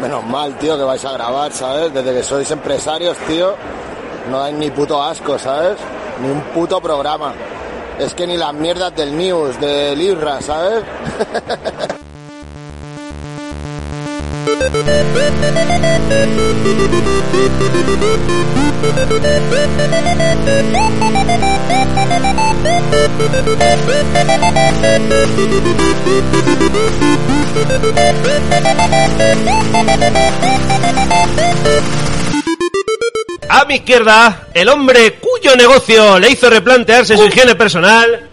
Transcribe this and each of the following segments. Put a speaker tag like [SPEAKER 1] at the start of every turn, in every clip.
[SPEAKER 1] Menos mal, tío, que vais a grabar, ¿sabes? Desde que sois empresarios, tío, no dais ni puto asco, ¿sabes? Ni un puto programa. Es que ni las mierdas del News, del Ibra, ¿sabes?
[SPEAKER 2] A mi izquierda, el hombre cuyo negocio le hizo replantearse su higiene personal,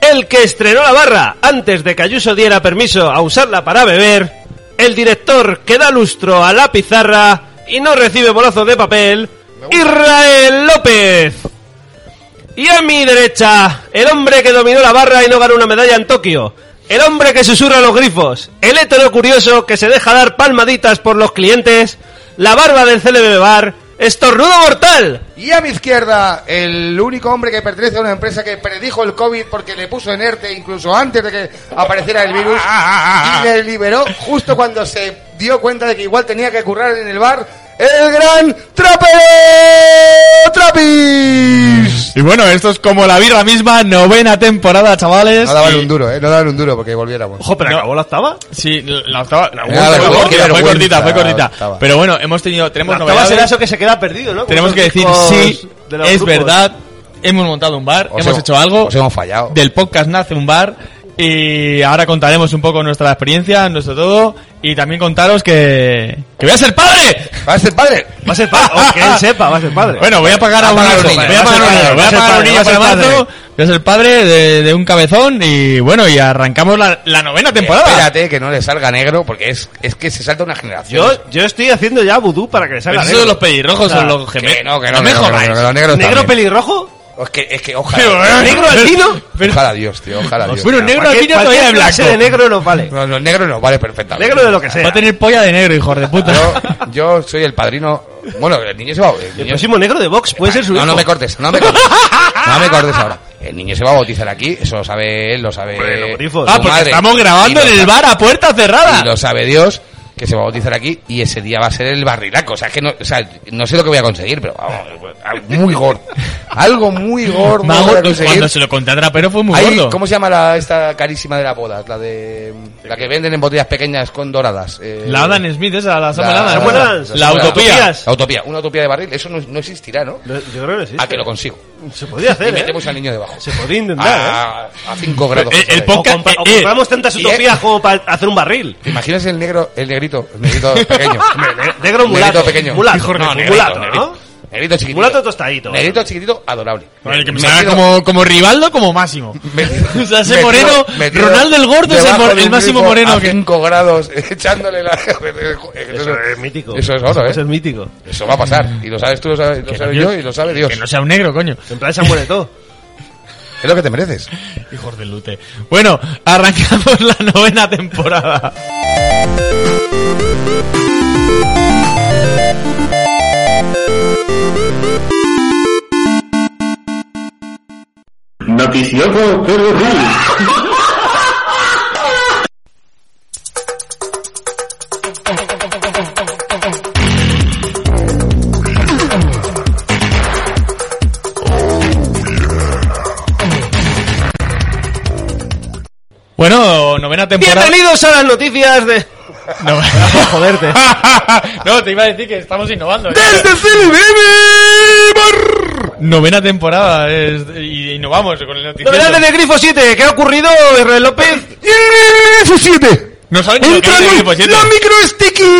[SPEAKER 2] el que estrenó la barra antes de que Ayuso diera permiso a usarla para beber, el director que da lustro a la pizarra y no recibe bolazos de papel, Israel López. Y a mi derecha, el hombre que dominó la barra y no ganó una medalla en Tokio. El hombre que susurra los grifos. El hétero curioso que se deja dar palmaditas por los clientes. La barba del célebre bar. Estornudo mortal.
[SPEAKER 3] Y a mi izquierda, el único hombre que pertenece a una empresa que predijo el COVID porque le puso en ERTE incluso antes de que apareciera el virus
[SPEAKER 4] Ah,
[SPEAKER 3] y le liberó justo cuando se dio cuenta de que igual tenía que currar en el bar, el gran Trapero Trapis.
[SPEAKER 4] Y bueno, esto es como la vida misma, novena temporada, chavales.
[SPEAKER 3] No daban
[SPEAKER 4] Y-
[SPEAKER 3] un duro, ¿eh? No daban un duro porque volviéramos.
[SPEAKER 2] Ojo, pero acabó la octava.
[SPEAKER 4] Sí, la octava.
[SPEAKER 3] Era
[SPEAKER 4] la- fue,
[SPEAKER 3] vergüenza,
[SPEAKER 4] cortita,
[SPEAKER 3] era
[SPEAKER 4] fue cortita,
[SPEAKER 3] vergüenza,
[SPEAKER 4] fue
[SPEAKER 3] la
[SPEAKER 4] cortita.
[SPEAKER 3] octava.
[SPEAKER 4] Pero bueno, hemos tenido, tenemos
[SPEAKER 2] La octava será
[SPEAKER 4] novedades.
[SPEAKER 2] eso que se queda perdido, ¿no? Como
[SPEAKER 4] Tenemos que
[SPEAKER 2] esos
[SPEAKER 4] decir,
[SPEAKER 2] discos
[SPEAKER 4] sí,
[SPEAKER 2] de los
[SPEAKER 4] es
[SPEAKER 2] grupos.
[SPEAKER 4] verdad. Hemos montado un bar,
[SPEAKER 3] Os
[SPEAKER 4] hemos hecho algo.
[SPEAKER 3] Os hemos fallado.
[SPEAKER 4] Del podcast nace un bar. Y ahora contaremos un poco nuestra experiencia, nuestro todo. Y también contaros que. ¡Que voy a ser padre!
[SPEAKER 3] ¿Va a ser padre?
[SPEAKER 2] Va a ser padre. o que él sepa, va a ser padre.
[SPEAKER 4] Bueno, voy a pagar a un
[SPEAKER 3] pagar
[SPEAKER 4] hijo.
[SPEAKER 3] un
[SPEAKER 4] Voy
[SPEAKER 3] niño,
[SPEAKER 4] a
[SPEAKER 2] va a
[SPEAKER 4] pagar
[SPEAKER 2] ser padre,
[SPEAKER 4] un niño. Voy
[SPEAKER 2] va a
[SPEAKER 4] a
[SPEAKER 2] ser
[SPEAKER 4] pagar un
[SPEAKER 2] padre,
[SPEAKER 4] niño
[SPEAKER 2] va a ser
[SPEAKER 4] para
[SPEAKER 2] padre.
[SPEAKER 4] marzo. Voy a ser padre de, de un cabezón. Y bueno, y arrancamos la, la novena temporada.
[SPEAKER 3] Espérate que no le salga negro porque es, es que se salta una generación.
[SPEAKER 2] yo, yo estoy haciendo ya vudú para que le
[SPEAKER 4] Pero
[SPEAKER 2] salga
[SPEAKER 4] esos
[SPEAKER 2] negro.
[SPEAKER 4] son los pelirrojos,
[SPEAKER 2] Claro.
[SPEAKER 4] son los gemelos.
[SPEAKER 3] que no, que no,
[SPEAKER 4] no me
[SPEAKER 3] que no, que no,
[SPEAKER 4] jodáis.
[SPEAKER 3] que no, negro
[SPEAKER 2] ¿Negro
[SPEAKER 3] también.
[SPEAKER 2] pelirrojo?
[SPEAKER 3] Es que, es que
[SPEAKER 4] Pero-
[SPEAKER 3] ojalá.
[SPEAKER 2] ¿Negro albino?
[SPEAKER 4] Pero-
[SPEAKER 3] Ojalá Dios, tío, ojalá Dios.
[SPEAKER 4] Bueno, negro
[SPEAKER 2] Cualquier-
[SPEAKER 4] aquí no todavía
[SPEAKER 2] cualquier
[SPEAKER 4] de
[SPEAKER 2] clase
[SPEAKER 4] blanco.
[SPEAKER 2] de negro no vale.
[SPEAKER 3] No, no, negro no, vale perfectamente.
[SPEAKER 2] Negro de lo que sea.
[SPEAKER 4] Va a tener polla de negro, hijo de puta.
[SPEAKER 3] Yo, yo soy el padrino. Bueno, el niño se va. El
[SPEAKER 2] El
[SPEAKER 3] niño
[SPEAKER 2] próximo negro de Vox puede ser su
[SPEAKER 3] no,
[SPEAKER 2] hijo.
[SPEAKER 3] no me cortes, no me cortes. No me cortes ahora. El niño se va a bautizar aquí, eso lo sabe él, lo sabe.
[SPEAKER 2] Hombre, lo grifos.
[SPEAKER 3] su
[SPEAKER 4] ah, porque
[SPEAKER 3] madre.
[SPEAKER 4] estamos grabando
[SPEAKER 3] Y lo
[SPEAKER 4] en el
[SPEAKER 3] sabe-
[SPEAKER 4] bar a puerta cerrada.
[SPEAKER 3] Y lo sabe Dios, que se va a bautizar aquí, y ese día va a ser el barrilaco. O sea, que no, o sea, no sé lo que voy a conseguir, pero vamos, algo muy gordo. Algo muy gordo.
[SPEAKER 4] Mago,
[SPEAKER 3] voy a
[SPEAKER 4] pues,
[SPEAKER 3] conseguir.
[SPEAKER 4] cuando se lo conté a Trapero fue muy
[SPEAKER 3] Hay-
[SPEAKER 4] gordo.
[SPEAKER 3] ¿Cómo se llama la, esta carísima de las bodas? La de la que venden en botellas pequeñas con doradas. eh,
[SPEAKER 4] La Adam Smith esa, la Samuel
[SPEAKER 3] la-
[SPEAKER 4] Adams.
[SPEAKER 2] Samuel
[SPEAKER 4] La,
[SPEAKER 2] Adams.
[SPEAKER 4] la
[SPEAKER 3] Samuel
[SPEAKER 4] utopía.
[SPEAKER 2] Adams.
[SPEAKER 3] La utopía, una utopía de barril, eso no, no existirá, ¿no?
[SPEAKER 2] Yo creo que sí.
[SPEAKER 3] A que lo consigo.
[SPEAKER 2] Se podría
[SPEAKER 3] Y
[SPEAKER 2] hacer, ¿eh?
[SPEAKER 3] metemos al niño debajo.
[SPEAKER 2] Se podría intentar, ¿eh?
[SPEAKER 3] A, a cinco grados.
[SPEAKER 4] Eh, el
[SPEAKER 2] O,
[SPEAKER 4] podcast-
[SPEAKER 2] compra- o
[SPEAKER 4] eh, eh.
[SPEAKER 2] compramos tantas
[SPEAKER 3] Y, eh.
[SPEAKER 2] utopías como para hacer un barril.
[SPEAKER 3] ¿Te imaginas el negro, el negrito, el negrito pequeño?
[SPEAKER 2] Negro mulato.
[SPEAKER 3] Negrito pequeño.
[SPEAKER 2] Mulato.
[SPEAKER 3] Hijo de
[SPEAKER 2] No,
[SPEAKER 3] puta.
[SPEAKER 2] mulato,
[SPEAKER 3] negrito,
[SPEAKER 2] ¿no?
[SPEAKER 3] Negrito chiquitito.
[SPEAKER 2] Mulato tostadito.
[SPEAKER 3] Negrito chiquitito, adorable.
[SPEAKER 4] Vale, que me
[SPEAKER 3] Metido-
[SPEAKER 4] salga como, como Rivaldo, como Máximo.
[SPEAKER 3] metido-
[SPEAKER 4] O sea, ese
[SPEAKER 3] metido-
[SPEAKER 4] moreno,
[SPEAKER 3] metido
[SPEAKER 4] Ronaldo el gordo es el
[SPEAKER 3] debajo
[SPEAKER 4] mor-
[SPEAKER 3] de
[SPEAKER 4] el
[SPEAKER 3] un
[SPEAKER 4] máximo
[SPEAKER 3] grifo
[SPEAKER 4] moreno
[SPEAKER 3] a
[SPEAKER 4] que-
[SPEAKER 3] 5 grados, echándole la...
[SPEAKER 2] Eso es mítico.
[SPEAKER 3] Eso es oro,
[SPEAKER 2] Eso es
[SPEAKER 3] ¿eh?
[SPEAKER 2] mítico.
[SPEAKER 3] Eso va a pasar. Y lo sabes tú, lo sabes, lo
[SPEAKER 4] Que
[SPEAKER 3] sabes
[SPEAKER 4] no-
[SPEAKER 3] yo y lo sabe Dios.
[SPEAKER 4] Que no sea un negro, coño.
[SPEAKER 2] En plan, se muere todo.
[SPEAKER 3] Es lo que te mereces.
[SPEAKER 4] Hijos del lute. Bueno, arrancamos la novena temporada.
[SPEAKER 5] Noticioso
[SPEAKER 4] Bueno, novena temporada.
[SPEAKER 2] Bienvenidos a las noticias de...
[SPEAKER 4] No,
[SPEAKER 2] joderte.
[SPEAKER 4] no, te iba a decir que estamos innovando. ¿eh?
[SPEAKER 2] ¡Desde
[SPEAKER 4] Novena temporada es, y innovamos con el noticiero.
[SPEAKER 2] Novedades de Grifo 7. ¿Qué ha ocurrido, Israel López?
[SPEAKER 1] F7.
[SPEAKER 4] No saben ni lo que es el equipo siete.
[SPEAKER 1] micro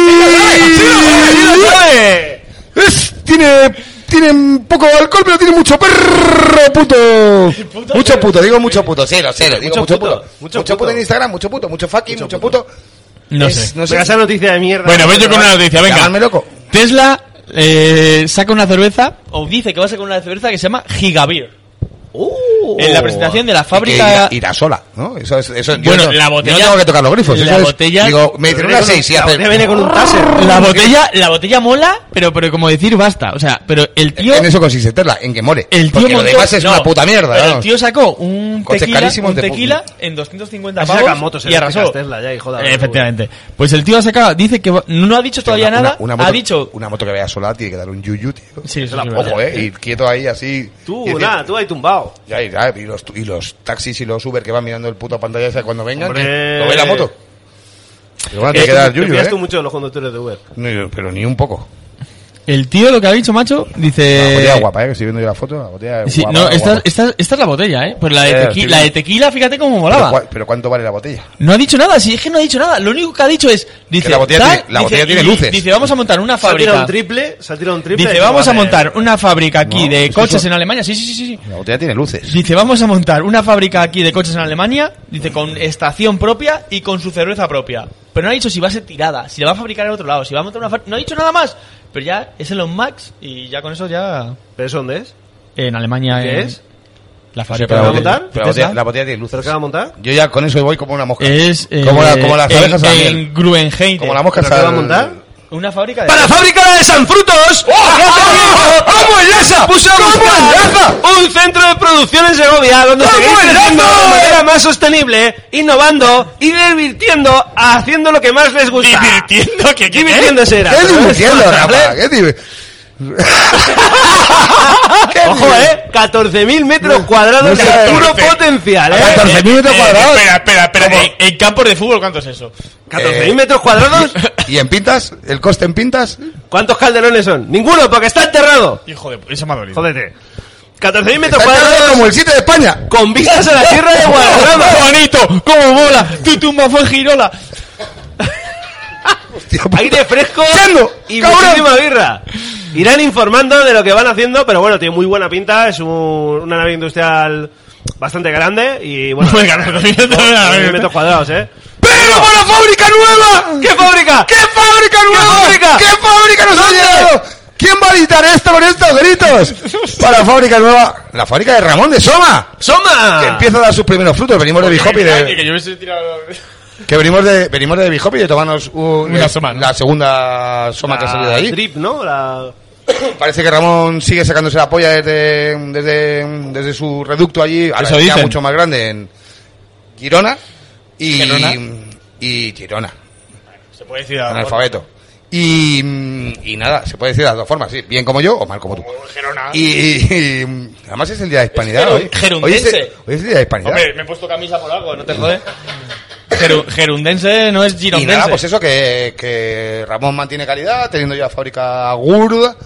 [SPEAKER 2] ¡Sí lo sabe!
[SPEAKER 1] Es, tiene, tiene poco alcohol, pero tiene mucho perro puto.
[SPEAKER 3] Mucho puto, digo mucho puto, sí, lo sé, lo digo
[SPEAKER 2] Mucho
[SPEAKER 3] mucho,
[SPEAKER 2] puto,
[SPEAKER 3] puto.
[SPEAKER 2] mucho
[SPEAKER 3] Mucho,
[SPEAKER 2] puto.
[SPEAKER 3] puto en Instagram, mucho puto, mucho fucking, mucho, puto.
[SPEAKER 4] No
[SPEAKER 3] Es-
[SPEAKER 4] sé.
[SPEAKER 3] no
[SPEAKER 2] Venga, esa noticia de mierda.
[SPEAKER 4] Bueno, ven yo con una noticia, venga.
[SPEAKER 3] Llamadme loco.
[SPEAKER 4] Tesla eh, saca una cerveza, o dice que va a sacar una cerveza que se llama Gigabeer.
[SPEAKER 3] ¡Uh!
[SPEAKER 4] en la presentación de la fábrica.
[SPEAKER 3] Irá, sola, ¿no? Eso es, eso,
[SPEAKER 4] Bueno,
[SPEAKER 3] yo no,
[SPEAKER 4] la botella-
[SPEAKER 3] yo no tengo que tocar los grifos.
[SPEAKER 4] la
[SPEAKER 3] eso es-
[SPEAKER 4] botella-
[SPEAKER 3] Digo, me dicen una 6 y
[SPEAKER 2] La
[SPEAKER 3] hace.
[SPEAKER 2] botella viene con un taser.
[SPEAKER 4] La botella, la botella mola, pero, pero como decir basta. O sea, pero el tío.
[SPEAKER 3] En eso consiste, Terla, en que more.
[SPEAKER 4] El tío
[SPEAKER 3] Porque lo
[SPEAKER 4] montó-
[SPEAKER 3] demás es
[SPEAKER 4] no,
[SPEAKER 3] una puta mierda,
[SPEAKER 4] pero El
[SPEAKER 3] vamos.
[SPEAKER 4] tío sacó un
[SPEAKER 3] Coches
[SPEAKER 4] tequila,
[SPEAKER 3] carísimos
[SPEAKER 4] un
[SPEAKER 3] de
[SPEAKER 4] tequila
[SPEAKER 3] puta.
[SPEAKER 4] en 250
[SPEAKER 2] Así
[SPEAKER 4] pavos
[SPEAKER 2] sacan motos
[SPEAKER 4] y
[SPEAKER 2] eléctricas
[SPEAKER 4] arrasó.
[SPEAKER 2] Tesla ya, y joda,
[SPEAKER 4] Eh, Efectivamente. Pues el tío ha sacado, dice que va- no ha dicho todavía
[SPEAKER 3] Una-
[SPEAKER 4] nada,
[SPEAKER 3] una- una moto-
[SPEAKER 4] ha dicho...
[SPEAKER 3] Una moto que vaya sola tiene que dar un yuyu, tío.
[SPEAKER 4] Sí, eso
[SPEAKER 2] la
[SPEAKER 4] es verdad.
[SPEAKER 3] Ojo, eh, ir quieto ahí así. y
[SPEAKER 2] Tú,
[SPEAKER 3] decir,
[SPEAKER 2] nada, tú ahí tumbado.
[SPEAKER 3] Ya, y, ya, y los, y los taxis y los Uber que van mirando el puto pantalla ese cuando vengan,
[SPEAKER 2] Hombre.
[SPEAKER 3] que lo ve la moto. Pero van a tener
[SPEAKER 2] Eh,
[SPEAKER 3] que dar
[SPEAKER 2] te
[SPEAKER 3] yuyu,
[SPEAKER 2] fías
[SPEAKER 3] ¿eh?
[SPEAKER 2] tú mucho de los conductores de Uber.
[SPEAKER 3] No, yo- pero ni un poco.
[SPEAKER 4] El tío lo que ha dicho, macho,
[SPEAKER 3] La
[SPEAKER 4] dice...
[SPEAKER 3] botella guapa, ¿eh? Que estoy viendo yo la foto. La botella
[SPEAKER 4] Sí,
[SPEAKER 3] guapa,
[SPEAKER 4] no,
[SPEAKER 3] guapa.
[SPEAKER 4] esta, esta, esta es la botella, ¿eh? Pues la de,
[SPEAKER 3] Eh,
[SPEAKER 4] tequi-
[SPEAKER 3] sí.
[SPEAKER 4] la de tequila, fíjate cómo
[SPEAKER 3] Pero,
[SPEAKER 4] molaba.
[SPEAKER 3] cua- pero ¿cuánto vale la botella?
[SPEAKER 4] No ha dicho nada, si es que no ha dicho nada. Lo único que ha dicho es... Dice,
[SPEAKER 3] la botella
[SPEAKER 4] tal,
[SPEAKER 3] tiene- la
[SPEAKER 4] dice,
[SPEAKER 3] botella tiene
[SPEAKER 4] y-
[SPEAKER 3] luces.
[SPEAKER 4] Dice, vamos a montar una
[SPEAKER 2] Se ha tirado
[SPEAKER 4] fábrica.
[SPEAKER 2] un triple, se ha tirado un triple.
[SPEAKER 4] Dice,
[SPEAKER 2] y
[SPEAKER 4] vamos a
[SPEAKER 2] vale.
[SPEAKER 4] montar una fábrica aquí
[SPEAKER 3] No,
[SPEAKER 4] de
[SPEAKER 3] es que
[SPEAKER 4] coches
[SPEAKER 3] eso-
[SPEAKER 4] en Alemania. Sí, sí, sí, sí. sí.
[SPEAKER 3] La botella tiene luces.
[SPEAKER 4] Dice, vamos a montar una fábrica aquí de coches en Alemania, dice, con estación propia y con su cerveza propia. Pero no ha dicho si va a ser tirada, si la va a fabricar en otro lado, si va a montar una fábrica... No ha dicho nada más. Pero ya es Elon Max y ya con eso ya...
[SPEAKER 2] ¿Pero eso dónde es?
[SPEAKER 4] En Alemania
[SPEAKER 2] ¿Qué
[SPEAKER 4] en-
[SPEAKER 2] es?
[SPEAKER 3] Pero
[SPEAKER 4] La fábrica
[SPEAKER 2] ¿Pero
[SPEAKER 3] la
[SPEAKER 4] de-
[SPEAKER 2] va a
[SPEAKER 3] botella,
[SPEAKER 2] montar?
[SPEAKER 3] pero la botella-
[SPEAKER 4] Tesla.
[SPEAKER 3] la botella tiene
[SPEAKER 2] ¿Pero
[SPEAKER 3] luces.
[SPEAKER 2] qué va a montar?
[SPEAKER 3] Yo ya con eso voy como una mosca.
[SPEAKER 4] Es... eh,
[SPEAKER 3] como, la- como las
[SPEAKER 4] en-
[SPEAKER 3] abejas a la
[SPEAKER 4] en,
[SPEAKER 3] miel.
[SPEAKER 4] Gruenheim.
[SPEAKER 3] Como la mosca
[SPEAKER 2] ¿Pero qué
[SPEAKER 3] al-
[SPEAKER 2] va a montar?
[SPEAKER 4] Una fábrica de...
[SPEAKER 2] ¡Para la fábrica de Sanfrutos! ¡Ah!
[SPEAKER 4] ¡Cómo enlaza!
[SPEAKER 2] Puso a buscar un centro de producción en Segovia donde
[SPEAKER 4] ¡Cómo
[SPEAKER 2] seguir creciendo
[SPEAKER 4] enlaza!
[SPEAKER 2] de manera más sostenible, innovando y divirtiendo, haciendo lo que más les gusta.
[SPEAKER 4] Divirtiendo, que qué
[SPEAKER 2] Divirtiéndose era.
[SPEAKER 3] ¿Qué
[SPEAKER 2] ¿sabes?
[SPEAKER 3] divirtiendo, Rafa?
[SPEAKER 2] ¿eh?
[SPEAKER 3] ¿Qué div- ¿Qué
[SPEAKER 2] Ojo,
[SPEAKER 3] div-
[SPEAKER 2] eh, 14.000 metros cuadrados de
[SPEAKER 3] no sé.
[SPEAKER 2] puro potencial, eh.
[SPEAKER 3] 14.000 metros cuadrados.
[SPEAKER 4] Espera, espera, espera. En, en campos de fútbol, ¿cuánto es eso?
[SPEAKER 2] 14.000 metros cuadrados.
[SPEAKER 3] ¿Y en pintas? ¿El coste en pintas?
[SPEAKER 2] ¿Cuántos calderones son? Ninguno, porque está enterrado.
[SPEAKER 4] Hijo de... Eso me ha dolido.
[SPEAKER 2] Jódete. 14.000 metros
[SPEAKER 3] Está cargado como
[SPEAKER 2] cuadrados
[SPEAKER 3] el sitio de España.
[SPEAKER 2] con vistas a la tierra de Guadarrama.
[SPEAKER 4] ¡Qué bonito! ¡Cómo mola! ¡Tu tumba fue en girola!
[SPEAKER 3] Hostia,
[SPEAKER 2] aire fresco
[SPEAKER 3] Chando,
[SPEAKER 2] y
[SPEAKER 3] cabrón.
[SPEAKER 2] muchísima birra. Irán informando de lo que van haciendo, pero bueno, tiene muy buena pinta, es un- una nave industrial bastante grande y bueno,
[SPEAKER 4] Muy grande,
[SPEAKER 2] no,
[SPEAKER 4] también, también, también.
[SPEAKER 2] metros cuadrados, ¿eh?
[SPEAKER 3] ¡Pero para la fábrica nueva!
[SPEAKER 2] ¿Qué fábrica?
[SPEAKER 3] ¿Qué fábrica nueva?
[SPEAKER 2] fábrica?
[SPEAKER 3] ¿Qué fábrica nos ha llegado? ¿Quién va a editar esto con estos gritos? Para la fábrica nueva. La fábrica de Ramón de Soma. Que
[SPEAKER 2] ¡Soma!
[SPEAKER 3] empieza a dar sus primeros frutos. Venimos de Bijopi.
[SPEAKER 4] Que
[SPEAKER 3] De,
[SPEAKER 4] yo hubiese tirado...
[SPEAKER 3] que venimos de, venimos de Bijopi de tomarnos un- eh,
[SPEAKER 4] Una Soma, ¿no?
[SPEAKER 3] la segunda Soma que ha salido de ahí.
[SPEAKER 2] Drip, ¿no? La-
[SPEAKER 3] Parece que Ramón sigue sacándose la polla desde, desde, desde su reducto allí, ahora
[SPEAKER 4] Eso
[SPEAKER 3] ya
[SPEAKER 4] dicen.
[SPEAKER 3] mucho más grande, en Girona y
[SPEAKER 4] Gerona.
[SPEAKER 3] y Girona,
[SPEAKER 4] Se puede decir...
[SPEAKER 3] analfabeto. Y, y nada, se puede decir de las dos formas, sí, bien como yo o mal como tú. Y, y- y, además es el día de hispanidad
[SPEAKER 4] Es
[SPEAKER 3] hoy.
[SPEAKER 4] gerun-
[SPEAKER 3] Hoy es, el-
[SPEAKER 4] gerundense.
[SPEAKER 3] hoy es el día de hispanidad.
[SPEAKER 4] Hombre, me he puesto camisa por algo, no te jode. gerundense no es
[SPEAKER 3] y
[SPEAKER 4] girondense.
[SPEAKER 3] nada, pues eso, que, que Ramón mantiene calidad, teniendo ya fábrica gorda.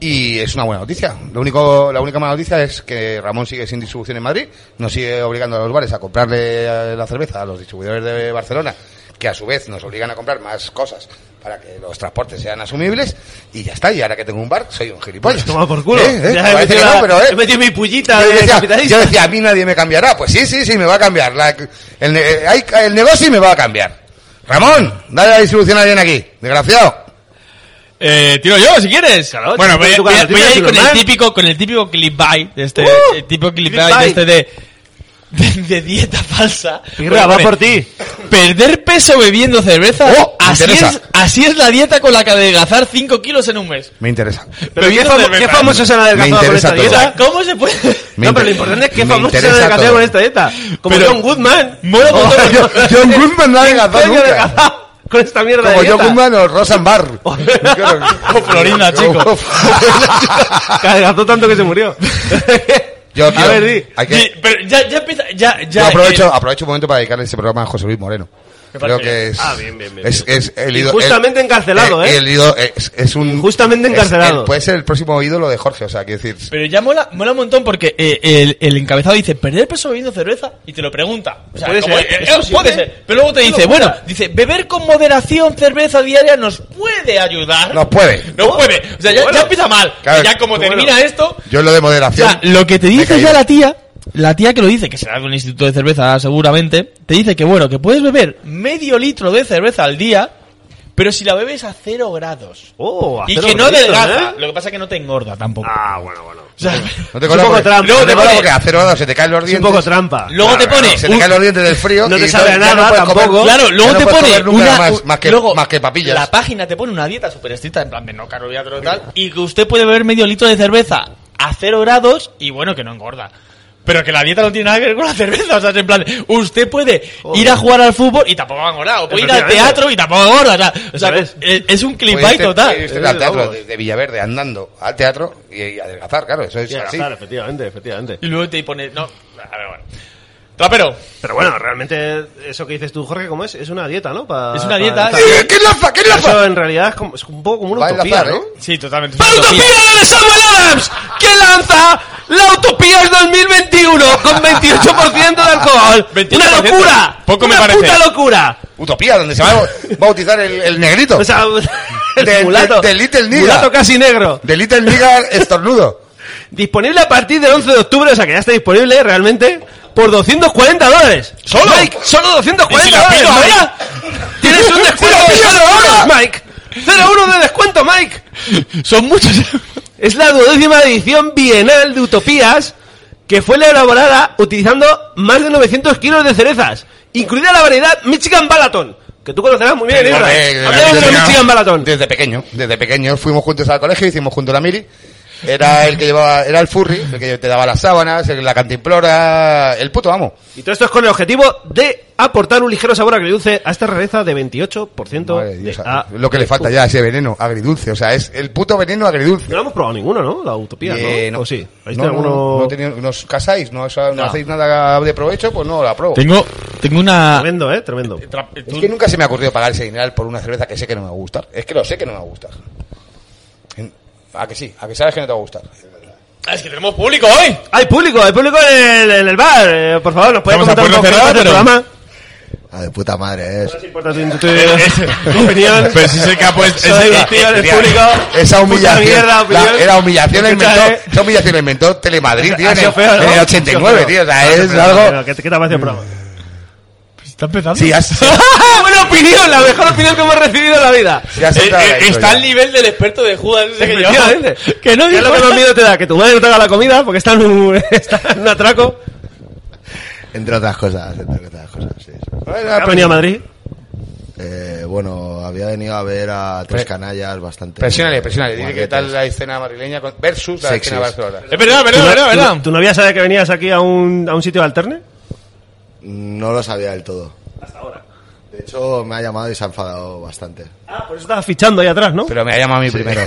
[SPEAKER 3] Y es una buena noticia. Lo único, la única mala noticia es que Ramón sigue sin distribución en Madrid, nos sigue obligando a los bares a comprarle eh, la cerveza a los distribuidores de Barcelona, que a su vez nos obligan a comprar más cosas para que los transportes sean asumibles, y ya está, y ahora que tengo un bar, soy un gilipollas.
[SPEAKER 2] Pues Toma Oh, por culo.
[SPEAKER 3] Eh, eh,
[SPEAKER 2] Ya he,
[SPEAKER 3] parece
[SPEAKER 2] metido
[SPEAKER 3] que no,
[SPEAKER 2] la-
[SPEAKER 3] pero, eh,
[SPEAKER 2] he metido mi pullita
[SPEAKER 3] yo
[SPEAKER 2] de
[SPEAKER 3] decía,
[SPEAKER 2] capitalista.
[SPEAKER 3] yo decía, a mí nadie me cambiará. Pues sí, sí, sí, me va a cambiar. La- el, ne- eh, hay- el negocio me va a cambiar. Ramón, dale la distribución a alguien aquí. Desgraciado.
[SPEAKER 4] Eh, tiro yo, si quieres.
[SPEAKER 2] Claro,
[SPEAKER 4] bueno,
[SPEAKER 2] chico,
[SPEAKER 4] voy, a-
[SPEAKER 2] tú cuando
[SPEAKER 4] voy a- voy a
[SPEAKER 2] tienes
[SPEAKER 4] ir
[SPEAKER 2] tu
[SPEAKER 4] con el
[SPEAKER 2] normal.
[SPEAKER 4] típico, con el típico clip buy de este,
[SPEAKER 2] ¡Uh!
[SPEAKER 4] el típico clip
[SPEAKER 2] Clip
[SPEAKER 4] buy de
[SPEAKER 2] buy.
[SPEAKER 4] este de, de, de dieta falsa.
[SPEAKER 2] Pirra, va
[SPEAKER 4] Porque pone,
[SPEAKER 2] por ti.
[SPEAKER 4] Perder peso bebiendo cerveza.
[SPEAKER 3] ¡Oh! Me
[SPEAKER 4] así,
[SPEAKER 3] interesa.
[SPEAKER 4] es, así es la dieta con la que adelgazar 5 kilos en un mes.
[SPEAKER 3] Me interesa.
[SPEAKER 2] Pero qué,
[SPEAKER 4] Bebiendo
[SPEAKER 2] famo-
[SPEAKER 4] cerveza.
[SPEAKER 2] qué famoso se han adelgazado
[SPEAKER 3] Me
[SPEAKER 2] con
[SPEAKER 3] interesa
[SPEAKER 2] esta
[SPEAKER 3] todo.
[SPEAKER 4] O sea,
[SPEAKER 2] dieta.
[SPEAKER 4] ¿cómo se puede?
[SPEAKER 3] Me
[SPEAKER 2] no, pero lo
[SPEAKER 3] inter-
[SPEAKER 2] importante es que
[SPEAKER 3] me
[SPEAKER 2] famoso se han
[SPEAKER 3] interesa
[SPEAKER 2] adelgazado
[SPEAKER 3] todo.
[SPEAKER 2] con esta dieta. Como
[SPEAKER 4] Pero-
[SPEAKER 2] John Goodman.
[SPEAKER 4] Mola como todo.
[SPEAKER 3] Yo- John Goodman no ha adelgazado
[SPEAKER 2] Coño,
[SPEAKER 3] nunca.
[SPEAKER 2] adelgazado Con esta mierda de
[SPEAKER 3] Como yo
[SPEAKER 2] dieta.
[SPEAKER 3] Guzmán o Rosenbar.
[SPEAKER 2] Oh,
[SPEAKER 4] Como Florinda, chico.
[SPEAKER 2] Que adelgazó tanto que se murió.
[SPEAKER 3] Yo, tío,
[SPEAKER 2] a ver, di.
[SPEAKER 3] hay que-
[SPEAKER 4] Y- pero ya, ya empieza, ya, ya.
[SPEAKER 3] yo aprovecho,
[SPEAKER 4] eh,
[SPEAKER 3] aprovecho un momento para dedicarle este programa a José Luis Moreno.
[SPEAKER 4] Me
[SPEAKER 3] Creo
[SPEAKER 4] parece
[SPEAKER 3] que
[SPEAKER 4] bien.
[SPEAKER 3] es,
[SPEAKER 2] Ah, bien, bien, bien,
[SPEAKER 3] es,
[SPEAKER 2] bien.
[SPEAKER 3] es el ídolo.
[SPEAKER 2] Injustamente encarcelado, ¿eh?
[SPEAKER 3] El ídolo es, es un.
[SPEAKER 2] Injustamente
[SPEAKER 3] es-
[SPEAKER 2] encarcelado.
[SPEAKER 3] él puede ser el próximo ídolo de Jorge, o sea, quiero decir.
[SPEAKER 4] Pero ya mola, mola un montón porque eh, el, el encabezado dice perder peso bebiendo cerveza y te lo pregunta. O sea,
[SPEAKER 2] Puede
[SPEAKER 4] como,
[SPEAKER 2] ser,
[SPEAKER 4] eh,
[SPEAKER 2] ¿es
[SPEAKER 4] eh,
[SPEAKER 2] posible?
[SPEAKER 4] puede ser. Pero luego te dice, bueno, dice, beber con moderación cerveza diaria nos puede ayudar.
[SPEAKER 3] No puede.
[SPEAKER 4] No puede. O sea, ya,
[SPEAKER 2] Bueno.
[SPEAKER 4] ya empieza mal.
[SPEAKER 3] Claro.
[SPEAKER 4] ya como
[SPEAKER 2] Bueno.
[SPEAKER 4] termina esto,
[SPEAKER 3] Yo lo de moderación.
[SPEAKER 4] o sea, lo que te
[SPEAKER 3] me he
[SPEAKER 4] dice
[SPEAKER 3] caído.
[SPEAKER 4] ya la tía, la tía que lo dice, que será de un instituto de cerveza seguramente, te dice que bueno, que puedes beber medio litro de cerveza al día, Pero si la bebes a cero grados.
[SPEAKER 2] Oh, a
[SPEAKER 4] y
[SPEAKER 2] cero
[SPEAKER 4] que no
[SPEAKER 2] graditos,
[SPEAKER 4] delgaza.
[SPEAKER 2] ¿eh?
[SPEAKER 4] Lo que pasa es que no te engorda tampoco.
[SPEAKER 2] Ah, bueno, bueno.
[SPEAKER 4] O sea,
[SPEAKER 3] No te
[SPEAKER 2] Es un
[SPEAKER 3] cola
[SPEAKER 2] poco
[SPEAKER 3] porque,
[SPEAKER 2] trampa,
[SPEAKER 3] luego
[SPEAKER 2] no
[SPEAKER 3] te
[SPEAKER 2] te
[SPEAKER 3] cola
[SPEAKER 2] vale.
[SPEAKER 3] porque a cero grados se te caen los
[SPEAKER 2] Es un
[SPEAKER 3] dientes.
[SPEAKER 2] poco trampa.
[SPEAKER 4] luego te pone.
[SPEAKER 3] Se te
[SPEAKER 4] un-
[SPEAKER 3] caen los dientes del frío.
[SPEAKER 2] No te
[SPEAKER 3] y
[SPEAKER 2] sabe a
[SPEAKER 3] ya
[SPEAKER 2] nada
[SPEAKER 3] puedes comer-
[SPEAKER 2] tampoco.
[SPEAKER 4] Claro,
[SPEAKER 3] ya
[SPEAKER 4] luego
[SPEAKER 3] no
[SPEAKER 4] te
[SPEAKER 3] puedes
[SPEAKER 4] pone
[SPEAKER 3] comer nunca
[SPEAKER 4] una,
[SPEAKER 3] más, más que,
[SPEAKER 4] luego,
[SPEAKER 3] más que papillas.
[SPEAKER 4] La página te pone una dieta súper estricta, en plan de no carbohidratos y tal, y que usted puede beber medio litro de cerveza a cero grados y bueno, que no engorda. Pero que la dieta no tiene nada que ver con la cerveza, o sea, es en plan, usted puede
[SPEAKER 2] Joder.
[SPEAKER 4] ir a jugar al fútbol y tampoco va a engordar, o puede ir al
[SPEAKER 2] Efectivamente.
[SPEAKER 4] teatro y tampoco engorda, o sea, o sea,
[SPEAKER 2] Eso
[SPEAKER 4] es, es un
[SPEAKER 3] Oye,
[SPEAKER 4] clip
[SPEAKER 3] este-
[SPEAKER 4] total.
[SPEAKER 3] este
[SPEAKER 2] Eh,
[SPEAKER 3] era al teatro
[SPEAKER 2] vamos.
[SPEAKER 3] de, de Villaverde andando al teatro y, y adelgazar, claro, eso es
[SPEAKER 2] Sí,
[SPEAKER 3] así.
[SPEAKER 2] claro, efectivamente, efectivamente.
[SPEAKER 4] Y luego te pone, no, a ver, bueno. Trapero,
[SPEAKER 2] Pero bueno, realmente eso que dices tú, Jorge, ¿cómo es? Es una dieta, ¿no? Pa-
[SPEAKER 4] Es una
[SPEAKER 2] pa-
[SPEAKER 4] dieta,
[SPEAKER 2] pa-
[SPEAKER 4] sí.
[SPEAKER 3] ¿Qué es lafa? ¿Qué es
[SPEAKER 2] Eso
[SPEAKER 3] lafa?
[SPEAKER 2] en realidad es, como- es un poco como una
[SPEAKER 3] Va a
[SPEAKER 2] utopía, ¿no?
[SPEAKER 3] enlazar, ¿eh?
[SPEAKER 4] sí, totalmente.
[SPEAKER 2] ¡La utopía de Samuel Adams! Que lanza la utopía del 2021 con 28% de alcohol.
[SPEAKER 4] 28%.
[SPEAKER 2] ¡Una locura!
[SPEAKER 4] Poco me
[SPEAKER 2] ¡Una
[SPEAKER 4] parece.
[SPEAKER 2] puta locura!
[SPEAKER 3] Utopía, donde se va a bautizar el, el negrito.
[SPEAKER 2] O sea, el
[SPEAKER 3] De-
[SPEAKER 2] mulato.
[SPEAKER 3] de- de Little Nigga.
[SPEAKER 2] Mulato casi negro.
[SPEAKER 3] De Little Liga estornudo.
[SPEAKER 2] Disponible a partir del 11 de octubre, o sea que ya está disponible realmente por 240 dólares.
[SPEAKER 4] ¿Solo?
[SPEAKER 2] Mike, solo 240
[SPEAKER 4] ¿Y si la
[SPEAKER 2] dólares.
[SPEAKER 4] pido
[SPEAKER 2] Mike.
[SPEAKER 4] ahora?
[SPEAKER 2] Tienes un descuento de
[SPEAKER 3] ¡Si la pido
[SPEAKER 2] 0
[SPEAKER 3] ahora!
[SPEAKER 2] euros, Mike. 0 euros de descuento, Mike.
[SPEAKER 4] Son muchos.
[SPEAKER 2] Es la duodécima edición bienal de Utopías que fue elaborada utilizando más de 900 kilos de cerezas, incluida la variedad Michigan Balaton, que tú conocerás muy bien, Isra.
[SPEAKER 3] Hombre,
[SPEAKER 2] Hablemos de
[SPEAKER 3] desde-
[SPEAKER 2] Michigan Balaton.
[SPEAKER 3] Desde pequeño, desde pequeño fuimos juntos al colegio, hicimos juntos la mili. Era el que llevaba, era el furry, el que te daba las sábanas, el- la cantimplora, el puto amo.
[SPEAKER 2] Y todo esto es con el objetivo de aportar un ligero sabor agridulce a esta rareza de 28%
[SPEAKER 3] Madre
[SPEAKER 2] de
[SPEAKER 3] de Dios,
[SPEAKER 2] A-
[SPEAKER 3] lo que le falta ya a ese veneno agridulce, o sea, es el puto veneno agridulce.
[SPEAKER 2] No lo hemos probado ninguno, ¿no? La utopía,
[SPEAKER 3] Eh,
[SPEAKER 2] ¿no? ¿O sí? ¿Habéis
[SPEAKER 3] no,
[SPEAKER 2] tenido
[SPEAKER 3] no,
[SPEAKER 2] alguno-
[SPEAKER 3] no, no he tenido- no os casáis, no, os- no
[SPEAKER 4] No.
[SPEAKER 3] hacéis nada de provecho, pues no la pruebo.
[SPEAKER 4] Tengo, tengo una...
[SPEAKER 2] Tremendo, ¿eh? Tremendo.
[SPEAKER 4] Tra-
[SPEAKER 3] Es que nunca se me ha ocurrido pagar ese dinero por una cerveza que sé que no me va a gustar. Es que lo sé que no me va a gustar. En- A que sí, a que sabes que no te va a gustar.
[SPEAKER 4] Ah, Es que tenemos público hoy.
[SPEAKER 2] ¡Hay público! ¡Hay público en el, en el bar! Eh, por favor, ¿nos puedes
[SPEAKER 4] Vamos a
[SPEAKER 2] contar un
[SPEAKER 4] puerta
[SPEAKER 2] poco qué
[SPEAKER 4] cerrada,
[SPEAKER 2] tal tu
[SPEAKER 4] pero-
[SPEAKER 2] programa?
[SPEAKER 1] Ah, de puta madre, es.
[SPEAKER 2] No importa tu, tu- tu opinión.
[SPEAKER 4] Pero si es el que ha puesto-
[SPEAKER 2] Eso
[SPEAKER 4] es-
[SPEAKER 2] iba.
[SPEAKER 4] es-
[SPEAKER 2] Tío, eres
[SPEAKER 3] Tía,
[SPEAKER 2] público. Puta
[SPEAKER 3] Esa humillación.
[SPEAKER 2] mierda,
[SPEAKER 3] la-
[SPEAKER 2] opinión.
[SPEAKER 3] era humillación el
[SPEAKER 2] Escucha,
[SPEAKER 3] mentor.
[SPEAKER 2] eh.
[SPEAKER 3] Esa humillación el mentor Telemadrid, tío.
[SPEAKER 2] Ha
[SPEAKER 3] En
[SPEAKER 2] sido
[SPEAKER 3] el,
[SPEAKER 2] feo, ¿no?
[SPEAKER 3] en el
[SPEAKER 2] Ha
[SPEAKER 3] 89,
[SPEAKER 2] sido
[SPEAKER 3] tío. O
[SPEAKER 2] feo.
[SPEAKER 3] sea, es
[SPEAKER 2] Pero,
[SPEAKER 3] algo.
[SPEAKER 2] pero, ¿Qué te qué te ha parecido el programa?
[SPEAKER 4] Está empezando.
[SPEAKER 3] Sí, has, sí,
[SPEAKER 2] ¡Ah, ¡Buena opinión! La mejor opinión que hemos recibido en la vida.
[SPEAKER 3] has entrado
[SPEAKER 4] Eh, eh,
[SPEAKER 3] en la
[SPEAKER 4] está
[SPEAKER 3] historia.
[SPEAKER 4] al nivel del experto de Judas ese que yo.
[SPEAKER 2] Efectivamente.
[SPEAKER 4] Que no
[SPEAKER 2] ¿Qué es
[SPEAKER 4] dijo
[SPEAKER 2] lo que
[SPEAKER 4] nada.
[SPEAKER 2] más miedo te da? Que tu madre no te haga la comida porque está en un, está en un atraco.
[SPEAKER 1] Entre otras cosas, entre otras cosas, sí. sí.
[SPEAKER 2] ¿Ha venido a Madrid?
[SPEAKER 1] Eh, bueno, había venido a ver a tres canallas bastante.
[SPEAKER 3] Presionale, presionale. Dile que
[SPEAKER 1] guapetes.
[SPEAKER 3] tal la escena madrileña con- versus la
[SPEAKER 1] Sexys.
[SPEAKER 3] escena barcelona.
[SPEAKER 4] Es verdad, verdad,
[SPEAKER 2] ¿Tu-
[SPEAKER 4] verdad,
[SPEAKER 2] tu-
[SPEAKER 4] verdad.
[SPEAKER 2] ¿Tu novia sabe que venías aquí a un, a un sitio alterne?
[SPEAKER 1] No lo sabía del todo. Hasta ahora. De hecho, me ha llamado y se ha enfadado bastante.
[SPEAKER 2] Ah,
[SPEAKER 4] pues
[SPEAKER 2] por eso estabas fichando ahí atrás, ¿no?
[SPEAKER 3] Pero me ha llamado a mí primero.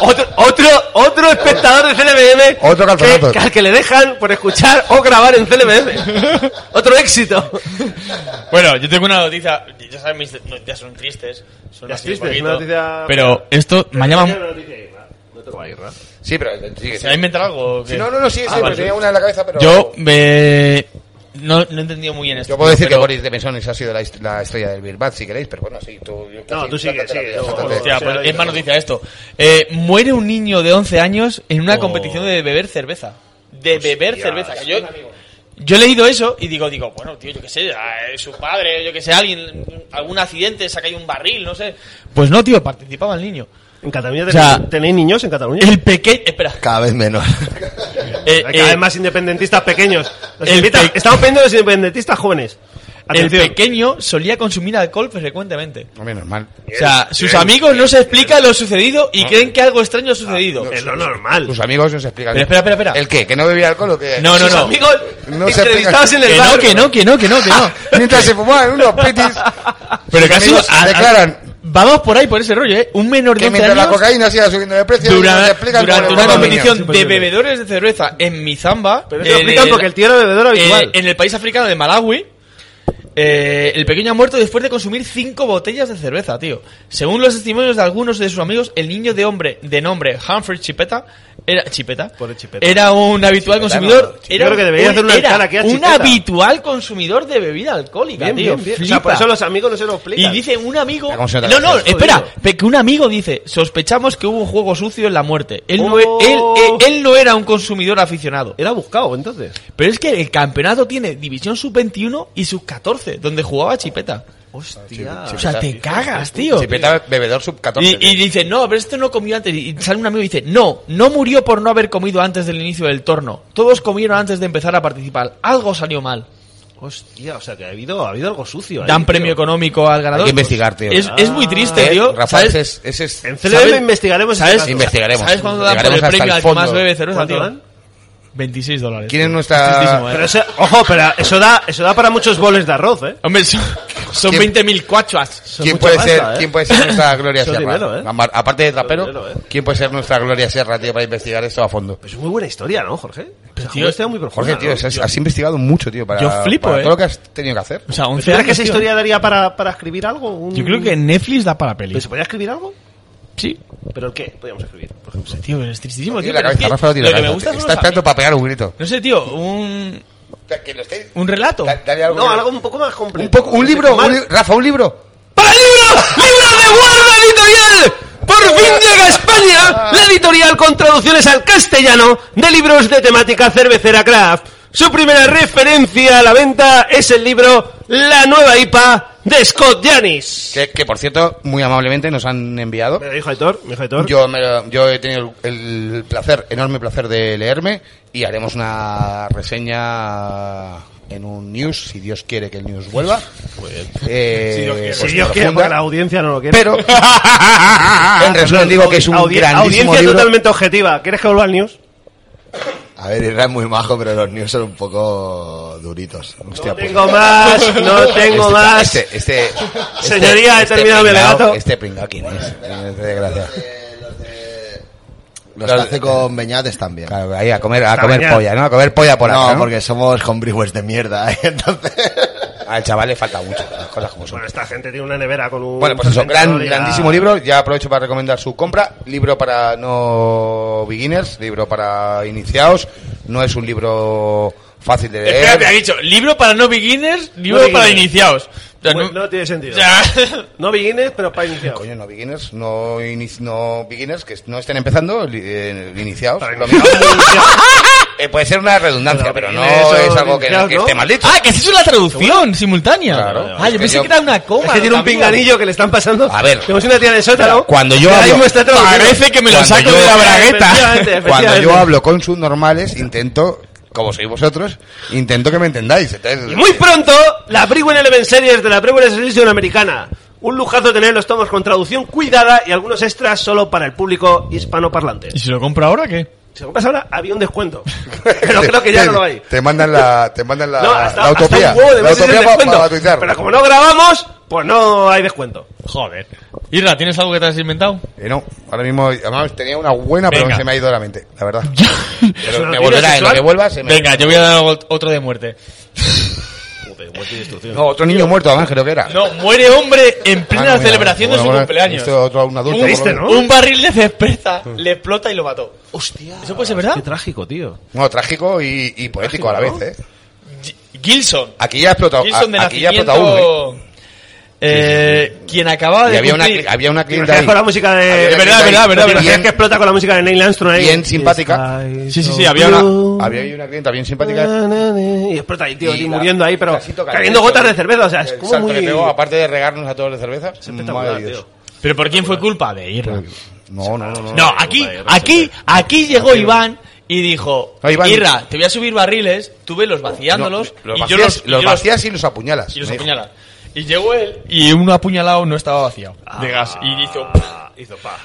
[SPEAKER 2] Otro, otro, otro espectador de CLBM
[SPEAKER 3] Otro calzonazo.
[SPEAKER 2] que, que al que le dejan por escuchar o grabar en CLBM. otro éxito.
[SPEAKER 4] Bueno, yo tengo una noticia. Ya saben, mis noticias son tristes. Son
[SPEAKER 2] Ya
[SPEAKER 4] así un
[SPEAKER 2] tristes,
[SPEAKER 4] poquito.
[SPEAKER 2] una noticia-
[SPEAKER 4] Pero esto me ha llamado.
[SPEAKER 3] Sí, pero. sigue,
[SPEAKER 4] ¿Se va a inventar algo? o qué?
[SPEAKER 3] Sí, no, no, no, sí, sí,
[SPEAKER 4] Ah,
[SPEAKER 3] pero
[SPEAKER 4] vale.
[SPEAKER 3] tenía una en la cabeza, pero.
[SPEAKER 4] Yo eh, no, no he entendido muy bien esto.
[SPEAKER 3] Yo puedo decir
[SPEAKER 4] pero-
[SPEAKER 3] que Boris de Mesones ha sido la, est- la estrella del Birbat, si queréis, pero bueno, sí, tú...
[SPEAKER 2] No, tú sigue,
[SPEAKER 3] plántatela,
[SPEAKER 2] sigue,
[SPEAKER 3] tío,
[SPEAKER 2] no,
[SPEAKER 3] plántatela.
[SPEAKER 4] Hostia,
[SPEAKER 2] Sí,
[SPEAKER 4] pues
[SPEAKER 2] lo
[SPEAKER 4] es
[SPEAKER 2] digo.
[SPEAKER 4] más noticia esto. Eh, muere un niño de 11 años en una competición de beber cerveza. De beber cerveza. que yo, yo he leído eso y digo, digo, bueno, tío, yo qué sé, eh, su padre, yo qué sé, alguien, algún accidente, se ha caído un barril, no sé. Pues no, tío, participaba el niño.
[SPEAKER 2] ¿En Cataluña
[SPEAKER 4] O sea,
[SPEAKER 2] tenéis, tenéis niños en Cataluña?
[SPEAKER 4] El pequeño... Espera.
[SPEAKER 1] Cada vez menos.
[SPEAKER 4] Eh,
[SPEAKER 2] Hay cada
[SPEAKER 4] eh,
[SPEAKER 2] vez más independentistas pequeños. Los
[SPEAKER 4] el
[SPEAKER 2] invita-
[SPEAKER 4] pe-
[SPEAKER 2] Estamos pidiendo los independentistas jóvenes.
[SPEAKER 4] el
[SPEAKER 2] Atención.
[SPEAKER 4] pequeño solía consumir alcohol frecuentemente.
[SPEAKER 3] No, menos mal.
[SPEAKER 4] O sea, sus amigos no se explica lo sucedido y creen que algo extraño ha sucedido.
[SPEAKER 2] Es lo normal.
[SPEAKER 3] Tus amigos nos explican.
[SPEAKER 4] Pero espera, espera, espera.
[SPEAKER 3] ¿El qué? ¿Que no bebía alcohol o qué?
[SPEAKER 4] No, no,
[SPEAKER 2] Sus
[SPEAKER 4] no.
[SPEAKER 2] amigos
[SPEAKER 3] No se
[SPEAKER 2] entrevistados en
[SPEAKER 3] explica.
[SPEAKER 2] el
[SPEAKER 4] Que
[SPEAKER 2] bar.
[SPEAKER 4] no, que no, que no, que no, que no.
[SPEAKER 3] Mientras se fumaban unos petis...
[SPEAKER 4] Pero
[SPEAKER 3] sus
[SPEAKER 4] casi
[SPEAKER 3] amigos declaran
[SPEAKER 4] Vamos por ahí, por ese rollo, ¿eh? Un menor de
[SPEAKER 3] que
[SPEAKER 4] 11
[SPEAKER 3] mientras la
[SPEAKER 4] años
[SPEAKER 3] cocaína siga subiendo de precio...
[SPEAKER 4] dura-
[SPEAKER 3] nos explican
[SPEAKER 4] durante
[SPEAKER 3] cómo le fuman
[SPEAKER 4] una
[SPEAKER 3] a los
[SPEAKER 4] competición
[SPEAKER 3] niños.
[SPEAKER 4] de bebedores de cerveza en eh, Mizamba.
[SPEAKER 2] Pero eso lo
[SPEAKER 4] en
[SPEAKER 2] explican
[SPEAKER 4] el-
[SPEAKER 2] porque el tío era bebedor habitual.
[SPEAKER 4] eh, en el país africano de Malawi, eh, el pequeño ha muerto después de consumir cinco botellas de cerveza, tío. Según los testimonios de algunos de sus amigos, el niño de hombre de nombre Humphrey Chipeta era Chipeta,
[SPEAKER 2] Pobre Chipeta.
[SPEAKER 4] era un habitual consumidor.
[SPEAKER 2] no, no.
[SPEAKER 4] era
[SPEAKER 2] Yo creo que debería
[SPEAKER 4] un-
[SPEAKER 2] hacer una
[SPEAKER 4] era
[SPEAKER 2] escala aquí a
[SPEAKER 4] un
[SPEAKER 2] Chipeta.
[SPEAKER 4] habitual consumidor de bebida alcohólica,
[SPEAKER 2] Bien,
[SPEAKER 4] tío.
[SPEAKER 2] bien, bien. O
[SPEAKER 4] Flipa.
[SPEAKER 2] sea, por eso los amigos no se lo explican.
[SPEAKER 4] Y dice un amigo.
[SPEAKER 3] La consulta
[SPEAKER 4] No,
[SPEAKER 3] de la
[SPEAKER 4] no,
[SPEAKER 3] gente.
[SPEAKER 4] espera. pe- Que un amigo dice: Sospechamos que hubo un juego sucio en la muerte. Él, no,
[SPEAKER 2] Oh.
[SPEAKER 4] él- él- él no era un consumidor aficionado.
[SPEAKER 2] Era buscado,
[SPEAKER 4] Ah,
[SPEAKER 2] entonces.
[SPEAKER 4] Pero es que el campeonato tiene División Sub-21 y Sub-14, donde jugaba Chipeta.
[SPEAKER 2] Hostia.
[SPEAKER 4] O sea, te cagas, tío.
[SPEAKER 3] Chipeta ¿eh? bebedor sub 14.
[SPEAKER 4] Y, y dice, no, pero este no comió antes. Y sale un amigo y dice, no, no murió por no haber comido antes del inicio del torno. Todos comieron antes de empezar a participar. Algo salió mal.
[SPEAKER 2] Hostia, o sea que ha habido, ha habido algo sucio. ahí,
[SPEAKER 4] Dan
[SPEAKER 2] tío.
[SPEAKER 4] premio económico al ganador.
[SPEAKER 3] Hay que investigar, tío.
[SPEAKER 4] Es, es muy triste, tío.
[SPEAKER 3] Rafael,
[SPEAKER 4] ¿Sabes?
[SPEAKER 3] ese es, ese es-
[SPEAKER 2] En CLM
[SPEAKER 4] ¿Sabes?
[SPEAKER 2] investigaremos. ese
[SPEAKER 4] ¿Sabes?
[SPEAKER 2] dato.
[SPEAKER 3] Investigaremos.
[SPEAKER 4] ¿Sabes cuándo dan por el
[SPEAKER 3] Llegaremos hasta
[SPEAKER 4] premio
[SPEAKER 3] el
[SPEAKER 4] al que más
[SPEAKER 3] fondo.
[SPEAKER 4] bebe cerveza,
[SPEAKER 2] ¿Cuánto
[SPEAKER 4] tío?
[SPEAKER 2] dan?
[SPEAKER 4] 26 dólares.
[SPEAKER 3] ¿Quién es
[SPEAKER 4] tío.
[SPEAKER 3] nuestra-
[SPEAKER 4] Justísimo, eh.
[SPEAKER 2] Ah, Pero ese- ojo, pero eso da, eso da para muchos boles de arroz, ¿eh?
[SPEAKER 4] Hombre, son, son
[SPEAKER 3] ¿Quién-
[SPEAKER 4] 20.000 cuachuas.
[SPEAKER 2] Son
[SPEAKER 3] ¿Quién
[SPEAKER 2] mucha
[SPEAKER 3] puede,
[SPEAKER 2] pasta,
[SPEAKER 3] ser,
[SPEAKER 2] ¿eh?
[SPEAKER 3] ¿Quién puede ser nuestra Gloria
[SPEAKER 2] Eso es
[SPEAKER 3] Serra?
[SPEAKER 2] dinero, ¿eh?
[SPEAKER 3] Amar- Aparte de trapero,
[SPEAKER 2] dinero, ¿eh?
[SPEAKER 3] ¿quién puede ser nuestra Gloria Serra, tío, para investigar esto a fondo?
[SPEAKER 2] Es muy buena historia, ¿no, Jorge? O sea,
[SPEAKER 4] tío,
[SPEAKER 2] una historia muy profunda,
[SPEAKER 3] Jorge, tío,
[SPEAKER 2] ¿no?
[SPEAKER 3] has, has investigado mucho, tío, para,
[SPEAKER 4] Yo flipo,
[SPEAKER 3] para
[SPEAKER 4] ¿eh?
[SPEAKER 3] todo lo que has tenido que hacer.
[SPEAKER 4] O sea,
[SPEAKER 2] ¿Pero
[SPEAKER 4] 11
[SPEAKER 2] tú crees que
[SPEAKER 4] años,
[SPEAKER 2] esa
[SPEAKER 4] tío.
[SPEAKER 2] historia daría para, para escribir algo? Un-
[SPEAKER 4] Yo creo que Netflix da para
[SPEAKER 2] ¿Pero
[SPEAKER 4] pelis.
[SPEAKER 2] se podría escribir algo?
[SPEAKER 4] Pues, Sí.
[SPEAKER 2] ¿Pero qué podríamos escribir? Por ejemplo,
[SPEAKER 4] O sea, tío, es tristísimo,
[SPEAKER 3] Tiene
[SPEAKER 4] tío.
[SPEAKER 3] la
[SPEAKER 4] pero es
[SPEAKER 3] cabeza,
[SPEAKER 4] que
[SPEAKER 3] Rafa lo tiene
[SPEAKER 4] lo
[SPEAKER 3] la
[SPEAKER 4] que me
[SPEAKER 3] cabeza,
[SPEAKER 4] gusta
[SPEAKER 3] tío.
[SPEAKER 4] son
[SPEAKER 3] Está
[SPEAKER 4] los
[SPEAKER 3] esperando
[SPEAKER 4] amigos.
[SPEAKER 3] para pegar un grito.
[SPEAKER 4] No sé, tío, un,
[SPEAKER 3] O sea, que lo estáis-
[SPEAKER 4] un relato.
[SPEAKER 3] da- dale algo
[SPEAKER 2] no,
[SPEAKER 3] que-
[SPEAKER 2] algo un poco más complejo.
[SPEAKER 3] Un, poco, un libro,
[SPEAKER 2] Más-
[SPEAKER 3] un li- Rafa, un libro.
[SPEAKER 4] ¡Para el libro! ¡Libro de guarda editorial!
[SPEAKER 2] Por fin llega a España la editorial con traducciones al castellano de libros de temática cervecera craft. Su primera referencia a la venta es el libro La nueva IPA de Scott Janis.
[SPEAKER 3] Que, que, por cierto, muy amablemente nos han enviado.
[SPEAKER 2] Me lo dijo Aitor, me dijo Aitor.
[SPEAKER 3] Yo, me lo- yo he tenido el, el placer, enorme placer de leerme y haremos una reseña en un news, si Dios quiere que el news vuelva. Eh,
[SPEAKER 2] si
[SPEAKER 3] pues
[SPEAKER 2] Dios quiere,
[SPEAKER 3] profunda.
[SPEAKER 2] porque la audiencia no lo quiere.
[SPEAKER 3] Pero, en resumen, digo que es un
[SPEAKER 2] Audi-
[SPEAKER 3] grandísimo
[SPEAKER 2] Audiencia
[SPEAKER 3] libro.
[SPEAKER 2] totalmente objetiva. ¿Quieres que vuelva al news?
[SPEAKER 5] A ver, era muy majo, pero los news son un poco duritos.
[SPEAKER 3] Hostia,
[SPEAKER 2] No
[SPEAKER 3] pues,
[SPEAKER 2] tengo más, no tengo
[SPEAKER 3] este-
[SPEAKER 2] más.
[SPEAKER 3] Este, este, este-
[SPEAKER 2] Señoría, he terminado mi
[SPEAKER 3] pringao-
[SPEAKER 2] alegato.
[SPEAKER 3] Este pringao, ¿quién es? Este, Qué desgracia.
[SPEAKER 5] Los que hace con Beñates también.
[SPEAKER 3] Claro, ahí a comer, a comer
[SPEAKER 2] mañana.
[SPEAKER 3] polla, ¿no? A comer polla por acá,
[SPEAKER 5] no,
[SPEAKER 3] ¿no?
[SPEAKER 5] porque somos homebrewers de mierda, ¿eh? entonces...
[SPEAKER 3] Al chaval le falta mucho, las cosas como son.
[SPEAKER 2] Bueno, esta gente tiene una nevera con un.
[SPEAKER 3] Bueno, pues eso, gran,
[SPEAKER 2] fermentador y la-
[SPEAKER 3] grandísimo libro. Ya aprovecho para recomendar su compra. Libro para no beginners, libro para iniciados. No es un libro fácil de leer.
[SPEAKER 4] Espérate, ha dicho, libro para no beginners, libro
[SPEAKER 2] beginners.
[SPEAKER 4] para iniciados. O sea,
[SPEAKER 2] Bueno,
[SPEAKER 4] no-
[SPEAKER 2] Ah, pues, no tiene sentido.
[SPEAKER 4] o sea,
[SPEAKER 2] No beginners, pero para iniciados.
[SPEAKER 3] Coño, no beginners, no, ini- no beginners que no estén empezando, li- eh, iniciados.
[SPEAKER 2] Para
[SPEAKER 3] Lo
[SPEAKER 2] iniciados,
[SPEAKER 3] mismo.
[SPEAKER 2] iniciados.
[SPEAKER 3] Eh, puede ser una redundancia, pero,
[SPEAKER 2] Pero
[SPEAKER 3] no
[SPEAKER 2] beginners
[SPEAKER 3] es
[SPEAKER 2] son
[SPEAKER 3] algo que,
[SPEAKER 2] iniciados,
[SPEAKER 3] que
[SPEAKER 2] ¿no?
[SPEAKER 3] esté mal dicho.
[SPEAKER 4] ah, que has hecho la traducción simultánea.
[SPEAKER 3] Claro.
[SPEAKER 4] Ah, yo
[SPEAKER 3] Es
[SPEAKER 4] pensé
[SPEAKER 3] que
[SPEAKER 4] que era una coma.
[SPEAKER 2] Es que tiene un
[SPEAKER 4] también.
[SPEAKER 2] pinganillo que le están pasando.
[SPEAKER 3] A ver.
[SPEAKER 2] Como si una tía de sótano.
[SPEAKER 3] Cuando yo
[SPEAKER 2] Que ahora
[SPEAKER 3] hablo-
[SPEAKER 2] mismo está traduciendo.
[SPEAKER 4] Parece que me lo
[SPEAKER 3] Cuando
[SPEAKER 4] saco
[SPEAKER 3] yo-
[SPEAKER 4] de la bragueta.
[SPEAKER 2] Efectivamente,
[SPEAKER 3] Cuando
[SPEAKER 2] efectivamente.
[SPEAKER 3] yo hablo con subnormales, intento, como sois vosotros, intento que me entendáis. Entonces, eh,
[SPEAKER 2] Y muy pronto, la Brewer Eleven Series de la Brewer Edition americana. Un lujazo tener los tomos con traducción cuidada y algunos extras solo para el público hispanoparlante.
[SPEAKER 4] ¿Y si lo compro ahora qué?
[SPEAKER 2] Si lo compras ahora, había un descuento. Pero creo que ya no lo hay.
[SPEAKER 3] Te mandan la, te mandan la,
[SPEAKER 2] No, hasta,
[SPEAKER 3] Ah, la
[SPEAKER 2] hasta
[SPEAKER 3] utopía.
[SPEAKER 2] un huevo de
[SPEAKER 3] la
[SPEAKER 2] meses el
[SPEAKER 3] utopía pa-
[SPEAKER 2] descuento.
[SPEAKER 3] para tuitear.
[SPEAKER 2] Pero como no grabamos, pues no hay descuento.
[SPEAKER 4] Joder. Irra, ¿tienes algo que te has inventado?
[SPEAKER 3] Eh, no, ahora mismo, además tenía una buena, pero
[SPEAKER 4] Venga.
[SPEAKER 3] se me ha ido la mente, la verdad.
[SPEAKER 2] Es
[SPEAKER 3] Pero
[SPEAKER 2] una
[SPEAKER 3] me
[SPEAKER 2] noticia
[SPEAKER 3] volverá, en lo
[SPEAKER 2] sexual.
[SPEAKER 3] que vuelva se me...
[SPEAKER 4] Venga, yo voy a dar ot- otro de muerte.
[SPEAKER 3] No, otro niño muerto, además, creo que era.
[SPEAKER 4] No, muere hombre en
[SPEAKER 3] Ah,
[SPEAKER 4] plena
[SPEAKER 3] no, mira,
[SPEAKER 4] celebración de
[SPEAKER 3] bueno,
[SPEAKER 4] su
[SPEAKER 3] bueno,
[SPEAKER 4] cumpleaños.
[SPEAKER 3] Esto otro, un adulto.
[SPEAKER 4] un,
[SPEAKER 3] por lo
[SPEAKER 2] ¿no?
[SPEAKER 3] menos.
[SPEAKER 4] un barril de cerveza le explota y lo mató. Hostia. ¿Eso puede ser verdad?
[SPEAKER 2] trágico, tío.
[SPEAKER 3] No, trágico y, y poético a la
[SPEAKER 2] Trágico,
[SPEAKER 3] vez, eh.
[SPEAKER 4] G- Gilson.
[SPEAKER 3] Aquí ya ha explotado,
[SPEAKER 4] Gilson de
[SPEAKER 3] a- Ah, aquí ya ha explotado uno, eh.
[SPEAKER 4] nacimiento. Eh, quien acababa
[SPEAKER 3] Y
[SPEAKER 4] de
[SPEAKER 3] había una,
[SPEAKER 4] cumplir-
[SPEAKER 3] cli- había una clienta
[SPEAKER 2] Imaginas
[SPEAKER 3] ahí.
[SPEAKER 2] con la música de...
[SPEAKER 3] Había-
[SPEAKER 4] verdad,
[SPEAKER 3] había-
[SPEAKER 4] verdad, verdad,
[SPEAKER 2] ¿Te
[SPEAKER 4] verdad.
[SPEAKER 2] imaginas
[SPEAKER 3] Bien,
[SPEAKER 2] que explota con la música de Neil Armstrong ahí?
[SPEAKER 3] bien simpática.
[SPEAKER 4] Sí, sí, sí, había una-
[SPEAKER 3] Había ahí una clienta bien simpática.
[SPEAKER 2] Y explota ahí, tío,
[SPEAKER 3] Y
[SPEAKER 2] y
[SPEAKER 3] la-
[SPEAKER 2] muriendo ahí, pero
[SPEAKER 3] casito
[SPEAKER 2] cayendo
[SPEAKER 3] caliente,
[SPEAKER 2] gotas de cerveza. O sea, es
[SPEAKER 3] el
[SPEAKER 2] como
[SPEAKER 3] salto
[SPEAKER 2] muy...
[SPEAKER 3] que pegó, aparte de regarnos a todos de cerveza.
[SPEAKER 2] espectacular,
[SPEAKER 3] madre de Dios.
[SPEAKER 2] tío.
[SPEAKER 4] ¿Pero por quién fue culpa? De Irra.
[SPEAKER 3] No, no, no. no.
[SPEAKER 4] No, aquí, aquí, aquí llegó Iván y dijo,
[SPEAKER 3] No, Iván-
[SPEAKER 4] Irra, te voy a subir barriles, tú ve los
[SPEAKER 3] No,
[SPEAKER 4] vaciándolos
[SPEAKER 3] los,
[SPEAKER 4] y
[SPEAKER 3] vacías,
[SPEAKER 4] yo los,
[SPEAKER 3] los
[SPEAKER 4] yo los-
[SPEAKER 3] vacías y los apuñalas.
[SPEAKER 4] y los
[SPEAKER 3] me dijo.
[SPEAKER 4] apuñalas. Y llegó él y uno apuñalado no estaba vaciado de gas y hizo
[SPEAKER 2] Ah, hizo pa.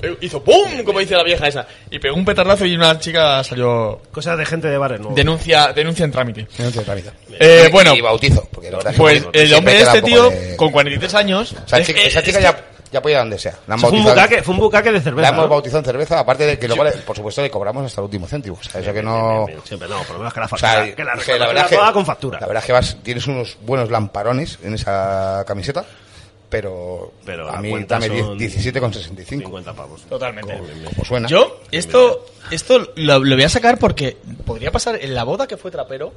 [SPEAKER 4] pe- hizo pum como dice la vieja esa y pegó un petardazo y una chica salió
[SPEAKER 2] Cosas de gente de bares nuevos.
[SPEAKER 4] denuncia denuncia en trámite.
[SPEAKER 3] No te tramita.
[SPEAKER 4] Eh, bueno,
[SPEAKER 3] Y bautizo. Porque la verdad es que
[SPEAKER 4] pues
[SPEAKER 3] bautizo
[SPEAKER 4] el
[SPEAKER 3] siempre
[SPEAKER 4] hombre
[SPEAKER 3] queda
[SPEAKER 4] este
[SPEAKER 3] un
[SPEAKER 4] tío
[SPEAKER 3] poco de-
[SPEAKER 4] con Eh, 43 años
[SPEAKER 3] O sea, chica-
[SPEAKER 4] es-
[SPEAKER 3] esa chica
[SPEAKER 4] es-
[SPEAKER 3] ya, ya puede ir a donde sea. La han
[SPEAKER 2] Fue un
[SPEAKER 3] bautizado.
[SPEAKER 2] bucaque, fue un bucaque de
[SPEAKER 3] La
[SPEAKER 2] cerveza.
[SPEAKER 3] hemos
[SPEAKER 2] ¿no?
[SPEAKER 3] bautizado en cerveza, aparte de que luego, le- por supuesto, le cobramos hasta el último céntimo. O sea, eso que no...
[SPEAKER 2] Bien, Siempre no, por lo menos que la
[SPEAKER 3] O sea,
[SPEAKER 2] factura. que la
[SPEAKER 3] o sea,
[SPEAKER 2] reclamación la paga con factura.
[SPEAKER 3] La verdad es que vas, tienes unos buenos lamparones en esa camiseta, pero,
[SPEAKER 2] Pero
[SPEAKER 3] a
[SPEAKER 2] la
[SPEAKER 3] mí
[SPEAKER 2] cuenta
[SPEAKER 3] dame
[SPEAKER 2] son
[SPEAKER 3] 17,65.
[SPEAKER 2] 50 pavos.
[SPEAKER 4] totalmente.
[SPEAKER 3] Como suena.
[SPEAKER 4] Yo esto esto lo, lo voy a sacar porque podría pasar en la boda que fue trapero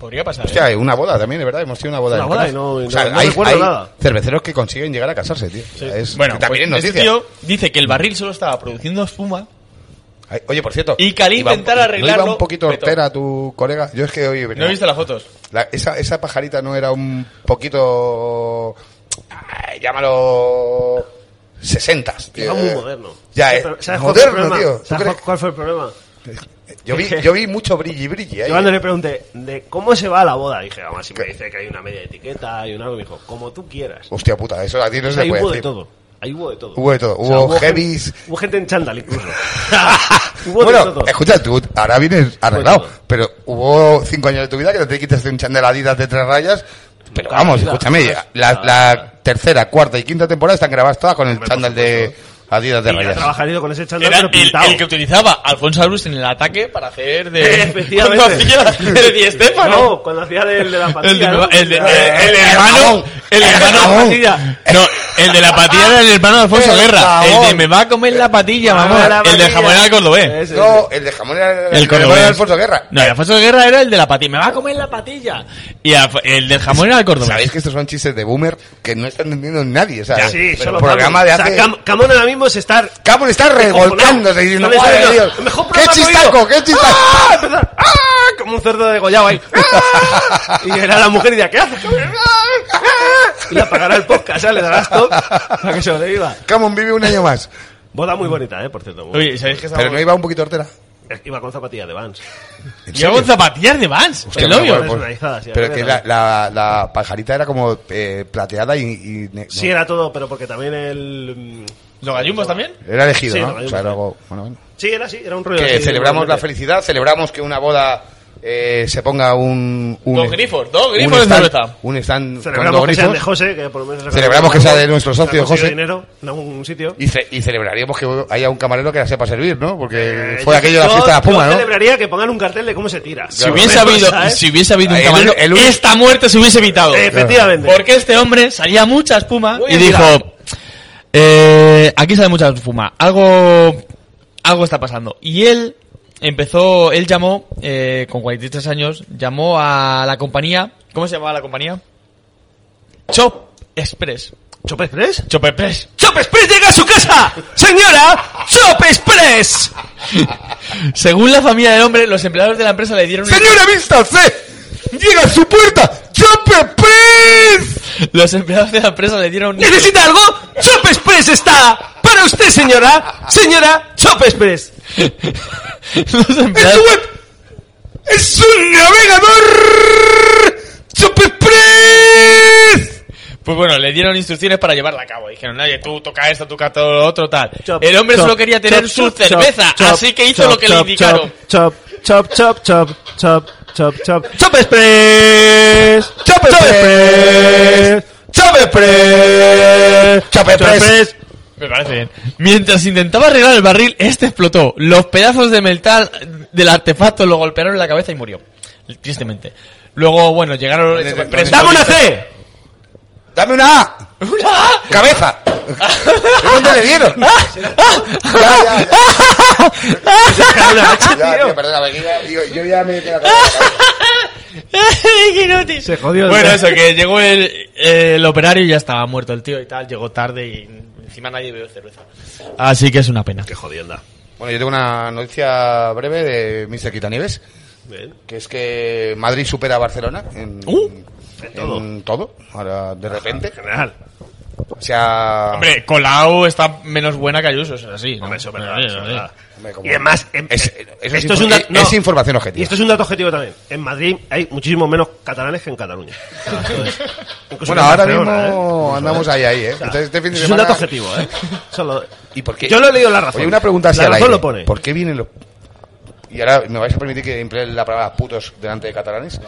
[SPEAKER 4] podría pasar. ¿eh?
[SPEAKER 3] Hostia, una boda también, de verdad. Hemos tenido una boda.
[SPEAKER 2] Una
[SPEAKER 3] en
[SPEAKER 2] boda
[SPEAKER 3] Canarias.
[SPEAKER 2] y no- y
[SPEAKER 3] o sea,
[SPEAKER 2] no- no
[SPEAKER 3] hay,
[SPEAKER 2] recuerdo
[SPEAKER 3] hay
[SPEAKER 2] nada.
[SPEAKER 3] cerveceros que consiguen llegar a casarse, tío. O sea, es,
[SPEAKER 4] Bueno,
[SPEAKER 3] que también
[SPEAKER 4] pues,
[SPEAKER 3] es
[SPEAKER 4] este
[SPEAKER 3] noticia.
[SPEAKER 4] tío dice que el barril solo estaba produciendo espuma
[SPEAKER 3] Ay, Oye, por cierto.
[SPEAKER 4] Y Cali
[SPEAKER 3] iba un
[SPEAKER 4] intentar
[SPEAKER 3] po- ¿no
[SPEAKER 4] arreglarlo,
[SPEAKER 3] iba un poquito
[SPEAKER 4] petó.
[SPEAKER 3] hortera tu colega. Yo es que hoy.
[SPEAKER 4] No he visto las fotos.
[SPEAKER 3] La- esa, esa pajarita no era un poquito. ay, llámalo. Sesentas. tío.
[SPEAKER 2] Va muy moderno.
[SPEAKER 3] Ya,
[SPEAKER 2] ¿Sabes
[SPEAKER 3] eh,
[SPEAKER 2] cuál fue el
[SPEAKER 3] moderno,
[SPEAKER 2] problema?
[SPEAKER 3] tío. ¿Tú
[SPEAKER 2] ¿Sabes
[SPEAKER 3] crees?
[SPEAKER 2] cuál fue el problema?
[SPEAKER 3] Yo vi, yo vi mucho brilli brilli ahí.
[SPEAKER 2] Yo cuando le pregunté de cómo se va a la boda, dije, además si me dice que hay una media etiqueta, hay un algo, me dijo, como tú quieras.
[SPEAKER 3] Hostia puta, eso a ti no
[SPEAKER 2] O
[SPEAKER 3] se
[SPEAKER 2] sea,
[SPEAKER 3] le
[SPEAKER 2] ahí
[SPEAKER 3] puede
[SPEAKER 2] hubo de
[SPEAKER 3] decir.
[SPEAKER 2] todo. Ahí hubo de todo.
[SPEAKER 3] Hubo de todo.
[SPEAKER 2] O sea,
[SPEAKER 3] Hubo
[SPEAKER 2] gen-
[SPEAKER 3] heavies.
[SPEAKER 2] Hubo gente en chándal incluso. hubo de
[SPEAKER 3] Bueno,
[SPEAKER 2] todo.
[SPEAKER 3] escucha, tú ahora vienes arreglado,
[SPEAKER 2] Pues todo.
[SPEAKER 3] pero hubo cinco años de tu vida que no te quites de un chandel Adidas de tres rayas. Pero
[SPEAKER 2] Nunca en
[SPEAKER 3] vamos,
[SPEAKER 2] mi vida.
[SPEAKER 3] escúchame,
[SPEAKER 2] Jamás.
[SPEAKER 3] la,
[SPEAKER 2] Nada,
[SPEAKER 3] la
[SPEAKER 2] nada.
[SPEAKER 3] tercera, cuarta y quinta temporada están grabadas todas con el
[SPEAKER 2] Hombre,
[SPEAKER 3] chándal
[SPEAKER 2] por
[SPEAKER 3] de Adidas de
[SPEAKER 2] Y ha
[SPEAKER 3] rayas.
[SPEAKER 2] trabajado con ese chándal
[SPEAKER 4] Era
[SPEAKER 2] pero
[SPEAKER 4] el,
[SPEAKER 2] pintado.
[SPEAKER 4] el que utilizaba Alfonso Arus en el ataque para hacer de.
[SPEAKER 2] Efectivamente.
[SPEAKER 4] Cuando hacía de Di Stéfano.
[SPEAKER 2] No, cuando hacía del de la
[SPEAKER 4] El, de,
[SPEAKER 2] patilla. ¿no?
[SPEAKER 4] el de-
[SPEAKER 2] Eh,
[SPEAKER 4] el
[SPEAKER 3] el
[SPEAKER 4] hermano.
[SPEAKER 3] jamón.
[SPEAKER 4] El
[SPEAKER 3] El
[SPEAKER 4] hermano.
[SPEAKER 3] jamón.
[SPEAKER 2] patilla.
[SPEAKER 4] No, el de la patilla era el hermano de Alfonso
[SPEAKER 3] El
[SPEAKER 4] Guerra. El de
[SPEAKER 3] jamón.
[SPEAKER 4] me va a comer la patilla,
[SPEAKER 2] Ah, la
[SPEAKER 4] mamá. El de
[SPEAKER 2] patilla.
[SPEAKER 4] jamón era el cordobés.
[SPEAKER 2] Ese, ese.
[SPEAKER 3] No, el de jamón era el,
[SPEAKER 4] cordobés.
[SPEAKER 3] de Alfonso Guerra.
[SPEAKER 4] No, el Alfonso Guerra era el de la patilla. Me va a comer la patilla. Y Alf- el del jamón era el cordobés.
[SPEAKER 3] Sabéis que estos son chistes de boomer que no está entendiendo nadie, ¿sabes?
[SPEAKER 2] Sí,
[SPEAKER 3] Pero
[SPEAKER 2] solo
[SPEAKER 3] el programa de
[SPEAKER 2] Camon. O
[SPEAKER 3] hace...
[SPEAKER 2] sea, Cam- Camon ahora mismo se está
[SPEAKER 3] Camon está revolcándose diciendo,
[SPEAKER 2] Está
[SPEAKER 3] "Madre de
[SPEAKER 2] diciendo,
[SPEAKER 3] Dios,
[SPEAKER 2] "El mejor
[SPEAKER 3] ¡Qué
[SPEAKER 2] programa que he
[SPEAKER 3] chistaco,
[SPEAKER 2] oído".
[SPEAKER 3] qué chistaco!
[SPEAKER 2] ¡Ah! Empezar, ¡ah! Como un cerdo degollado ahí. ¡Ah! Y era la mujer y decía, ¿qué haces? cabrón? ¡Ah! Y le apagará el podcast, ¿sabes? Le darás top para que sobreviva.
[SPEAKER 3] Camon vive un año más.
[SPEAKER 2] Boda muy bonita, ¿eh? Por cierto. muy-
[SPEAKER 4] Oye, ¿sabéis que
[SPEAKER 3] Pero no iba un poquito hortera.
[SPEAKER 2] Iba con zapatillas de Vans.
[SPEAKER 4] Yo con zapatillas de Vans.
[SPEAKER 3] Hostia,
[SPEAKER 4] El
[SPEAKER 3] no,
[SPEAKER 4] novio.
[SPEAKER 3] bueno, pues-
[SPEAKER 2] Personalizadas, sí,
[SPEAKER 3] pero
[SPEAKER 2] a
[SPEAKER 3] que
[SPEAKER 2] ver,
[SPEAKER 3] la,
[SPEAKER 2] a
[SPEAKER 3] la, la pajarita era como eh, plateada y... y ne-
[SPEAKER 2] Sí,
[SPEAKER 3] no.
[SPEAKER 2] era todo, pero porque también el... mm,
[SPEAKER 4] ¿Los gallumbos también?
[SPEAKER 3] Era elegido,
[SPEAKER 2] Sí,
[SPEAKER 3] ¿no?
[SPEAKER 2] no, hay
[SPEAKER 3] O sea,
[SPEAKER 2] un-
[SPEAKER 3] era algo- bueno, bueno.
[SPEAKER 2] Sí, era así, era un rollo
[SPEAKER 3] Que
[SPEAKER 2] así,
[SPEAKER 3] celebramos la
[SPEAKER 2] igualmente.
[SPEAKER 3] felicidad, celebramos que una boda eh, se ponga un, un...
[SPEAKER 4] Dos grifos, dos
[SPEAKER 3] un
[SPEAKER 4] grifos de
[SPEAKER 3] stand-
[SPEAKER 4] cerveza.
[SPEAKER 3] Un stand con
[SPEAKER 2] Celebramos
[SPEAKER 3] dos
[SPEAKER 2] que sea de
[SPEAKER 3] grifos.
[SPEAKER 2] José, que por lo menos...
[SPEAKER 3] Celebramos que sea de nuestro
[SPEAKER 2] Se ha
[SPEAKER 3] socio,
[SPEAKER 2] conseguido
[SPEAKER 3] José.
[SPEAKER 2] dinero en algún sitio.
[SPEAKER 3] Y, ce- y celebraríamos que haya un camarero que la sepa servir, ¿no? Porque
[SPEAKER 2] Eh,
[SPEAKER 3] fue
[SPEAKER 2] yo-
[SPEAKER 3] aquello de la
[SPEAKER 2] yo-
[SPEAKER 3] fiesta de la puma,
[SPEAKER 2] yo
[SPEAKER 3] ¿no?
[SPEAKER 2] celebraría que pongan un cartel de cómo se tira.
[SPEAKER 4] Si hubiese habido,
[SPEAKER 2] eh,
[SPEAKER 4] si hubiese habido un
[SPEAKER 3] El-
[SPEAKER 4] camarero,
[SPEAKER 3] el único-
[SPEAKER 4] esta muerte se hubiese evitado.
[SPEAKER 2] Efectivamente.
[SPEAKER 4] Porque este hombre salía mucha espuma
[SPEAKER 2] Muy
[SPEAKER 4] y
[SPEAKER 2] bien
[SPEAKER 4] dijo, eh, aquí sale mucha espuma, algo, algo está pasando. Y él empezó, él llamó, eh, con 43 años, llamó a la compañía, ¿cómo se llamaba la compañía? Chop Express.
[SPEAKER 2] ¿Chop Express?
[SPEAKER 4] Chop Express.
[SPEAKER 2] ¡Chop Express llega a su casa! ¡Señora! ¡Chop Express!
[SPEAKER 4] Según la familia del hombre, los empleados de la empresa le dieron...
[SPEAKER 3] ¡Señora vista, C! ¡Llega a su puerta! ¡Chope Pez!
[SPEAKER 4] Los empleados de la empresa le dieron...
[SPEAKER 2] ¿Necesita algo? ¡Chop Express está! ¡Para usted, señora! ¡Señora! ¡Chop Express!
[SPEAKER 4] los
[SPEAKER 3] ¡Es
[SPEAKER 4] empleados...
[SPEAKER 3] su web! ¡Es un navegador! ¡Chope Express!
[SPEAKER 4] Pues bueno, le dieron instrucciones para llevarla a cabo. Dijeron, oye, tú toca esto, toca todo lo otro, tal.
[SPEAKER 2] Chop,
[SPEAKER 4] el hombre
[SPEAKER 2] chop,
[SPEAKER 4] solo quería tener
[SPEAKER 2] chop,
[SPEAKER 4] su
[SPEAKER 2] chop,
[SPEAKER 4] cerveza,
[SPEAKER 2] chop,
[SPEAKER 4] así que hizo
[SPEAKER 2] chop,
[SPEAKER 4] lo que le
[SPEAKER 2] chop,
[SPEAKER 4] indicaron.
[SPEAKER 2] Chop, chop, chop, chop, chop, chop, chop. ¡Chop Express!
[SPEAKER 3] ¡Chop Express! ¡Chope Express! ¡Chope Express!
[SPEAKER 4] Me parece bien. Mientras intentaba arreglar el barril, este explotó. Los pedazos de metal del artefacto lo golpearon en la cabeza y murió. Tristemente. Luego, bueno, llegaron los
[SPEAKER 3] ¿Dónde-
[SPEAKER 4] expresos.
[SPEAKER 2] ¡Dame una C!
[SPEAKER 3] ¡Dame una A! ¡Cabeza! ¿De dónde le dieron? Ya, ya, ya. Ya, tío, perdóname, que ya- digo, yo ya me he quedado...
[SPEAKER 4] ¡Qué inútil!
[SPEAKER 2] Se jodió el
[SPEAKER 4] Bueno,
[SPEAKER 2] tío.
[SPEAKER 4] eso, que llegó el, eh, el operario y ya estaba muerto el tío y tal. Llegó tarde y encima nadie bebió cerveza. Así que es una pena.
[SPEAKER 2] ¡Qué jodienda!
[SPEAKER 3] Bueno, yo tengo una noticia breve de Mr. Quitanieves, que es que Madrid supera a Barcelona en,
[SPEAKER 4] Uh,
[SPEAKER 3] en todo. Ahora, de repente.
[SPEAKER 2] General.
[SPEAKER 3] O sea...
[SPEAKER 4] Ah. Hombre, Colau está menos buena que Ayuso, eso es así. ¿no?
[SPEAKER 2] Hombre, eso es
[SPEAKER 4] Pero,
[SPEAKER 2] verdad,
[SPEAKER 4] oye,
[SPEAKER 2] eso es
[SPEAKER 4] oye.
[SPEAKER 2] verdad.
[SPEAKER 3] Hombre, como-
[SPEAKER 2] Y además, em-
[SPEAKER 3] Es-
[SPEAKER 2] eh,
[SPEAKER 3] eso es infor- eh, es información objetiva.
[SPEAKER 2] Y esto es un dato objetivo también. En Madrid hay muchísimo menos catalanes que en Cataluña. Entonces, incluso
[SPEAKER 3] Bueno,
[SPEAKER 2] en
[SPEAKER 3] ahora mismo
[SPEAKER 2] Barcelona, Pues ¿eh?
[SPEAKER 3] andamos ahí, ahí, ¿eh? Entonces, este fin de
[SPEAKER 2] Eso es un dato
[SPEAKER 3] semana-
[SPEAKER 2] objetivo, ¿eh? Eso lo-
[SPEAKER 3] ¿Y por qué?
[SPEAKER 2] Yo lo he leído en la razón.
[SPEAKER 3] Oye, una pregunta así
[SPEAKER 2] la
[SPEAKER 3] al
[SPEAKER 2] razón
[SPEAKER 3] aire.
[SPEAKER 2] lo pone.
[SPEAKER 3] ¿Por qué vienen los... Y ahora me vais a permitir que emplee la palabra putos delante de catalanes.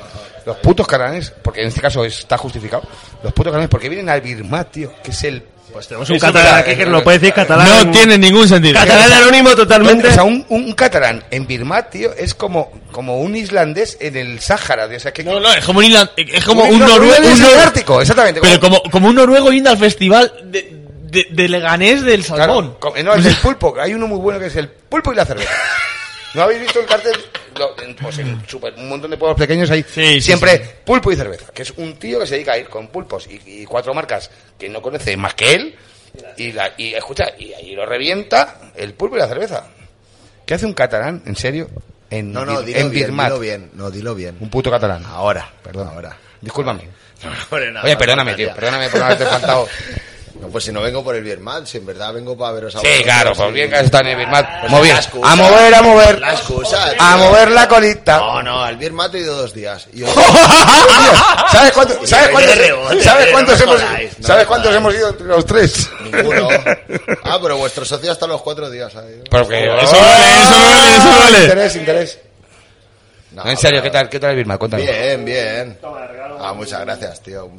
[SPEAKER 3] Los putos catalanes, porque en este caso está justificado. Los putos catalanes, ¿por qué vienen al Birmat, tío? Que es el...
[SPEAKER 2] Pues tenemos un
[SPEAKER 3] Eso
[SPEAKER 2] catalán
[SPEAKER 3] está-
[SPEAKER 2] aquí que no puede decir catalán.
[SPEAKER 4] No tiene ningún sentido.
[SPEAKER 2] Catalán anónimo totalmente.
[SPEAKER 3] O sea, un, un catalán en Birmat, tío, es como, como un islandés en el Sáhara. tío. O sea, que,
[SPEAKER 4] No, no, es como un, isla- es como un,
[SPEAKER 3] noruego
[SPEAKER 4] noruego.
[SPEAKER 3] en
[SPEAKER 4] un
[SPEAKER 3] el
[SPEAKER 4] nor-
[SPEAKER 3] Ártico, exactamente.
[SPEAKER 4] pero como, como un noruego yendo al festival de, de, de Leganés del
[SPEAKER 3] Claro,
[SPEAKER 4] Salmón.
[SPEAKER 3] co- no, es el pulpo. Hay uno muy bueno que es el pulpo y la cerveza. ¿No habéis visto el cartel? Lo- en- pues en super- un montón de pueblos pequeños hay
[SPEAKER 4] Sí, sí,
[SPEAKER 3] siempre
[SPEAKER 4] sí.
[SPEAKER 3] pulpo y cerveza. Que es un tío que se dedica a ir con pulpos y, y cuatro marcas que no conoce más que él. Y, la, y escucha, y ahí lo revienta el pulpo y la cerveza. ¿Qué hace un catalán, en serio? En,
[SPEAKER 5] No, no,
[SPEAKER 3] Bir-
[SPEAKER 5] dilo,
[SPEAKER 3] en
[SPEAKER 5] bien,
[SPEAKER 3] Birmat.
[SPEAKER 5] dilo bien. No, dilo bien.
[SPEAKER 3] Un puto catalán.
[SPEAKER 5] Ahora,
[SPEAKER 3] Perdón.
[SPEAKER 5] Ahora.
[SPEAKER 3] Discúlpame.
[SPEAKER 5] No, hombre, nada,
[SPEAKER 3] Oye, perdóname,
[SPEAKER 5] faltaría.
[SPEAKER 3] tío. Perdóname por haberte faltado.
[SPEAKER 5] No, pues si no vengo por el Birmat, si en verdad vengo para veros a
[SPEAKER 3] Sí, claro, pues bien que has estado en el Birmat.
[SPEAKER 5] Pues
[SPEAKER 3] Muy bien.
[SPEAKER 5] la excusa.
[SPEAKER 3] A mover, a mover.
[SPEAKER 5] La excusa.
[SPEAKER 3] A mover la colita.
[SPEAKER 5] No, no, al Birmat he ido dos días. Y yo-
[SPEAKER 3] ¿Sabes cuánto- sabes
[SPEAKER 5] Oye,
[SPEAKER 3] cuántos,
[SPEAKER 5] de rebote,
[SPEAKER 3] sabes
[SPEAKER 5] no
[SPEAKER 3] cuántos
[SPEAKER 5] me
[SPEAKER 3] hemos,
[SPEAKER 5] jodáis, no
[SPEAKER 3] sabes
[SPEAKER 5] me
[SPEAKER 3] cuántos
[SPEAKER 5] jodáis.
[SPEAKER 3] hemos ido entre los tres?
[SPEAKER 5] Ninguno. Ah, pero vuestro socio hasta los cuatro días ha ido.
[SPEAKER 3] Porque
[SPEAKER 2] Eso vale, eso vale, eso vale.
[SPEAKER 3] Interés, interés.
[SPEAKER 5] No,
[SPEAKER 3] en serio, ¿qué
[SPEAKER 5] pero-
[SPEAKER 3] tal, qué tal el Birma? Cuéntanos.
[SPEAKER 5] Bien, bien. Ah, muchas gracias, tío. Un,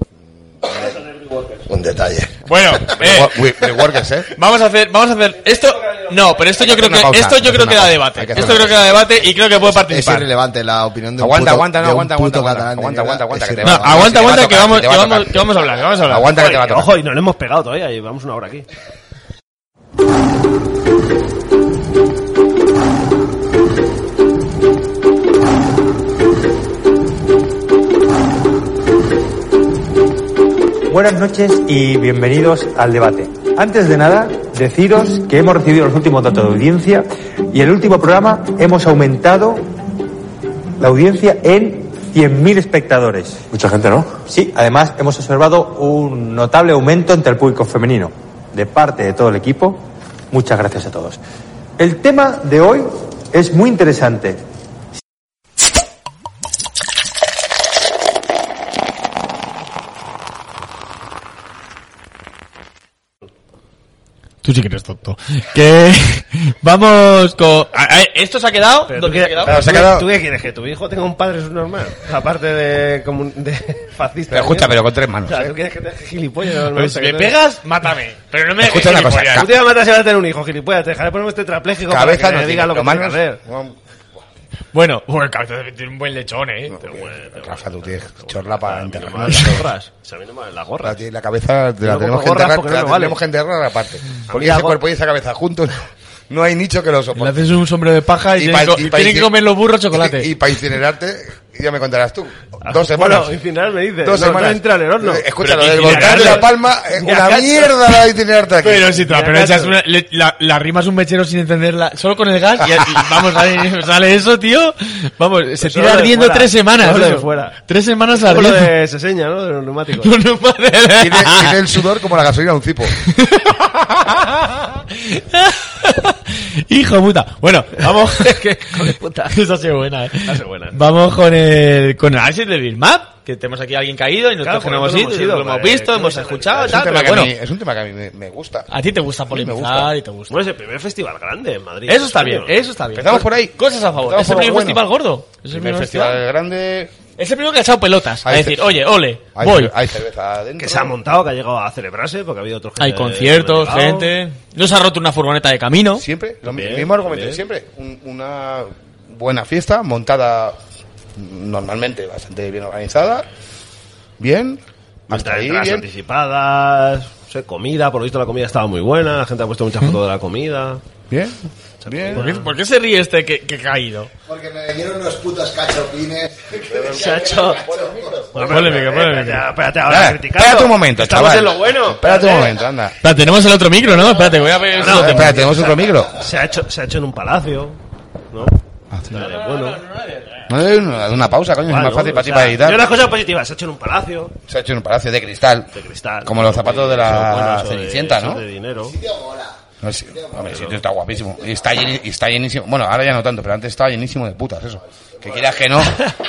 [SPEAKER 5] un detalle.
[SPEAKER 4] Bueno, eh,
[SPEAKER 3] Wo- wi- The Workers, ¿eh?
[SPEAKER 4] Vamos a hacer, vamos a hacer esto. No, pero esto yo creo
[SPEAKER 3] Una
[SPEAKER 4] que
[SPEAKER 3] pausa,
[SPEAKER 4] esto yo
[SPEAKER 3] hay que
[SPEAKER 4] creo
[SPEAKER 3] hacer
[SPEAKER 4] que da
[SPEAKER 3] una
[SPEAKER 4] debate.
[SPEAKER 3] pausa, hay que hacer
[SPEAKER 4] Esto
[SPEAKER 3] una
[SPEAKER 4] creo que da debate y creo que puede
[SPEAKER 5] Es
[SPEAKER 4] participar.
[SPEAKER 5] irrelevante la opinión de un
[SPEAKER 3] Aguanta,
[SPEAKER 5] puto-
[SPEAKER 3] aguanta, no,
[SPEAKER 5] de un
[SPEAKER 3] aguanta,
[SPEAKER 5] puto
[SPEAKER 3] aguanta,
[SPEAKER 5] catalán de
[SPEAKER 3] aguanta,
[SPEAKER 5] mierda.
[SPEAKER 3] aguanta,
[SPEAKER 5] Es
[SPEAKER 3] que te
[SPEAKER 4] No,
[SPEAKER 5] irrelevante.
[SPEAKER 3] va-
[SPEAKER 4] aguanta,
[SPEAKER 3] te va a
[SPEAKER 4] aguanta, que
[SPEAKER 3] tocar,
[SPEAKER 4] vamos,
[SPEAKER 3] te va a
[SPEAKER 4] que vamos,
[SPEAKER 3] tocar.
[SPEAKER 4] que vamos a hablar, que vamos a hablar.
[SPEAKER 3] Aguanta que te va a tocar.
[SPEAKER 2] Ojo, y no le hemos pegado todavía, llevamos una hora aquí.
[SPEAKER 6] Buenas noches y bienvenidos al debate. Antes de nada, deciros que hemos recibido los últimos datos de audiencia y el último programa hemos aumentado la audiencia en 100.000 espectadores. Mucha gente, ¿no? Sí, además hemos observado un notable aumento entre el público femenino. De parte de todo el equipo, muchas gracias a todos. El tema de hoy es muy interesante.
[SPEAKER 4] Tú sí que eres tonto. Que vamos con. a- a- ¿Esto se ha quedado?
[SPEAKER 2] Pero
[SPEAKER 4] ¿Dónde
[SPEAKER 2] tú
[SPEAKER 4] se ha
[SPEAKER 2] qué-
[SPEAKER 4] quedado?
[SPEAKER 3] Claro, se ha
[SPEAKER 2] ¿tú-
[SPEAKER 3] quedado-
[SPEAKER 2] ¿Tú qué quieres? ¿Que tu hijo tenga un padre subnormal? Aparte de, comun- de fascista.
[SPEAKER 3] Pero escucha,
[SPEAKER 2] ¿no?
[SPEAKER 3] pero con tres manos.
[SPEAKER 2] O sea,
[SPEAKER 3] ¿eh?
[SPEAKER 2] ¿tú quieres que te gilipollas? No, no,
[SPEAKER 4] Pero
[SPEAKER 2] no
[SPEAKER 4] Pues si
[SPEAKER 2] sé
[SPEAKER 4] me
[SPEAKER 2] qué-
[SPEAKER 4] pegas, mátame. Pero no me dejes
[SPEAKER 3] Escucha una cosa,
[SPEAKER 4] gilipollas.
[SPEAKER 2] Tú te vas a matar si vas a tener un hijo, gilipollas. Te dejaré ponerme este trapléjico para que
[SPEAKER 3] Cabeza
[SPEAKER 2] me
[SPEAKER 3] no
[SPEAKER 2] digas
[SPEAKER 3] digas
[SPEAKER 2] lo que tengo que hacer.
[SPEAKER 4] Bueno, bueno, el cabeza tiene un buen lechón, eh. Pero bueno,
[SPEAKER 3] Rafa, tú tienes chorla para enterrar.
[SPEAKER 2] gorras. Se me van las
[SPEAKER 3] La,
[SPEAKER 2] gorras.
[SPEAKER 3] ti- la cabeza te la
[SPEAKER 2] no
[SPEAKER 3] tenemos
[SPEAKER 2] pongo
[SPEAKER 3] que
[SPEAKER 2] gorras
[SPEAKER 3] enterrar,
[SPEAKER 2] porque
[SPEAKER 3] te la
[SPEAKER 2] no me vale.
[SPEAKER 3] tenemos que enterrar aparte. Porque
[SPEAKER 2] mí la
[SPEAKER 3] ese
[SPEAKER 2] gor-
[SPEAKER 3] cuerpo y esa cabeza juntos no hay nicho que lo
[SPEAKER 4] Le
[SPEAKER 3] soporte.
[SPEAKER 4] haces un sombrero de paja y, tienen,
[SPEAKER 3] pa-
[SPEAKER 4] co-
[SPEAKER 3] y pa-
[SPEAKER 4] tienen que comer los burros chocolate.
[SPEAKER 3] Y, para incinerarte, ya me contarás tú. Dos semanas.
[SPEAKER 2] Ah, Bueno, incinerar me dices.
[SPEAKER 3] Dos
[SPEAKER 2] No,
[SPEAKER 3] semanas.
[SPEAKER 2] no entra en el horno.
[SPEAKER 3] Eh, Escucha,
[SPEAKER 4] Pero
[SPEAKER 3] lo del
[SPEAKER 4] incinerarlo-
[SPEAKER 3] volcán de La Palma, eh,
[SPEAKER 2] Ni
[SPEAKER 3] una
[SPEAKER 2] acaso.
[SPEAKER 3] mierda la de incinerarte aquí.
[SPEAKER 4] pero si te la,
[SPEAKER 2] Mira,
[SPEAKER 4] pero echas
[SPEAKER 2] gato.
[SPEAKER 4] una, le- la, la rimas un mechero sin encenderla, solo con el gas y, y vamos, sale, sale eso, tío. Vamos, se
[SPEAKER 2] lo
[SPEAKER 4] tira
[SPEAKER 2] de
[SPEAKER 4] ardiendo
[SPEAKER 2] fuera,
[SPEAKER 4] tres semanas.
[SPEAKER 2] solo de
[SPEAKER 4] eso.
[SPEAKER 2] fuera.
[SPEAKER 4] Tres semanas
[SPEAKER 2] Como lo
[SPEAKER 4] ardiendo.
[SPEAKER 2] de Seseña, ¿no? De los neumáticos.
[SPEAKER 4] No, no, madre.
[SPEAKER 3] Tiene, tiene el sudor como la gasolina de un cipo.
[SPEAKER 4] Hijo puta. Bueno, vamos. Esa ha sido buena, eh. Vamos con el, con el análisis del Bitmap, que tenemos aquí a alguien caído y nosotros
[SPEAKER 2] Claro,
[SPEAKER 4] no hemos
[SPEAKER 2] porque
[SPEAKER 4] ido,
[SPEAKER 2] nosotros no
[SPEAKER 4] lo
[SPEAKER 2] hemos ido,
[SPEAKER 4] hemos visto,
[SPEAKER 2] eh,
[SPEAKER 4] hemos
[SPEAKER 2] claro, Ah,
[SPEAKER 4] escuchado y
[SPEAKER 3] Es un
[SPEAKER 4] tal,
[SPEAKER 3] tema
[SPEAKER 4] pero
[SPEAKER 3] que a
[SPEAKER 4] bueno.
[SPEAKER 3] mí, es un tema que a mí me, me gusta.
[SPEAKER 4] A ti te gusta
[SPEAKER 3] me gusta.
[SPEAKER 4] polemizar y te gusta.
[SPEAKER 2] Bueno, es el primer festival grande en Madrid.
[SPEAKER 4] Eso está
[SPEAKER 2] Coño.
[SPEAKER 4] bien, eso está bien.
[SPEAKER 3] Empezamos por ahí.
[SPEAKER 4] Cosas a favor.
[SPEAKER 3] Empezamos
[SPEAKER 4] Es el
[SPEAKER 3] por
[SPEAKER 4] primer
[SPEAKER 3] lo bueno.
[SPEAKER 4] festival gordo. Es el
[SPEAKER 3] Primer
[SPEAKER 4] primer
[SPEAKER 3] festival
[SPEAKER 4] festival.
[SPEAKER 3] grande.
[SPEAKER 4] Es el primero que ha echado pelotas. A
[SPEAKER 3] Hay
[SPEAKER 4] decir,
[SPEAKER 3] ce-
[SPEAKER 4] oye, ole,
[SPEAKER 3] Hay,
[SPEAKER 4] voy.
[SPEAKER 3] cer- hay cerveza adentro.
[SPEAKER 2] Que se ha montado, que ha llegado a celebrarse, porque ha habido otros que
[SPEAKER 4] Hay
[SPEAKER 2] se-
[SPEAKER 4] conciertos,
[SPEAKER 2] se han llegado.
[SPEAKER 4] gente. Nos ha roto una furgoneta de camino.
[SPEAKER 3] Siempre, lo mi-
[SPEAKER 2] Bien,
[SPEAKER 3] mismo argumento, de
[SPEAKER 2] bien.
[SPEAKER 3] siempre. Un- una buena fiesta montada normalmente bastante bien organizada. Bien. Hasta ahí,
[SPEAKER 2] Entradas
[SPEAKER 3] bien.
[SPEAKER 2] anticipadas, no sé, comida, por lo visto la comida estaba muy buena, la gente ha puesto muchas fotos de la comida.
[SPEAKER 3] Bien.
[SPEAKER 4] ¿Por
[SPEAKER 3] Bien.
[SPEAKER 4] qué, por qué se ríe este que, que ha caído?
[SPEAKER 5] Porque me dieron unos putos cachopines.
[SPEAKER 2] Se ha hecho...
[SPEAKER 4] Polémica, polémica.
[SPEAKER 2] Espérate, espérate, ahora
[SPEAKER 3] Espera,
[SPEAKER 2] criticando.
[SPEAKER 3] Ah, espérate un momento,
[SPEAKER 2] Estamos
[SPEAKER 3] chaval.
[SPEAKER 2] en lo bueno. Eh,
[SPEAKER 3] Espérate un momento, anda.
[SPEAKER 4] Espera, tenemos el otro micro, ¿no? Espérate, voy a ver.
[SPEAKER 2] No,
[SPEAKER 3] espera, tenemos otro micro.
[SPEAKER 2] Se ha hecho, se ha hecho en un palacio, ¿no? Vale, bueno.
[SPEAKER 3] No, una, una pausa, coño, es
[SPEAKER 2] Vale,
[SPEAKER 3] más fácil
[SPEAKER 2] o
[SPEAKER 3] para ti
[SPEAKER 2] sea,
[SPEAKER 3] para editar.
[SPEAKER 2] Yo las cosas positivas, se ha hecho en un palacio
[SPEAKER 3] Se ha hecho en un palacio de cristal.
[SPEAKER 2] de cristal.
[SPEAKER 3] Como los zapatos de la
[SPEAKER 2] Bueno, eso de-
[SPEAKER 3] Cenicienta,
[SPEAKER 2] eso
[SPEAKER 3] ¿no?
[SPEAKER 2] De dinero.
[SPEAKER 3] No, sí, hombre, el sitio está guapísimo. Y está, lleni- y está llenísimo. Bueno, ahora ya no tanto, pero antes estaba llenísimo de putas, eso. Que quieras que no,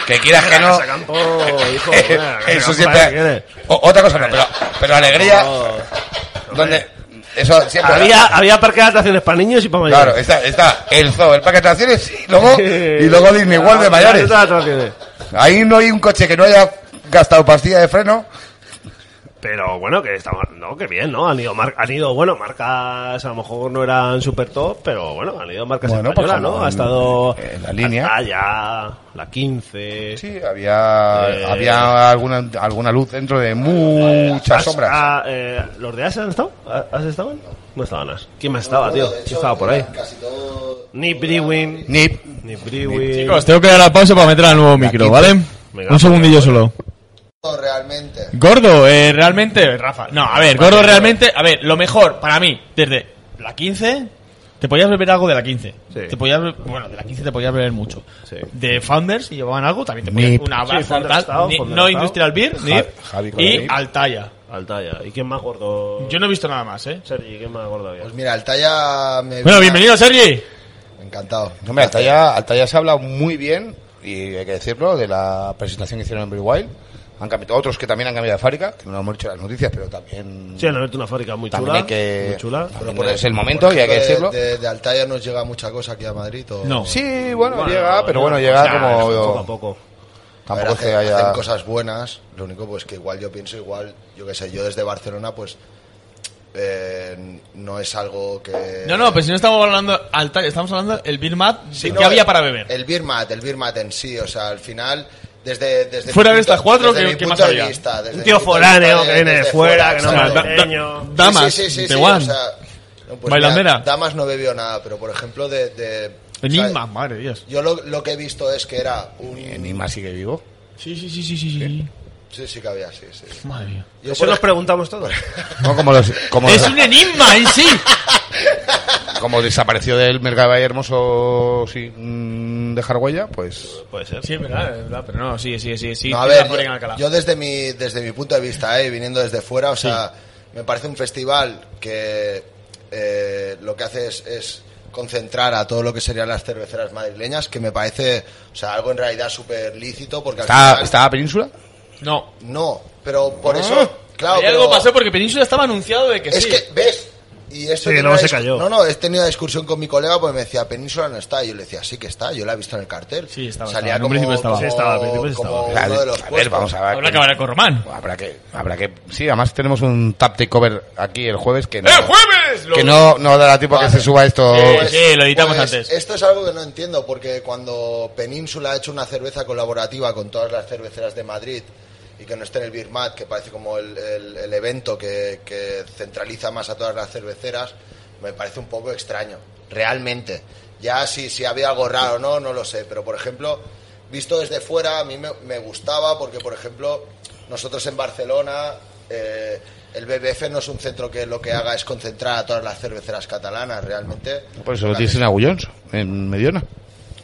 [SPEAKER 3] que quieras que no.
[SPEAKER 2] Casa Campo, hijo,
[SPEAKER 3] Eh,
[SPEAKER 2] mira,
[SPEAKER 3] eso
[SPEAKER 2] Casa Campo,
[SPEAKER 3] siempre.
[SPEAKER 2] ¿qué
[SPEAKER 3] O- otra cosa no, pero, pero alegría. Donde. Eso siempre.
[SPEAKER 2] Había, había parque de atracciones para niños y para mayores.
[SPEAKER 3] Claro, está, está el zoo, el parque de atracciones y luego, y luego Disney World de
[SPEAKER 2] Ah,
[SPEAKER 3] mayores.
[SPEAKER 2] todas las atracciones.
[SPEAKER 3] Ahí no hay un coche que no haya gastado pastilla de freno.
[SPEAKER 2] Pero bueno, que estamos, no, que bien, ¿no? Han ido, mar- han ido, bueno, marcas, a lo mejor no eran super top, pero bueno, han ido marcas
[SPEAKER 3] Bueno,
[SPEAKER 2] españolas,
[SPEAKER 3] pues,
[SPEAKER 2] ¿no?
[SPEAKER 3] como
[SPEAKER 2] Ha estado
[SPEAKER 3] en- en la línea.
[SPEAKER 2] Talla, la 15,
[SPEAKER 3] Sí, había,
[SPEAKER 2] Eh.
[SPEAKER 3] había alguna, alguna luz dentro de muchas
[SPEAKER 2] Has-
[SPEAKER 3] sombras.
[SPEAKER 2] ah, eh, ¿Los de Asa han estado? ¿Ah, ¿Has estado? No estaban As. ¿Quién más estaba, tío? Sí estaba por ahí. Ni Brewing.
[SPEAKER 3] Nip.
[SPEAKER 2] Ni Brewing.
[SPEAKER 4] Os tengo que dar la pausa para meter al nuevo
[SPEAKER 3] Aquí,
[SPEAKER 4] micro, ¿vale?
[SPEAKER 2] Venga,
[SPEAKER 4] Un segundillo
[SPEAKER 2] vale.
[SPEAKER 4] solo.
[SPEAKER 5] Realmente.
[SPEAKER 4] Gordo, eh, realmente, Rafa. No, a ver, gordo realmente, a ver, lo mejor para mí, desde la 15, Te podías beber algo de la 15.
[SPEAKER 2] Sí.
[SPEAKER 4] Te podías be- bueno, de la 15 te podías beber mucho.
[SPEAKER 2] Sí.
[SPEAKER 4] De Founders, si llevaban algo, también te podías una
[SPEAKER 2] Sí, Founders
[SPEAKER 4] tal,
[SPEAKER 2] Stout,
[SPEAKER 4] ni-
[SPEAKER 2] Founders
[SPEAKER 4] no
[SPEAKER 2] Stout.
[SPEAKER 4] Industrial Beer,
[SPEAKER 3] Ja-
[SPEAKER 4] Nip,
[SPEAKER 3] Javi con la
[SPEAKER 4] y
[SPEAKER 3] Nip.
[SPEAKER 4] Altaya.
[SPEAKER 2] Altaya. ¿Y quién más gordo?
[SPEAKER 4] Yo no he visto nada más, ¿eh?
[SPEAKER 2] Sergi, ¿quién más gordo había?
[SPEAKER 3] Pues mira, Altaya me...
[SPEAKER 4] Bueno, bienvenido, Sergi.
[SPEAKER 3] Encantado.
[SPEAKER 7] No, hombre,
[SPEAKER 3] Altaya, Altaya se ha hablado muy bien, y hay que decirlo, de la presentación que hicieron en Brew Wild. Han cambiado, otros que también han cambiado de fábrica, que no lo hemos dicho en las noticias, pero también...
[SPEAKER 2] Sí, han abierto una fábrica muy
[SPEAKER 3] También
[SPEAKER 2] chula.
[SPEAKER 3] hay que-
[SPEAKER 2] Muy chula.
[SPEAKER 3] Pero por- es el momento y hay que decirlo.
[SPEAKER 5] De, de Altaya nos llega mucha cosa aquí a Madrid. O...
[SPEAKER 4] No.
[SPEAKER 3] Sí, bueno,
[SPEAKER 2] Bueno,
[SPEAKER 3] llega, pero bueno,
[SPEAKER 2] ya,
[SPEAKER 3] llega
[SPEAKER 2] o sea,
[SPEAKER 3] como...
[SPEAKER 2] Poco a poco.
[SPEAKER 5] A ver,
[SPEAKER 3] Tampoco es que
[SPEAKER 5] hacen-
[SPEAKER 3] haya...
[SPEAKER 5] hacen cosas buenas. Lo único, pues que igual yo pienso, igual, yo qué sé, yo desde Barcelona, pues. eh, no es algo que.
[SPEAKER 4] No, no, pero si no estamos hablando Altaya, estamos hablando el Beer Mat
[SPEAKER 5] Sí,
[SPEAKER 4] que
[SPEAKER 5] no, eh,
[SPEAKER 4] había
[SPEAKER 5] el-
[SPEAKER 4] para beber.
[SPEAKER 5] El beer mat, el beer mat en sí, o sea, al final, desde. desde
[SPEAKER 4] Fuera
[SPEAKER 5] mi
[SPEAKER 4] de estas cuatro,
[SPEAKER 5] desde
[SPEAKER 4] ¿qué-
[SPEAKER 5] mi
[SPEAKER 4] qué
[SPEAKER 5] punto
[SPEAKER 4] más
[SPEAKER 5] de
[SPEAKER 4] había?
[SPEAKER 5] vista, desde
[SPEAKER 2] Un
[SPEAKER 5] mi
[SPEAKER 2] tío
[SPEAKER 5] punto de
[SPEAKER 2] foráneo
[SPEAKER 5] vista
[SPEAKER 2] que
[SPEAKER 5] de-
[SPEAKER 2] viene de
[SPEAKER 5] desde
[SPEAKER 2] fuera, que no
[SPEAKER 5] exacto.
[SPEAKER 2] me
[SPEAKER 4] da- da-
[SPEAKER 2] Pequeño.
[SPEAKER 4] damas,
[SPEAKER 5] Sí, sí, sí, sí,
[SPEAKER 4] de
[SPEAKER 5] sí,
[SPEAKER 4] One.
[SPEAKER 5] o sea, no, pues
[SPEAKER 4] Bailandera.
[SPEAKER 5] mira, damas no bebió nada, pero por ejemplo, de. de
[SPEAKER 4] Enigma,
[SPEAKER 5] o sea,
[SPEAKER 4] madre de Dios.
[SPEAKER 5] Yo lo, lo que he visto es que era un.
[SPEAKER 3] Enigma sigue vivo.
[SPEAKER 4] Sí, sí, sí, sí, sí, sí.
[SPEAKER 5] Sí, sí que había, sí, sí.
[SPEAKER 4] Madre mía.
[SPEAKER 5] Yo
[SPEAKER 2] Eso
[SPEAKER 5] por
[SPEAKER 2] nos preguntamos todos.
[SPEAKER 3] No, como, los- como,
[SPEAKER 4] Es un enigma en sí.
[SPEAKER 3] como desapareció del mercado de hermoso sin dejar huella, pues...
[SPEAKER 2] Puede ser.
[SPEAKER 4] Sí, es verdad, es verdad, pero no, sí, sí, sí, sí.
[SPEAKER 5] No, a
[SPEAKER 4] es la
[SPEAKER 5] ver,
[SPEAKER 4] fábrica en Alcalá.
[SPEAKER 5] yo, yo desde mi desde mi punto de vista, eh, viniendo desde fuera, o sea, me parece un festival que eh, lo que hace es, es concentrar a todo lo que serían las cerveceras madrileñas, que me parece, o sea, algo en realidad súper lícito, porque al
[SPEAKER 3] ¿Está, Ah.
[SPEAKER 5] final-
[SPEAKER 3] está la península?
[SPEAKER 4] No.
[SPEAKER 5] no, pero por eso, claro,
[SPEAKER 4] Ahí
[SPEAKER 5] Ah, pero-
[SPEAKER 4] algo pasó porque Península estaba anunciado de que
[SPEAKER 5] es
[SPEAKER 4] sí.
[SPEAKER 5] que ves y esto
[SPEAKER 2] Sí,
[SPEAKER 5] tenía
[SPEAKER 2] luego
[SPEAKER 5] una
[SPEAKER 2] se
[SPEAKER 5] discu-
[SPEAKER 2] cayó.
[SPEAKER 5] No, no, he tenido una discusión con mi colega porque me decía, Península no está. Y yo le decía, sí que está, yo la he visto en el cartel.
[SPEAKER 4] Sí, estaba, estaba.
[SPEAKER 5] Salía
[SPEAKER 4] En un principio estaba.
[SPEAKER 5] como-
[SPEAKER 2] Sí, estaba, al principio estaba.
[SPEAKER 5] como
[SPEAKER 3] A
[SPEAKER 5] uno de los
[SPEAKER 3] ver, a ver,
[SPEAKER 5] puestos.
[SPEAKER 3] vamos a ver.
[SPEAKER 4] Habrá que hablar con Román.
[SPEAKER 3] Pues Habrá que, habrá que, sí, además tenemos un tap takeover aquí el jueves que no,
[SPEAKER 4] ¡El ¡Eh, jueves! Lo-
[SPEAKER 3] que no, no dará tiempo a que
[SPEAKER 5] Vale.
[SPEAKER 3] se suba esto.
[SPEAKER 4] Eh, sí, lo editamos
[SPEAKER 5] Pues,
[SPEAKER 4] antes.
[SPEAKER 5] Esto es algo que no entiendo, porque cuando Península ha hecho una cerveza colaborativa con todas las cerveceras de Madrid y que no esté en el Beer Mat, que parece como el, el- el evento que, que centraliza más a todas las cerveceras, me parece un poco extraño, realmente. Ya si, si había algo raro o no, no lo sé, pero por ejemplo, visto desde fuera, a mí me, me gustaba porque, por ejemplo, nosotros en Barcelona... eh, el BBF no es un centro que lo que haga es concentrar a todas las cerveceras catalanas, realmente.
[SPEAKER 3] Por eso
[SPEAKER 5] Lo
[SPEAKER 3] lo
[SPEAKER 5] que
[SPEAKER 3] tienes en Agullons, en Mediona.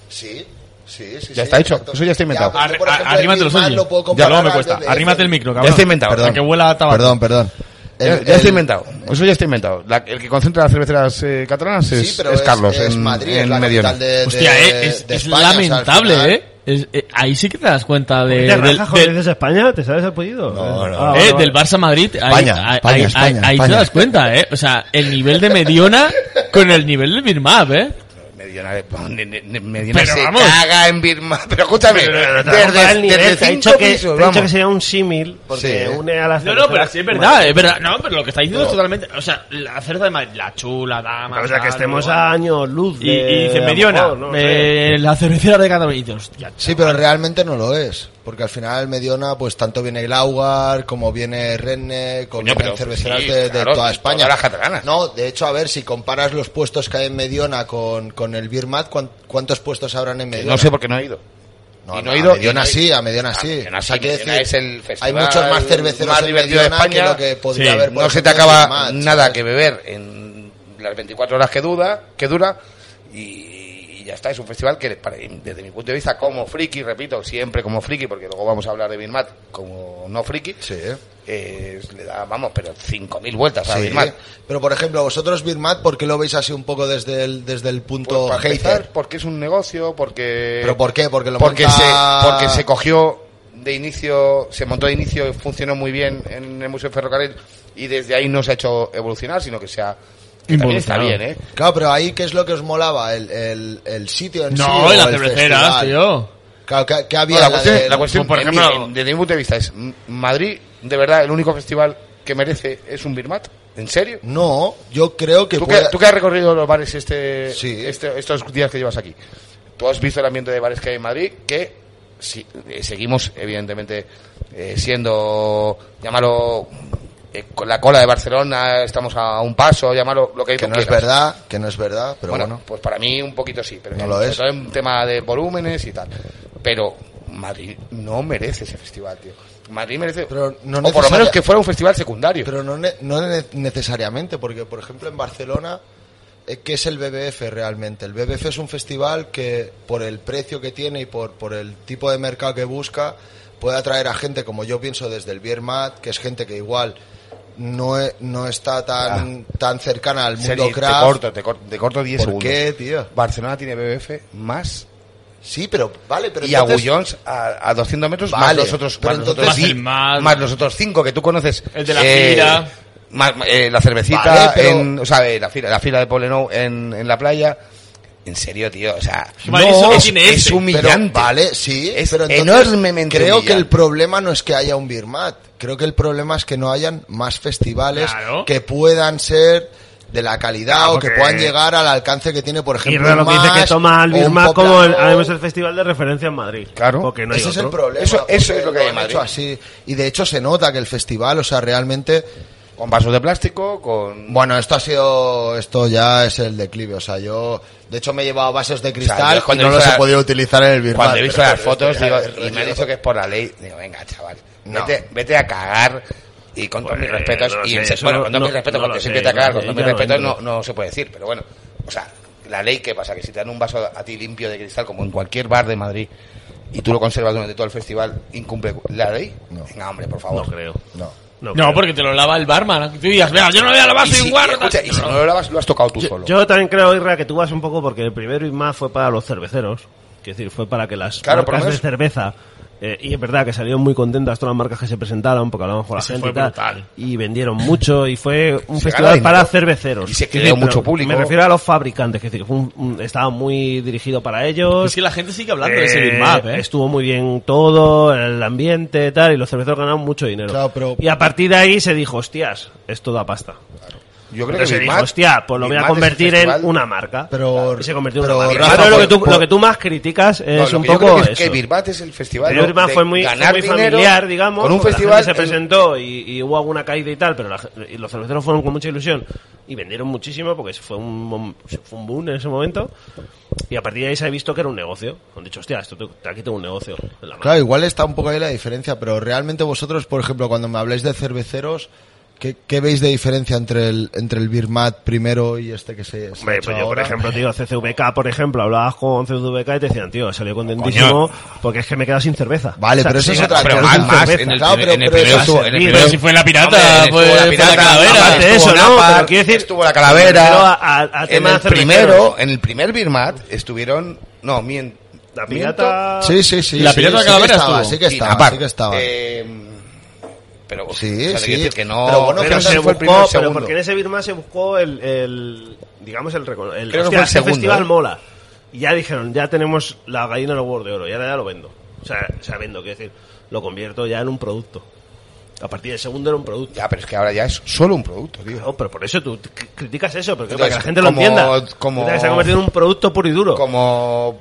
[SPEAKER 5] Sí, sí,
[SPEAKER 3] Ya
[SPEAKER 5] sí. sí,
[SPEAKER 3] está hecho, eso ya está inventado.
[SPEAKER 5] pues, yo, por
[SPEAKER 4] Ar-
[SPEAKER 5] ejemplo,
[SPEAKER 4] ar-
[SPEAKER 5] el
[SPEAKER 4] arrímatelo,
[SPEAKER 5] Bismarck
[SPEAKER 4] Sergi.
[SPEAKER 5] lo puedo
[SPEAKER 4] Ya,
[SPEAKER 5] comparar
[SPEAKER 4] luego
[SPEAKER 5] este
[SPEAKER 4] me
[SPEAKER 5] al
[SPEAKER 4] cuesta.
[SPEAKER 5] BBF.
[SPEAKER 4] Arrímate el micro, cabrón.
[SPEAKER 3] Ya está inventado.
[SPEAKER 4] Para que huela a tabaco.
[SPEAKER 5] Perdón, perdón. El-
[SPEAKER 3] ya ya está
[SPEAKER 5] el-
[SPEAKER 3] inventado, eso ya está inventado. La- el que concentra las cerveceras eh, catalanas es,
[SPEAKER 5] Sí, pero
[SPEAKER 3] es Carlos
[SPEAKER 5] es
[SPEAKER 3] en,
[SPEAKER 5] Madrid,
[SPEAKER 3] en
[SPEAKER 5] es la
[SPEAKER 3] Mediona.
[SPEAKER 5] capital de, de-
[SPEAKER 4] Hostia, eh, es,
[SPEAKER 5] de
[SPEAKER 4] es
[SPEAKER 5] España, o sea, al
[SPEAKER 4] lamentable,
[SPEAKER 5] final-
[SPEAKER 4] ¿eh? Es- eh, Ahí sí que te das cuenta de,
[SPEAKER 2] ¿Te
[SPEAKER 4] Eh, del,
[SPEAKER 2] rajas, joder,
[SPEAKER 4] del-
[SPEAKER 2] desde España? ¿Te sabes el apellido?
[SPEAKER 5] No, no,
[SPEAKER 2] Ah,
[SPEAKER 4] eh,
[SPEAKER 2] vale, vale.
[SPEAKER 4] del Barça Madrid. Ahí,
[SPEAKER 5] España,
[SPEAKER 4] ahí-
[SPEAKER 5] España,
[SPEAKER 4] ahí-
[SPEAKER 5] España,
[SPEAKER 4] ahí te
[SPEAKER 5] España.
[SPEAKER 4] das cuenta, ¿eh? O sea, el nivel de Mediona con el nivel de Birmap, ¿eh?
[SPEAKER 3] Mediona, eh, ne- ne- ne- Mediona
[SPEAKER 4] Pero
[SPEAKER 3] se
[SPEAKER 4] vamos.
[SPEAKER 3] caga en Birma. Pero escúchame,
[SPEAKER 2] Pero te
[SPEAKER 3] desde,
[SPEAKER 2] rompa el nivel,
[SPEAKER 3] desde
[SPEAKER 2] te ha
[SPEAKER 3] cinco
[SPEAKER 2] dicho que,
[SPEAKER 3] pisos,
[SPEAKER 2] te ha dicho que
[SPEAKER 3] vamos.
[SPEAKER 2] sería un símil porque
[SPEAKER 5] Sí.
[SPEAKER 2] une a las
[SPEAKER 4] No, no, pero
[SPEAKER 2] cerveceras
[SPEAKER 4] sí es verdad, eh. es verdad. No, pero lo que está diciendo es totalmente. O sea, la cerda de Madrid, la chula, dama.
[SPEAKER 2] O sea, que
[SPEAKER 4] tal,
[SPEAKER 2] estemos
[SPEAKER 4] igual.
[SPEAKER 2] a años luz.
[SPEAKER 4] Y,
[SPEAKER 2] de-
[SPEAKER 4] y dice
[SPEAKER 2] a lo
[SPEAKER 4] Mediona,
[SPEAKER 2] mejor, no sé.
[SPEAKER 4] eh, la cervecera de Cataluña. Y dices, hostia,
[SPEAKER 5] Sí, pero realmente no lo es. Porque al final Mediona, pues tanto viene Glaugar, como viene Renne, como
[SPEAKER 3] Coño,
[SPEAKER 5] vienen
[SPEAKER 3] pero
[SPEAKER 5] cerveceras
[SPEAKER 3] sí,
[SPEAKER 5] de, de
[SPEAKER 3] claro,
[SPEAKER 5] toda España.
[SPEAKER 3] todas las catalanas.
[SPEAKER 5] No, de hecho, a ver, si comparas los puestos que hay en Mediona con, con el Birmat, ¿cuántos puestos habrán en Mediona?
[SPEAKER 3] No sé por qué no he ido.
[SPEAKER 5] Eh, No,
[SPEAKER 3] Y
[SPEAKER 5] no,
[SPEAKER 3] no he ido,
[SPEAKER 5] a Mediona
[SPEAKER 3] y no he-
[SPEAKER 5] sí, a Mediona sí.
[SPEAKER 3] Mediona sí,
[SPEAKER 5] Hay Ah, que
[SPEAKER 3] Mediona
[SPEAKER 5] decir,
[SPEAKER 3] es el
[SPEAKER 5] hay
[SPEAKER 3] festival
[SPEAKER 5] muchos más cerveceros
[SPEAKER 3] más
[SPEAKER 5] en
[SPEAKER 3] divertido de
[SPEAKER 5] Mediona que
[SPEAKER 3] España.
[SPEAKER 5] lo que podría
[SPEAKER 4] Sí,
[SPEAKER 5] haber. por
[SPEAKER 3] no se te
[SPEAKER 5] ejemplo, en
[SPEAKER 3] acaba
[SPEAKER 5] Birmat,
[SPEAKER 3] nada
[SPEAKER 5] ¿sabes?
[SPEAKER 3] que beber en las 24 horas que duda, que dura y, y ya está, es un festival que para- desde mi punto de vista como friki, repito, siempre como friki porque luego vamos a hablar de Birmat como no friki.
[SPEAKER 5] Sí, ¿eh?
[SPEAKER 3] eh, le da, vamos, pero 5000 vueltas a Pues,
[SPEAKER 5] Sí,
[SPEAKER 3] Birmat.
[SPEAKER 5] Pero por ejemplo, vosotros Birmat, ¿por qué lo veis así un poco desde el, desde el punto
[SPEAKER 3] Pues, para
[SPEAKER 5] hater?
[SPEAKER 3] empezar, porque es un negocio, porque
[SPEAKER 5] ¿Pero por qué? Porque lo
[SPEAKER 3] porque
[SPEAKER 5] monta-
[SPEAKER 3] se porque se cogió de inicio, se montó de inicio, funcionó muy bien en el Museo Ferrocarril y desde ahí no se ha hecho evolucionar, sino que se ha que también está bien,
[SPEAKER 4] Involucionado.
[SPEAKER 3] ¿eh?
[SPEAKER 5] Claro, pero ahí, ¿qué es lo que os molaba? ¿El, el, el sitio en sí?
[SPEAKER 4] No,
[SPEAKER 5] o
[SPEAKER 4] y las
[SPEAKER 5] el
[SPEAKER 4] cerveceras,
[SPEAKER 5] festival?
[SPEAKER 4] tío.
[SPEAKER 5] Claro, ¿qué, qué
[SPEAKER 3] No,
[SPEAKER 5] había?
[SPEAKER 3] la
[SPEAKER 5] en la
[SPEAKER 3] cuestión,
[SPEAKER 5] de-
[SPEAKER 3] la cuestión,
[SPEAKER 4] por
[SPEAKER 3] en
[SPEAKER 4] ejemplo-
[SPEAKER 3] mi- en- desde mi punto de vista es M- Madrid, de verdad, el único festival que merece es un Birmat, ¿en serio?
[SPEAKER 5] No, yo creo que
[SPEAKER 3] ¿Tú,
[SPEAKER 5] pueda-
[SPEAKER 3] que, tú que has recorrido los bares este,
[SPEAKER 5] Sí.
[SPEAKER 3] este- estos días que llevas aquí, tú has visto el ambiente de bares que hay en Madrid, que sí, eh, seguimos, evidentemente, eh, siendo, llámalo, eh, con la cola de Barcelona, estamos a un paso, llámalo lo que hay
[SPEAKER 5] que no es verdad, que no es verdad, pero bueno.
[SPEAKER 3] pues para mí un poquito sí, pero
[SPEAKER 5] No
[SPEAKER 3] en-
[SPEAKER 5] lo
[SPEAKER 3] sobre
[SPEAKER 5] es.
[SPEAKER 3] todo en tema de volúmenes y tal. Pero Madrid no merece ese festival, tío. Madrid merece,
[SPEAKER 5] Pero no
[SPEAKER 3] o por lo
[SPEAKER 5] necesaria-
[SPEAKER 3] menos que fuera un festival secundario.
[SPEAKER 5] Pero no, ne- no ne- necesariamente, porque por ejemplo en Barcelona eh, ¿Qué es el BBF realmente? El BBF es un festival que, por el precio que tiene y por, por el tipo de mercado que busca, puede atraer a gente, como yo pienso, desde el Biermat, que es gente que igual no, e- no está tan, tan cercana al mundo
[SPEAKER 3] Ah. Sergi, te
[SPEAKER 5] craft.
[SPEAKER 3] corto, te corto, te corto 10
[SPEAKER 5] ¿Por
[SPEAKER 3] segundos.
[SPEAKER 5] qué, tío?
[SPEAKER 3] Barcelona tiene BBF más
[SPEAKER 5] Sí, pero vale, pero
[SPEAKER 3] y
[SPEAKER 5] entonces-
[SPEAKER 3] Agullons a, a 200 metros más
[SPEAKER 5] Vale,
[SPEAKER 3] los otros,
[SPEAKER 5] pero
[SPEAKER 3] más los otros
[SPEAKER 5] entonces-
[SPEAKER 3] di-
[SPEAKER 4] Más el más.
[SPEAKER 3] más los otros cinco que tú conoces. Eh,
[SPEAKER 4] El de la fila.
[SPEAKER 3] más- más, eh, la cervecita,
[SPEAKER 5] Vale, pero-
[SPEAKER 3] en, o sea, eh, la fila, la fila de Poblenou en, en la playa. En serio, tío, o sea,
[SPEAKER 4] Vale, eso que
[SPEAKER 3] es,
[SPEAKER 4] tiene
[SPEAKER 3] es
[SPEAKER 4] este.
[SPEAKER 3] humillante.
[SPEAKER 5] Pero, vale, Eh, sí,
[SPEAKER 3] es
[SPEAKER 5] pero entonces
[SPEAKER 3] enormemente
[SPEAKER 5] Creo que el
[SPEAKER 3] humillante.
[SPEAKER 5] problema no es que haya un Birmat, creo que el problema es que no hayan más festivales
[SPEAKER 2] Claro.
[SPEAKER 5] que puedan ser de la calidad
[SPEAKER 2] Claro,
[SPEAKER 5] o que
[SPEAKER 2] porque-
[SPEAKER 5] puedan llegar al alcance que tiene, por ejemplo,
[SPEAKER 2] Y lo
[SPEAKER 5] un
[SPEAKER 2] que dice que
[SPEAKER 5] Mas,
[SPEAKER 2] toma al
[SPEAKER 5] o un
[SPEAKER 2] Birmat como el,
[SPEAKER 5] Poplano.
[SPEAKER 2] además el festival de referencia en Madrid.
[SPEAKER 3] Claro.
[SPEAKER 2] Porque no hay
[SPEAKER 5] Ese es el
[SPEAKER 2] otro.
[SPEAKER 5] problema.
[SPEAKER 3] Eso- eso
[SPEAKER 5] porque
[SPEAKER 3] es lo que hay en
[SPEAKER 5] han
[SPEAKER 3] Madrid.
[SPEAKER 5] hecho así. Y de hecho se nota que el festival, o sea, realmente
[SPEAKER 3] Con vasos de plástico, con...
[SPEAKER 5] Bueno, esto ha sido, esto ya es el declive. O sea, yo, de hecho, me he llevado vasos de
[SPEAKER 3] O sea,
[SPEAKER 5] cristal
[SPEAKER 3] yo cuando
[SPEAKER 5] y no
[SPEAKER 3] he
[SPEAKER 5] los
[SPEAKER 3] visto
[SPEAKER 5] he
[SPEAKER 3] la-
[SPEAKER 5] podido utilizar en el Birman.
[SPEAKER 3] Cuando he visto
[SPEAKER 5] Pero-
[SPEAKER 3] las fotos
[SPEAKER 5] pero-
[SPEAKER 3] digo,
[SPEAKER 5] pero-
[SPEAKER 3] y me han dicho que es por la ley, digo, venga, chaval,
[SPEAKER 5] No.
[SPEAKER 3] vete, vete a cagar. Y con todos mis
[SPEAKER 2] Pues,
[SPEAKER 3] respetos,
[SPEAKER 2] no lo
[SPEAKER 3] y en
[SPEAKER 2] sé,
[SPEAKER 3] se-
[SPEAKER 2] eso
[SPEAKER 3] bueno,
[SPEAKER 2] no-
[SPEAKER 3] con todos
[SPEAKER 2] no-
[SPEAKER 3] mis
[SPEAKER 2] no
[SPEAKER 3] respetos,
[SPEAKER 2] lo
[SPEAKER 3] porque
[SPEAKER 2] sé,
[SPEAKER 3] siempre te
[SPEAKER 2] ya
[SPEAKER 3] cagar,
[SPEAKER 2] lo-
[SPEAKER 3] con todos
[SPEAKER 2] ya
[SPEAKER 3] mis
[SPEAKER 2] lo
[SPEAKER 3] respetos no,
[SPEAKER 2] entro.
[SPEAKER 3] no se puede decir, pero bueno, o sea, la ley, ¿qué pasa? Que si te dan un vaso a ti limpio de cristal, como en cualquier bar de Madrid, y tú lo conservas durante todo el festival, ¿incumple la ley?
[SPEAKER 5] No.
[SPEAKER 3] Venga, hombre, por
[SPEAKER 2] No
[SPEAKER 3] favor.
[SPEAKER 2] creo.
[SPEAKER 5] No.
[SPEAKER 2] creo.
[SPEAKER 4] No, porque te lo lava el barman. Tú digas, vea, yo no voy a lavar
[SPEAKER 3] Y si,
[SPEAKER 4] sin guarda.
[SPEAKER 3] escucha, y si no lo lavas, lo has tocado tú solo.
[SPEAKER 2] Yo también creo, Irra, que tú vas un poco porque el primero y más fue para los cerveceros. Es decir, fue para que las
[SPEAKER 3] Claro, por lo
[SPEAKER 2] marcas de
[SPEAKER 3] menos-
[SPEAKER 2] cerveza. eh, y es verdad que salieron muy contentas todas las marcas que se presentaron porque hablamos con la
[SPEAKER 4] Ese
[SPEAKER 2] gente
[SPEAKER 4] fue
[SPEAKER 2] y tal.
[SPEAKER 4] brutal.
[SPEAKER 2] Y vendieron mucho y fue un
[SPEAKER 3] Se gana
[SPEAKER 2] festival
[SPEAKER 3] dinero.
[SPEAKER 2] para cerveceros.
[SPEAKER 3] Y se
[SPEAKER 2] Es decir,
[SPEAKER 3] creó
[SPEAKER 2] pero
[SPEAKER 3] mucho público.
[SPEAKER 2] Me refiero a los fabricantes, que es decir, fue un- un- estaba muy dirigido para ellos.
[SPEAKER 4] Es que la gente sigue hablando de ese
[SPEAKER 2] Eh,
[SPEAKER 4] Big Map, ¿eh?
[SPEAKER 2] Estuvo muy bien todo, el ambiente, tal, y los cerveceros ganaron mucho dinero.
[SPEAKER 5] Claro, pero-
[SPEAKER 2] Y a partir de ahí se dijo, hostias, esto da pasta.
[SPEAKER 3] Yo creo
[SPEAKER 2] Entonces se
[SPEAKER 3] Big
[SPEAKER 2] dijo,
[SPEAKER 3] Mac-
[SPEAKER 2] hostia, pues lo voy
[SPEAKER 3] Big
[SPEAKER 2] a
[SPEAKER 3] Mac es un
[SPEAKER 2] convertir
[SPEAKER 3] festival-
[SPEAKER 2] en una marca.
[SPEAKER 5] Pero-
[SPEAKER 2] Y se convirtió en
[SPEAKER 5] pero,
[SPEAKER 2] una marca.
[SPEAKER 5] Rafa,
[SPEAKER 2] Claro, lo, que
[SPEAKER 5] por-
[SPEAKER 2] tú,
[SPEAKER 5] por-
[SPEAKER 2] lo que tú más criticas
[SPEAKER 3] No,
[SPEAKER 2] es
[SPEAKER 3] lo
[SPEAKER 2] un
[SPEAKER 3] que yo
[SPEAKER 2] poco
[SPEAKER 3] creo que es
[SPEAKER 2] eso.
[SPEAKER 3] que Birbat es el festival
[SPEAKER 2] El Urban
[SPEAKER 3] de
[SPEAKER 2] fue muy, fue
[SPEAKER 3] ganar
[SPEAKER 2] muy
[SPEAKER 3] dinero
[SPEAKER 2] familiar, digamos.
[SPEAKER 3] con un
[SPEAKER 2] porque la gente
[SPEAKER 3] festival
[SPEAKER 2] se
[SPEAKER 3] en-
[SPEAKER 2] presentó y, y hubo alguna caída y tal, pero la ge- y los cerveceros fueron con mucha ilusión y vendieron muchísimo porque fue un, bom- fue un boom en ese momento. Y a partir de ahí se ha visto que era un negocio. Han dicho, hostia, esto te- aquí tengo un negocio. en la mano.
[SPEAKER 5] Claro, igual está un poco ahí la diferencia, pero realmente vosotros, por ejemplo, cuando me habláis de cerveceros, ¿qué, qué veis de diferencia entre el, entre el Birmat primero y este que se, se ha
[SPEAKER 2] Hombre,
[SPEAKER 5] hecho
[SPEAKER 2] pues yo, por
[SPEAKER 5] ahora?
[SPEAKER 2] ejemplo, tío, CCVK, por ejemplo, hablabas con CCVK y te decían, tío, salió contentísimo porque es que me he quedado sin cerveza.
[SPEAKER 5] Vale,
[SPEAKER 2] O sea,
[SPEAKER 5] pero eso es
[SPEAKER 2] sí,
[SPEAKER 5] otra
[SPEAKER 3] pero
[SPEAKER 5] cosa.
[SPEAKER 3] más,
[SPEAKER 5] es un
[SPEAKER 3] más,
[SPEAKER 5] cerveza.
[SPEAKER 3] en el
[SPEAKER 5] Claro,
[SPEAKER 3] primer- en el
[SPEAKER 5] pero
[SPEAKER 3] primero
[SPEAKER 5] eso-
[SPEAKER 3] estuvo- en el
[SPEAKER 2] servir.
[SPEAKER 3] primero
[SPEAKER 4] Pero si fue la
[SPEAKER 5] Pues,
[SPEAKER 4] pirata,
[SPEAKER 3] Hombre,
[SPEAKER 4] fue,
[SPEAKER 3] estuvo
[SPEAKER 4] fue la calavera.
[SPEAKER 3] Aparte
[SPEAKER 2] de
[SPEAKER 3] estuvo
[SPEAKER 2] eso, ¿no?
[SPEAKER 3] Napar,
[SPEAKER 2] Pero quiero decir-
[SPEAKER 3] estuvo la
[SPEAKER 2] Pero
[SPEAKER 3] calavera.
[SPEAKER 2] a- a- a
[SPEAKER 3] en
[SPEAKER 2] tema
[SPEAKER 3] el
[SPEAKER 2] cerveceros.
[SPEAKER 3] primero, en el primer Birmat estuvieron, no, mien,
[SPEAKER 2] La pirata...
[SPEAKER 5] Sí, sí, sí.
[SPEAKER 4] La
[SPEAKER 5] sí,
[SPEAKER 4] pirata
[SPEAKER 5] sí que
[SPEAKER 4] calavera
[SPEAKER 5] estaba,
[SPEAKER 4] estuvo.
[SPEAKER 5] sí que
[SPEAKER 3] y
[SPEAKER 5] estaba,
[SPEAKER 3] Napar.
[SPEAKER 5] sí que estaba.
[SPEAKER 3] Eh, pero
[SPEAKER 5] Sí,
[SPEAKER 3] o sea, te
[SPEAKER 5] sí.
[SPEAKER 3] quiero decir que no,
[SPEAKER 5] Pero bueno,
[SPEAKER 3] creo
[SPEAKER 2] pero
[SPEAKER 3] que
[SPEAKER 2] se
[SPEAKER 3] ese
[SPEAKER 2] buscó,
[SPEAKER 3] fue el primero, el
[SPEAKER 2] pero
[SPEAKER 3] segundo.
[SPEAKER 2] porque en ese Birma se buscó el, el- digamos el, recono- el,
[SPEAKER 3] Creo
[SPEAKER 2] hostia,
[SPEAKER 3] que fue el
[SPEAKER 2] este
[SPEAKER 3] segundo,
[SPEAKER 2] festival
[SPEAKER 3] ¿eh?
[SPEAKER 2] mola. Y ya dijeron, ya tenemos la gallina en los huevos de oro, y ahora ya lo vendo. O sea, o sea, vendo, quiero decir, lo convierto ya en un producto. A partir del segundo era un producto.
[SPEAKER 3] Ya, pero es que ahora ya es solo un producto, tío.
[SPEAKER 2] Claro, pero por eso tú c- criticas eso, porque para que
[SPEAKER 3] Entonces,
[SPEAKER 2] la gente lo
[SPEAKER 3] como-
[SPEAKER 2] entienda.
[SPEAKER 3] como-
[SPEAKER 2] Piensa que se ha convertido en un producto puro y duro.
[SPEAKER 3] como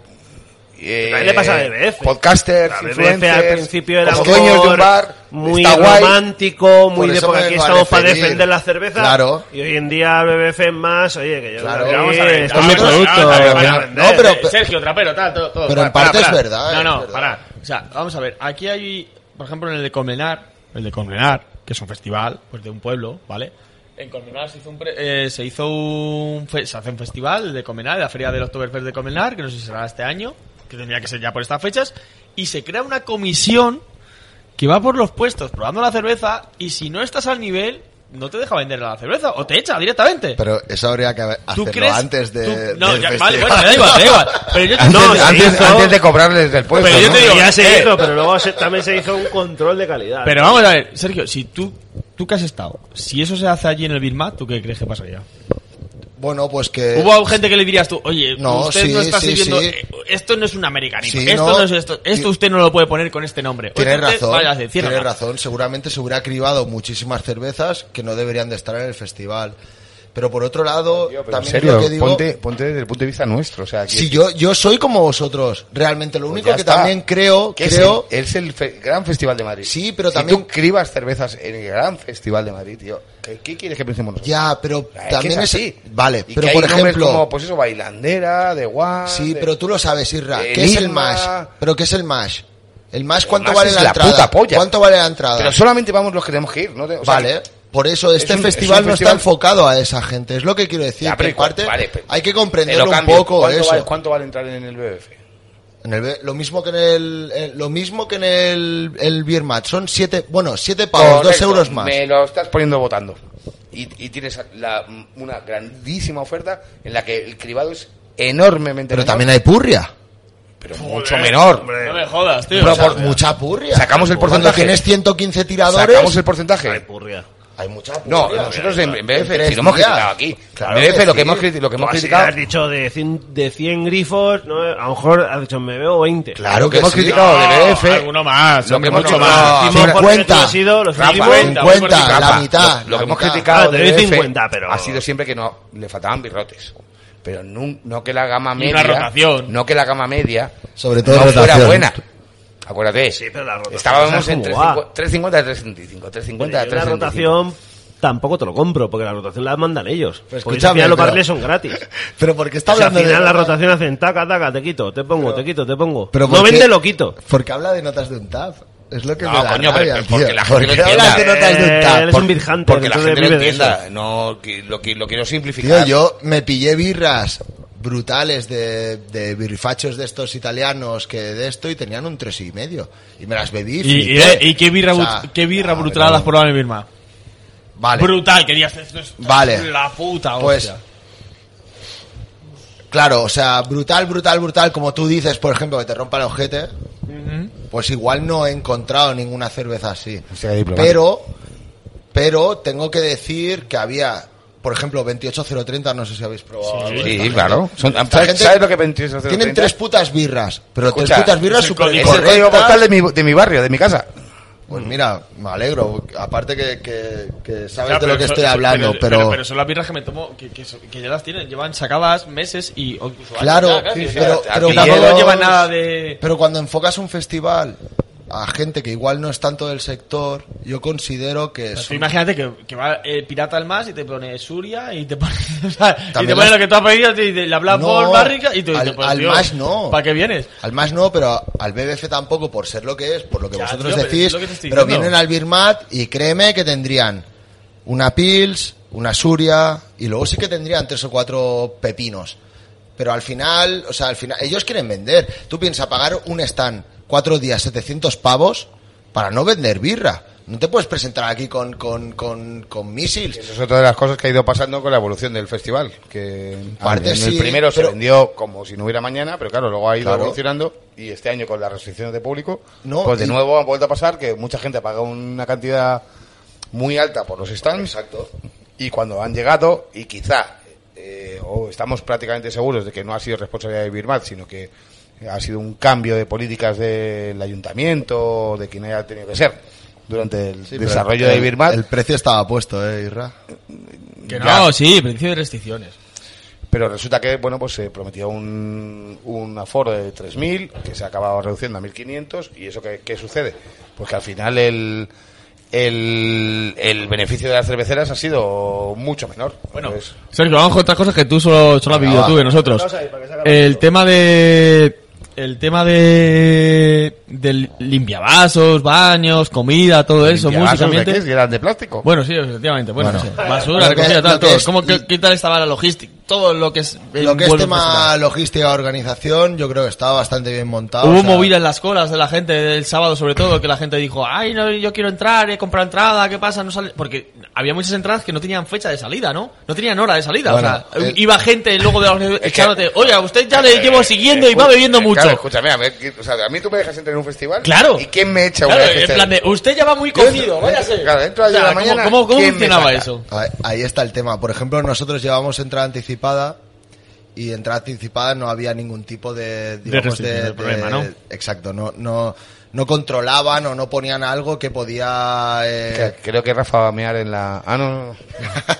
[SPEAKER 3] eh,
[SPEAKER 2] Ahí le pasa a BBF.
[SPEAKER 3] Podcasters,
[SPEAKER 2] La BBF
[SPEAKER 3] influencers,
[SPEAKER 2] al principio era
[SPEAKER 3] como
[SPEAKER 2] un
[SPEAKER 3] dueños de un
[SPEAKER 2] humor
[SPEAKER 3] bar,
[SPEAKER 2] muy
[SPEAKER 3] está guay.
[SPEAKER 2] romántico, muy
[SPEAKER 5] Por
[SPEAKER 2] de
[SPEAKER 5] eso
[SPEAKER 2] porque
[SPEAKER 5] me
[SPEAKER 2] aquí
[SPEAKER 5] vengo a
[SPEAKER 2] estamos para
[SPEAKER 5] referir.
[SPEAKER 2] defender la cerveza.
[SPEAKER 5] Claro.
[SPEAKER 2] Y hoy en día BBF es más, oye, que yo
[SPEAKER 5] Claro.
[SPEAKER 2] aquí
[SPEAKER 5] Vamos
[SPEAKER 4] a ver,
[SPEAKER 2] esto es
[SPEAKER 4] vamos
[SPEAKER 2] mi
[SPEAKER 4] a ver,
[SPEAKER 2] producto.
[SPEAKER 4] vamos a ver,
[SPEAKER 2] Van a
[SPEAKER 4] vamos a
[SPEAKER 2] vender.
[SPEAKER 5] No, pero-
[SPEAKER 4] Eh, Sergio, trapero, tal, todo. todo.
[SPEAKER 5] pero en
[SPEAKER 4] Para,
[SPEAKER 5] parte
[SPEAKER 4] para,
[SPEAKER 5] es
[SPEAKER 4] para.
[SPEAKER 5] verdad, eh,
[SPEAKER 4] No,
[SPEAKER 5] es
[SPEAKER 4] no,
[SPEAKER 5] verdad.
[SPEAKER 4] parad. O sea, vamos a ver. Aquí hay, por ejemplo, en el de Colmenar, el de Colmenar, que es un festival pues, de un pueblo, ¿vale? En Colmenar se hizo un, pre- eh, se hizo un fe- se hace un festival de Colmenar, la feria del Oktoberfest de Colmenar, que no sé si será este año, que tendría que ser ya por estas fechas, y se crea una comisión que va por los puestos probando la cerveza y si no estás al nivel no te deja vender la cerveza o te echa directamente.
[SPEAKER 5] Pero eso habría que hacerlo antes de.
[SPEAKER 4] tú- no,
[SPEAKER 5] del
[SPEAKER 4] ya, vale,
[SPEAKER 5] festival.
[SPEAKER 4] bueno, me da
[SPEAKER 3] ¿eh?
[SPEAKER 4] igual, me da igual. Pero yo te-
[SPEAKER 2] No,
[SPEAKER 3] antes,
[SPEAKER 2] se
[SPEAKER 3] antes,
[SPEAKER 2] hizo-
[SPEAKER 3] antes de cobrarles del puesto.
[SPEAKER 4] Pero yo
[SPEAKER 3] ¿no?
[SPEAKER 4] te digo-
[SPEAKER 2] ya se
[SPEAKER 4] eh.
[SPEAKER 2] hizo, pero luego se- también se hizo un control de calidad.
[SPEAKER 4] Pero vamos a ver, Sergio, si tú, tú que has estado, si eso se hace allí en el Birmat, ¿tú qué crees que pasaría?
[SPEAKER 5] Bueno, pues que.
[SPEAKER 4] Hubo gente que le dirías tú, oye,
[SPEAKER 5] no,
[SPEAKER 4] usted
[SPEAKER 5] sí,
[SPEAKER 4] no está
[SPEAKER 5] sí,
[SPEAKER 4] sirviendo,
[SPEAKER 5] sí.
[SPEAKER 4] eh, esto no es un americanito,
[SPEAKER 5] Sí,
[SPEAKER 4] esto no,
[SPEAKER 5] no.
[SPEAKER 4] es esto, esto usted no lo puede poner con este nombre. Oye,
[SPEAKER 5] Tienes
[SPEAKER 4] usted-
[SPEAKER 5] razón,
[SPEAKER 4] vaya, sí, ciérrala.
[SPEAKER 5] tienes razón. Seguramente se hubiera cribado muchísimas cervezas que no deberían de estar en el festival. Pero por otro lado,
[SPEAKER 3] Tío, pero en
[SPEAKER 5] también
[SPEAKER 3] serio,
[SPEAKER 5] lo que digo,
[SPEAKER 3] ponte, ponte desde el punto de vista nuestro. O sea, que-
[SPEAKER 5] si yo yo soy como vosotros, realmente lo
[SPEAKER 3] pues
[SPEAKER 5] único
[SPEAKER 3] ya
[SPEAKER 5] que
[SPEAKER 3] está.
[SPEAKER 5] también creo,
[SPEAKER 3] Que es
[SPEAKER 5] creo,
[SPEAKER 3] el- Es el, fe- gran festival de Madrid.
[SPEAKER 5] Sí, pero
[SPEAKER 3] Si
[SPEAKER 5] también-
[SPEAKER 3] tú cribas cervezas en el gran festival de Madrid, tío. ¿Qué, qué quieres que pensemos nosotros?
[SPEAKER 5] ya, pero
[SPEAKER 3] Ah, es que
[SPEAKER 5] también es,
[SPEAKER 3] así.
[SPEAKER 5] vale,
[SPEAKER 3] Y
[SPEAKER 5] pero
[SPEAKER 3] que hay
[SPEAKER 5] por
[SPEAKER 3] nombres
[SPEAKER 5] ejemplo,
[SPEAKER 3] como, pues eso, bailandera, eh, de guan.
[SPEAKER 5] sí,
[SPEAKER 3] de-
[SPEAKER 5] pero tú lo sabes, Irra,
[SPEAKER 3] de
[SPEAKER 5] ¿qué es el
[SPEAKER 3] Lima.
[SPEAKER 5] mash? Pero qué es el mash? El mash
[SPEAKER 3] El
[SPEAKER 5] cuánto
[SPEAKER 3] mash
[SPEAKER 5] vale
[SPEAKER 3] es
[SPEAKER 5] la,
[SPEAKER 3] la
[SPEAKER 5] entrada?
[SPEAKER 3] puta polla.
[SPEAKER 5] ¿Cuánto vale la entrada?
[SPEAKER 3] Pero solamente vamos los que tenemos que ir, ¿no? te- o sea,
[SPEAKER 5] Vale.
[SPEAKER 3] que-
[SPEAKER 8] Por eso este
[SPEAKER 3] un- es un
[SPEAKER 8] festival no está
[SPEAKER 3] festival-
[SPEAKER 8] enfocado a esa gente, es lo que quiero decir.
[SPEAKER 3] Ya,
[SPEAKER 8] que
[SPEAKER 3] pero
[SPEAKER 8] en parte
[SPEAKER 3] vale, pero-
[SPEAKER 8] hay que
[SPEAKER 3] Te lo
[SPEAKER 8] comprender un
[SPEAKER 3] cambio.
[SPEAKER 8] poco
[SPEAKER 3] ¿Cuánto
[SPEAKER 8] eso.
[SPEAKER 3] Vale, ¿Cuánto vale entrar en el BBF?
[SPEAKER 8] En el B- lo mismo que en el, en- lo mismo que en el, el Beer Match. Son siete, bueno, siete pavos, dos
[SPEAKER 3] Correcto,
[SPEAKER 8] euros más.
[SPEAKER 3] Me lo estás poniendo votando. Y, y tienes la- una grandísima oferta en la que el cribado es enormemente
[SPEAKER 8] Pero
[SPEAKER 3] menor,
[SPEAKER 8] también hay purria.
[SPEAKER 3] pero mucho menor.
[SPEAKER 4] No me jodas, tío.
[SPEAKER 8] O sea, mucha purria.
[SPEAKER 3] sacamos el
[SPEAKER 8] Cuando
[SPEAKER 3] porcentaje.
[SPEAKER 8] tienes 115 tiradores,
[SPEAKER 3] Sacamos el porcentaje.
[SPEAKER 4] eh,
[SPEAKER 2] Ay, purria.
[SPEAKER 8] hay mucha purria.
[SPEAKER 3] No, nosotros en, en BF,
[SPEAKER 8] tres
[SPEAKER 3] si lo hemos
[SPEAKER 8] días.
[SPEAKER 3] criticado aquí.
[SPEAKER 8] Claro
[SPEAKER 3] BF
[SPEAKER 8] que
[SPEAKER 3] lo
[SPEAKER 8] sí.
[SPEAKER 3] que hemos, criti- lo que
[SPEAKER 2] Tú
[SPEAKER 3] hemos
[SPEAKER 2] has-
[SPEAKER 3] criticado.
[SPEAKER 2] Has dicho de 100, de 100 grifos, ¿no? a lo mejor has dicho me veo 20.
[SPEAKER 8] Claro
[SPEAKER 3] lo que
[SPEAKER 8] que
[SPEAKER 3] hemos
[SPEAKER 8] sí.
[SPEAKER 3] criticado de
[SPEAKER 4] No,
[SPEAKER 3] BF.
[SPEAKER 4] alguno más,
[SPEAKER 3] Lo que
[SPEAKER 4] mucho
[SPEAKER 3] hemos
[SPEAKER 4] más.
[SPEAKER 3] criticado-
[SPEAKER 2] Los últimos
[SPEAKER 8] cincuenta.
[SPEAKER 2] podcasts que han sido los
[SPEAKER 3] Ah, Rafa,
[SPEAKER 2] últimos-
[SPEAKER 4] cincuenta.
[SPEAKER 2] Bueno,
[SPEAKER 8] 50,
[SPEAKER 3] Rafa,
[SPEAKER 8] la mitad.
[SPEAKER 3] Lo, lo
[SPEAKER 8] la
[SPEAKER 3] que hemos
[SPEAKER 8] mitad.
[SPEAKER 3] criticado
[SPEAKER 2] Ah, te
[SPEAKER 3] de
[SPEAKER 2] doy
[SPEAKER 3] BF
[SPEAKER 2] 50, pero-
[SPEAKER 3] ha sido siempre que no le faltaban birrotes. Pero nun- no, que la gama
[SPEAKER 4] Y
[SPEAKER 3] media.
[SPEAKER 4] una rotación.
[SPEAKER 3] No que la gama media.
[SPEAKER 8] Sobre todo
[SPEAKER 3] no fuera
[SPEAKER 8] rotación.
[SPEAKER 3] buena. Acuérdate.
[SPEAKER 2] Sí, pero la rotación
[SPEAKER 3] Estábamos
[SPEAKER 2] esa es
[SPEAKER 3] entre
[SPEAKER 2] como va.
[SPEAKER 3] 350 y 375. 350
[SPEAKER 2] Yo la
[SPEAKER 3] 375.
[SPEAKER 2] rotación tampoco te lo compro, porque la rotación la mandan ellos.
[SPEAKER 8] Pero
[SPEAKER 2] Porque
[SPEAKER 8] escúchame,
[SPEAKER 2] ya los
[SPEAKER 8] pero-
[SPEAKER 2] barles son gratis.
[SPEAKER 8] Pero porque está
[SPEAKER 2] O sea, al
[SPEAKER 8] hablando
[SPEAKER 2] final
[SPEAKER 8] de
[SPEAKER 2] la rotación hacen taca, taca, te quito, te pongo, te quito, te pongo.
[SPEAKER 8] Pero
[SPEAKER 2] no
[SPEAKER 8] ¿por qué?
[SPEAKER 2] vende, lo quito.
[SPEAKER 8] Porque habla de notas de un tab. Es lo que
[SPEAKER 3] No,
[SPEAKER 8] me da
[SPEAKER 3] coño, pero-
[SPEAKER 8] rabia,
[SPEAKER 3] pero porque
[SPEAKER 8] tío.
[SPEAKER 3] la gente
[SPEAKER 8] ¿Por
[SPEAKER 3] lo
[SPEAKER 8] qué hablas de
[SPEAKER 3] entienda.
[SPEAKER 8] notas de un tab?
[SPEAKER 2] Él es
[SPEAKER 8] Por-
[SPEAKER 2] Eh, un big hunter,
[SPEAKER 3] Porque la
[SPEAKER 2] entonces
[SPEAKER 3] gente lo
[SPEAKER 2] vive de eso.
[SPEAKER 3] entienda. No, que- lo, que- lo quiero simplificar.
[SPEAKER 8] Tío, yo me pillé birras brutales de, de birrifachos de estos italianos que de esto y tenían un tres y medio y me las bebí
[SPEAKER 4] ¿Y, y,
[SPEAKER 8] flipé.
[SPEAKER 4] eh, ¿y qué birra,
[SPEAKER 8] O sea,
[SPEAKER 4] brut- qué birra
[SPEAKER 8] no,
[SPEAKER 4] brutal
[SPEAKER 8] pero-
[SPEAKER 4] has probado en el Birma?
[SPEAKER 8] vale
[SPEAKER 4] Brutal, querías esto es
[SPEAKER 8] Vale.
[SPEAKER 4] la puta
[SPEAKER 8] Pues-
[SPEAKER 4] hostia.
[SPEAKER 8] Claro, o sea, brutal, brutal, brutal, como tú dices, por ejemplo, que te rompa el ojete, pues igual no he encontrado ninguna cerveza así. Pero, pero tengo que decir que había, por ejemplo, 28030, no sé si habéis probado. algo de
[SPEAKER 3] Sí,
[SPEAKER 8] esta
[SPEAKER 3] claro.
[SPEAKER 8] gente.
[SPEAKER 3] Son-
[SPEAKER 8] Esta
[SPEAKER 3] ¿sabes,
[SPEAKER 8] gente
[SPEAKER 3] sabes lo que 28
[SPEAKER 8] Tienen tres putas birras, pero
[SPEAKER 3] Escucha,
[SPEAKER 8] tres putas birras
[SPEAKER 4] es el
[SPEAKER 8] súper
[SPEAKER 4] código-
[SPEAKER 3] Es el código
[SPEAKER 8] incorrectas.
[SPEAKER 3] postal de mi, de mi barrio, de mi casa.
[SPEAKER 8] Pues mira, me alegro, aparte que, que- que sabes
[SPEAKER 4] Ya,
[SPEAKER 8] de
[SPEAKER 4] pero
[SPEAKER 8] lo que
[SPEAKER 4] eso-
[SPEAKER 8] estoy hablando,
[SPEAKER 4] pero,
[SPEAKER 8] pero...
[SPEAKER 4] pero- pero son las birras que me tomo, que, que son- que ya las tienen, llevan sacadas meses y o incluso años
[SPEAKER 8] Claro,
[SPEAKER 4] ya, casi, o sea,
[SPEAKER 8] pero,
[SPEAKER 3] sí,
[SPEAKER 8] pero
[SPEAKER 3] sí,
[SPEAKER 4] que tampoco
[SPEAKER 8] cuando-
[SPEAKER 4] llevan nada de...
[SPEAKER 8] Pero cuando enfocas un festival a gente que igual no es tanto del sector, yo considero que
[SPEAKER 4] Pero
[SPEAKER 8] es
[SPEAKER 4] tú
[SPEAKER 8] un-
[SPEAKER 4] imagínate que, que va el pirata al más y te pone Suria y te pone, o sea, y te
[SPEAKER 8] También
[SPEAKER 4] pone
[SPEAKER 8] las-
[SPEAKER 4] lo que tú has pedido y te- la Black
[SPEAKER 8] No,
[SPEAKER 4] Ball Barrica y te,
[SPEAKER 8] al-
[SPEAKER 4] te pone,
[SPEAKER 8] al más no.
[SPEAKER 4] ¿Para qué vienes?
[SPEAKER 8] al más no, pero al BBF tampoco por ser lo que es, por lo que
[SPEAKER 4] Ya,
[SPEAKER 8] vosotros
[SPEAKER 4] tío, pero
[SPEAKER 8] decís,
[SPEAKER 4] es lo que
[SPEAKER 8] pero,
[SPEAKER 4] te estoy diciendo.
[SPEAKER 8] vienen al Birmat y créeme que tendrían una Pils, una Suria y luego sí que tendrían tres o cuatro pepinos. Pero al final, o sea, al final ellos quieren vender. Tú piensas pagar un stand cuatro días 700 pavos para no vender birra. No te puedes presentar aquí con, con, con, con misiles.
[SPEAKER 3] Eso es otra de las cosas que ha ido pasando con la evolución del festival. Que en
[SPEAKER 8] parte
[SPEAKER 3] en el
[SPEAKER 8] sí,
[SPEAKER 3] primero se
[SPEAKER 8] pero-
[SPEAKER 3] vendió como si no hubiera mañana, pero claro, luego ha ido
[SPEAKER 8] Claro.
[SPEAKER 3] evolucionando. Y este año con las restricciones de público,
[SPEAKER 8] No,
[SPEAKER 3] pues de
[SPEAKER 8] y-
[SPEAKER 3] nuevo ha vuelto a pasar que mucha gente ha pagado una cantidad muy alta por los stands.
[SPEAKER 8] Exacto.
[SPEAKER 3] Y cuando han llegado, y quizá, eh, o estamos prácticamente seguros de que no ha sido responsabilidad de Birmat, sino que ha sido un cambio de políticas del ayuntamiento, o de quien haya tenido que ser, durante el
[SPEAKER 8] Sí, pero
[SPEAKER 3] desarrollo
[SPEAKER 8] el-
[SPEAKER 3] de Birmat.
[SPEAKER 8] El precio estaba puesto, eh, Irra.
[SPEAKER 4] Que
[SPEAKER 3] Ya.
[SPEAKER 4] no, sí, principio de restricciones.
[SPEAKER 3] Pero resulta que, bueno, pues se prometió un, un aforo de 3.000, que se ha acabado reduciendo a 1.500, y eso qué, qué sucede? Pues que al final el, el, el beneficio de las cerveceras ha sido mucho menor. Pues,
[SPEAKER 4] Bueno,
[SPEAKER 3] Entonces,
[SPEAKER 4] Sergio, vamos con otras cosas que tú solo, solo has
[SPEAKER 8] Venga,
[SPEAKER 4] vivido
[SPEAKER 8] va.
[SPEAKER 4] tú que nosotros.
[SPEAKER 2] Vamos ahí, para que se acabe
[SPEAKER 4] El
[SPEAKER 2] esto.
[SPEAKER 4] tema de... El tema de... Del limpiavasos, baños, comida, todo eso,
[SPEAKER 3] ¿y vasos
[SPEAKER 4] música,
[SPEAKER 3] de
[SPEAKER 4] ambiente...
[SPEAKER 3] qué? Si eran de plástico.
[SPEAKER 4] Bueno, sí, efectivamente. Bueno,
[SPEAKER 8] Bueno.
[SPEAKER 4] sí. basura,
[SPEAKER 8] Lo que-
[SPEAKER 4] recogida, tal,
[SPEAKER 8] lo que
[SPEAKER 4] todo.
[SPEAKER 8] es-
[SPEAKER 4] ¿Cómo, qué, qué tal estaba la logística? Todo lo que es. eh,
[SPEAKER 8] Lo que es
[SPEAKER 4] envuelve
[SPEAKER 8] tema
[SPEAKER 4] un festival.
[SPEAKER 8] logística organización, yo creo que estaba bastante bien montado.
[SPEAKER 4] Hubo
[SPEAKER 8] o sea,
[SPEAKER 4] movidas en las colas de la gente el sábado, sobre todo, que la gente dijo, ay, no, yo quiero entrar, he comprado entrada, ¿qué pasa? No sale. Porque había muchas entradas que no tenían fecha de salida, ¿no? No tenían hora de salida.
[SPEAKER 8] Bueno,
[SPEAKER 4] o sea,
[SPEAKER 8] el-
[SPEAKER 4] iba gente luego de la organización
[SPEAKER 3] eh, que-
[SPEAKER 4] echándote, oye, a usted ya le
[SPEAKER 3] Eh,
[SPEAKER 4] llevo siguiendo y va
[SPEAKER 3] Escu-
[SPEAKER 4] bebiendo
[SPEAKER 3] claro,
[SPEAKER 4] mucho.
[SPEAKER 3] escúchame, a, ver, o sea, a mí tú me dejas entrar en un festival.
[SPEAKER 4] Claro.
[SPEAKER 3] ¿Y quién me echa
[SPEAKER 4] Claro,
[SPEAKER 3] una vez este que
[SPEAKER 4] en
[SPEAKER 3] esté-
[SPEAKER 4] plan de, usted ya va muy
[SPEAKER 3] Yo entro-
[SPEAKER 4] cocido, váyase.
[SPEAKER 3] claro, entro a las diez de la
[SPEAKER 4] ¿cómo-
[SPEAKER 3] mañana,
[SPEAKER 4] ¿Cómo, cómo
[SPEAKER 3] ¿quién me
[SPEAKER 4] funcionaba
[SPEAKER 3] saca?
[SPEAKER 4] eso?
[SPEAKER 8] ahí- Ahí está el tema. Por ejemplo, nosotros llevamos entrada anticipada y entrada anticipada no había ningún tipo de, digamos,
[SPEAKER 4] restricción, de problema, ¿no?
[SPEAKER 8] Exacto, no, no, no controlaban o no ponían algo que podía... eh,
[SPEAKER 3] Que- Creo que Rafa va a mear en la. Ah, no, no, no.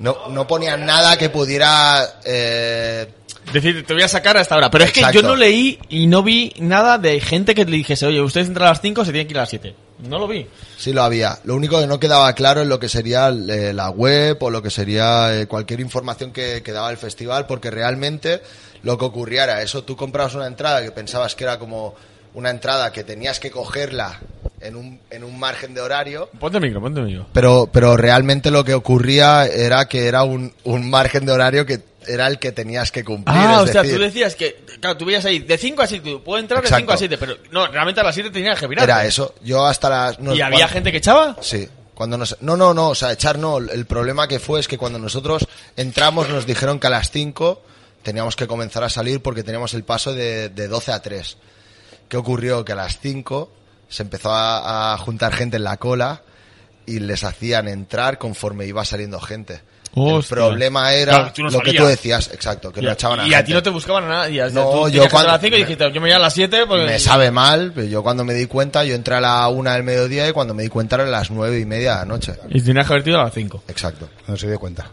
[SPEAKER 8] no, no ponían nada que pudiera... eh,
[SPEAKER 4] Decir, te voy a sacar hasta ahora. Pero es que
[SPEAKER 8] Exacto.
[SPEAKER 4] yo no leí y no vi nada de gente que le dijese, oye, ustedes entran a las 5, se tienen que ir a las 7. No lo vi.
[SPEAKER 8] Sí lo había. Lo único que no quedaba claro es lo que sería eh, la web o lo que sería eh, cualquier información que, que daba el festival, porque realmente lo que ocurría era eso. Tú comprabas una entrada que pensabas que era como una entrada que tenías que cogerla en un, en un margen de horario.
[SPEAKER 5] Ponte el micro, ponte el micro.
[SPEAKER 8] Pero, pero realmente lo que ocurría era que era un, un margen de horario que era el que tenías que cumplir.
[SPEAKER 4] Ah,
[SPEAKER 8] es
[SPEAKER 4] o sea,
[SPEAKER 8] decir,
[SPEAKER 4] tú decías que, claro, tú veías ahí de 5 a 7, puedo entrar de
[SPEAKER 8] Exacto.
[SPEAKER 4] 5 a 7, pero no, realmente a las 7 tenías que virar.
[SPEAKER 8] Era eso. Yo hasta las... no,
[SPEAKER 4] ¿Y había
[SPEAKER 8] cuando-
[SPEAKER 4] gente que echaba?
[SPEAKER 8] Sí. Cuando nos, no, no, no, o sea, echar no. El problema que fue es que cuando nosotros entramos nos dijeron que a las 5 teníamos que comenzar a salir porque teníamos el paso de, de 12 a 3. ¿Qué ocurrió? Que a las 5 se empezó a, a juntar gente en la cola y les hacían entrar conforme iba saliendo gente. El
[SPEAKER 5] Hostia.
[SPEAKER 8] problema era
[SPEAKER 5] Claro, tú no
[SPEAKER 8] lo que
[SPEAKER 5] sabías.
[SPEAKER 8] tú decías, exacto, que
[SPEAKER 5] Y
[SPEAKER 8] no
[SPEAKER 5] a-
[SPEAKER 8] echaban a
[SPEAKER 4] Y a
[SPEAKER 8] gente.
[SPEAKER 4] ti no te buscaban a nadie. o sea, tú
[SPEAKER 8] No, yo
[SPEAKER 4] tenías que entrar
[SPEAKER 8] cuando-
[SPEAKER 4] a las 5 y dijiste, yo me voy a las pues, 7 porque...
[SPEAKER 8] Me sabe mal, pero yo cuando me di cuenta, yo entré a la una del mediodía y cuando me di cuenta eran las nueve y media de la noche.
[SPEAKER 5] Y tenías que haber ido a las 5.
[SPEAKER 8] Exacto.
[SPEAKER 9] No se dio cuenta.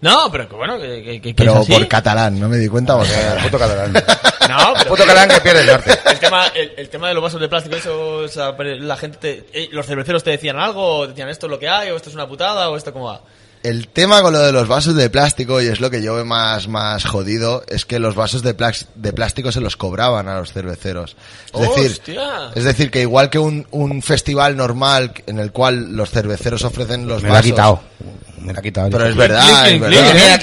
[SPEAKER 4] No, pero que bueno, que, que, que es
[SPEAKER 8] Pero
[SPEAKER 4] así.
[SPEAKER 8] por catalán, no me di cuenta porque era puto catalán.
[SPEAKER 4] No, pero-
[SPEAKER 3] Puto catalán que pierde el norte.
[SPEAKER 4] El tema, el, el tema de los vasos de plástico, eso, o sea, pero la gente, te- eh, los cerveceros te decían algo, o te decían esto es lo que hay, o esto es una putada, o esto cómo va.
[SPEAKER 8] El tema con lo de los vasos de plástico, y es lo que yo veo más, más jodido, es que los vasos de, plax- de plástico se los cobraban a los cerveceros. Es decir,
[SPEAKER 4] ¡Hostia!
[SPEAKER 8] es decir, que igual que un, un festival normal en el cual los cerveceros ofrecen los
[SPEAKER 3] Me lo ha
[SPEAKER 8] vasos.
[SPEAKER 3] quitado. Me lo ha quitado.
[SPEAKER 8] Pero es
[SPEAKER 3] Clic,
[SPEAKER 8] verdad,
[SPEAKER 3] clic,
[SPEAKER 8] es
[SPEAKER 3] clic,
[SPEAKER 8] verdad.
[SPEAKER 3] clic. Tenía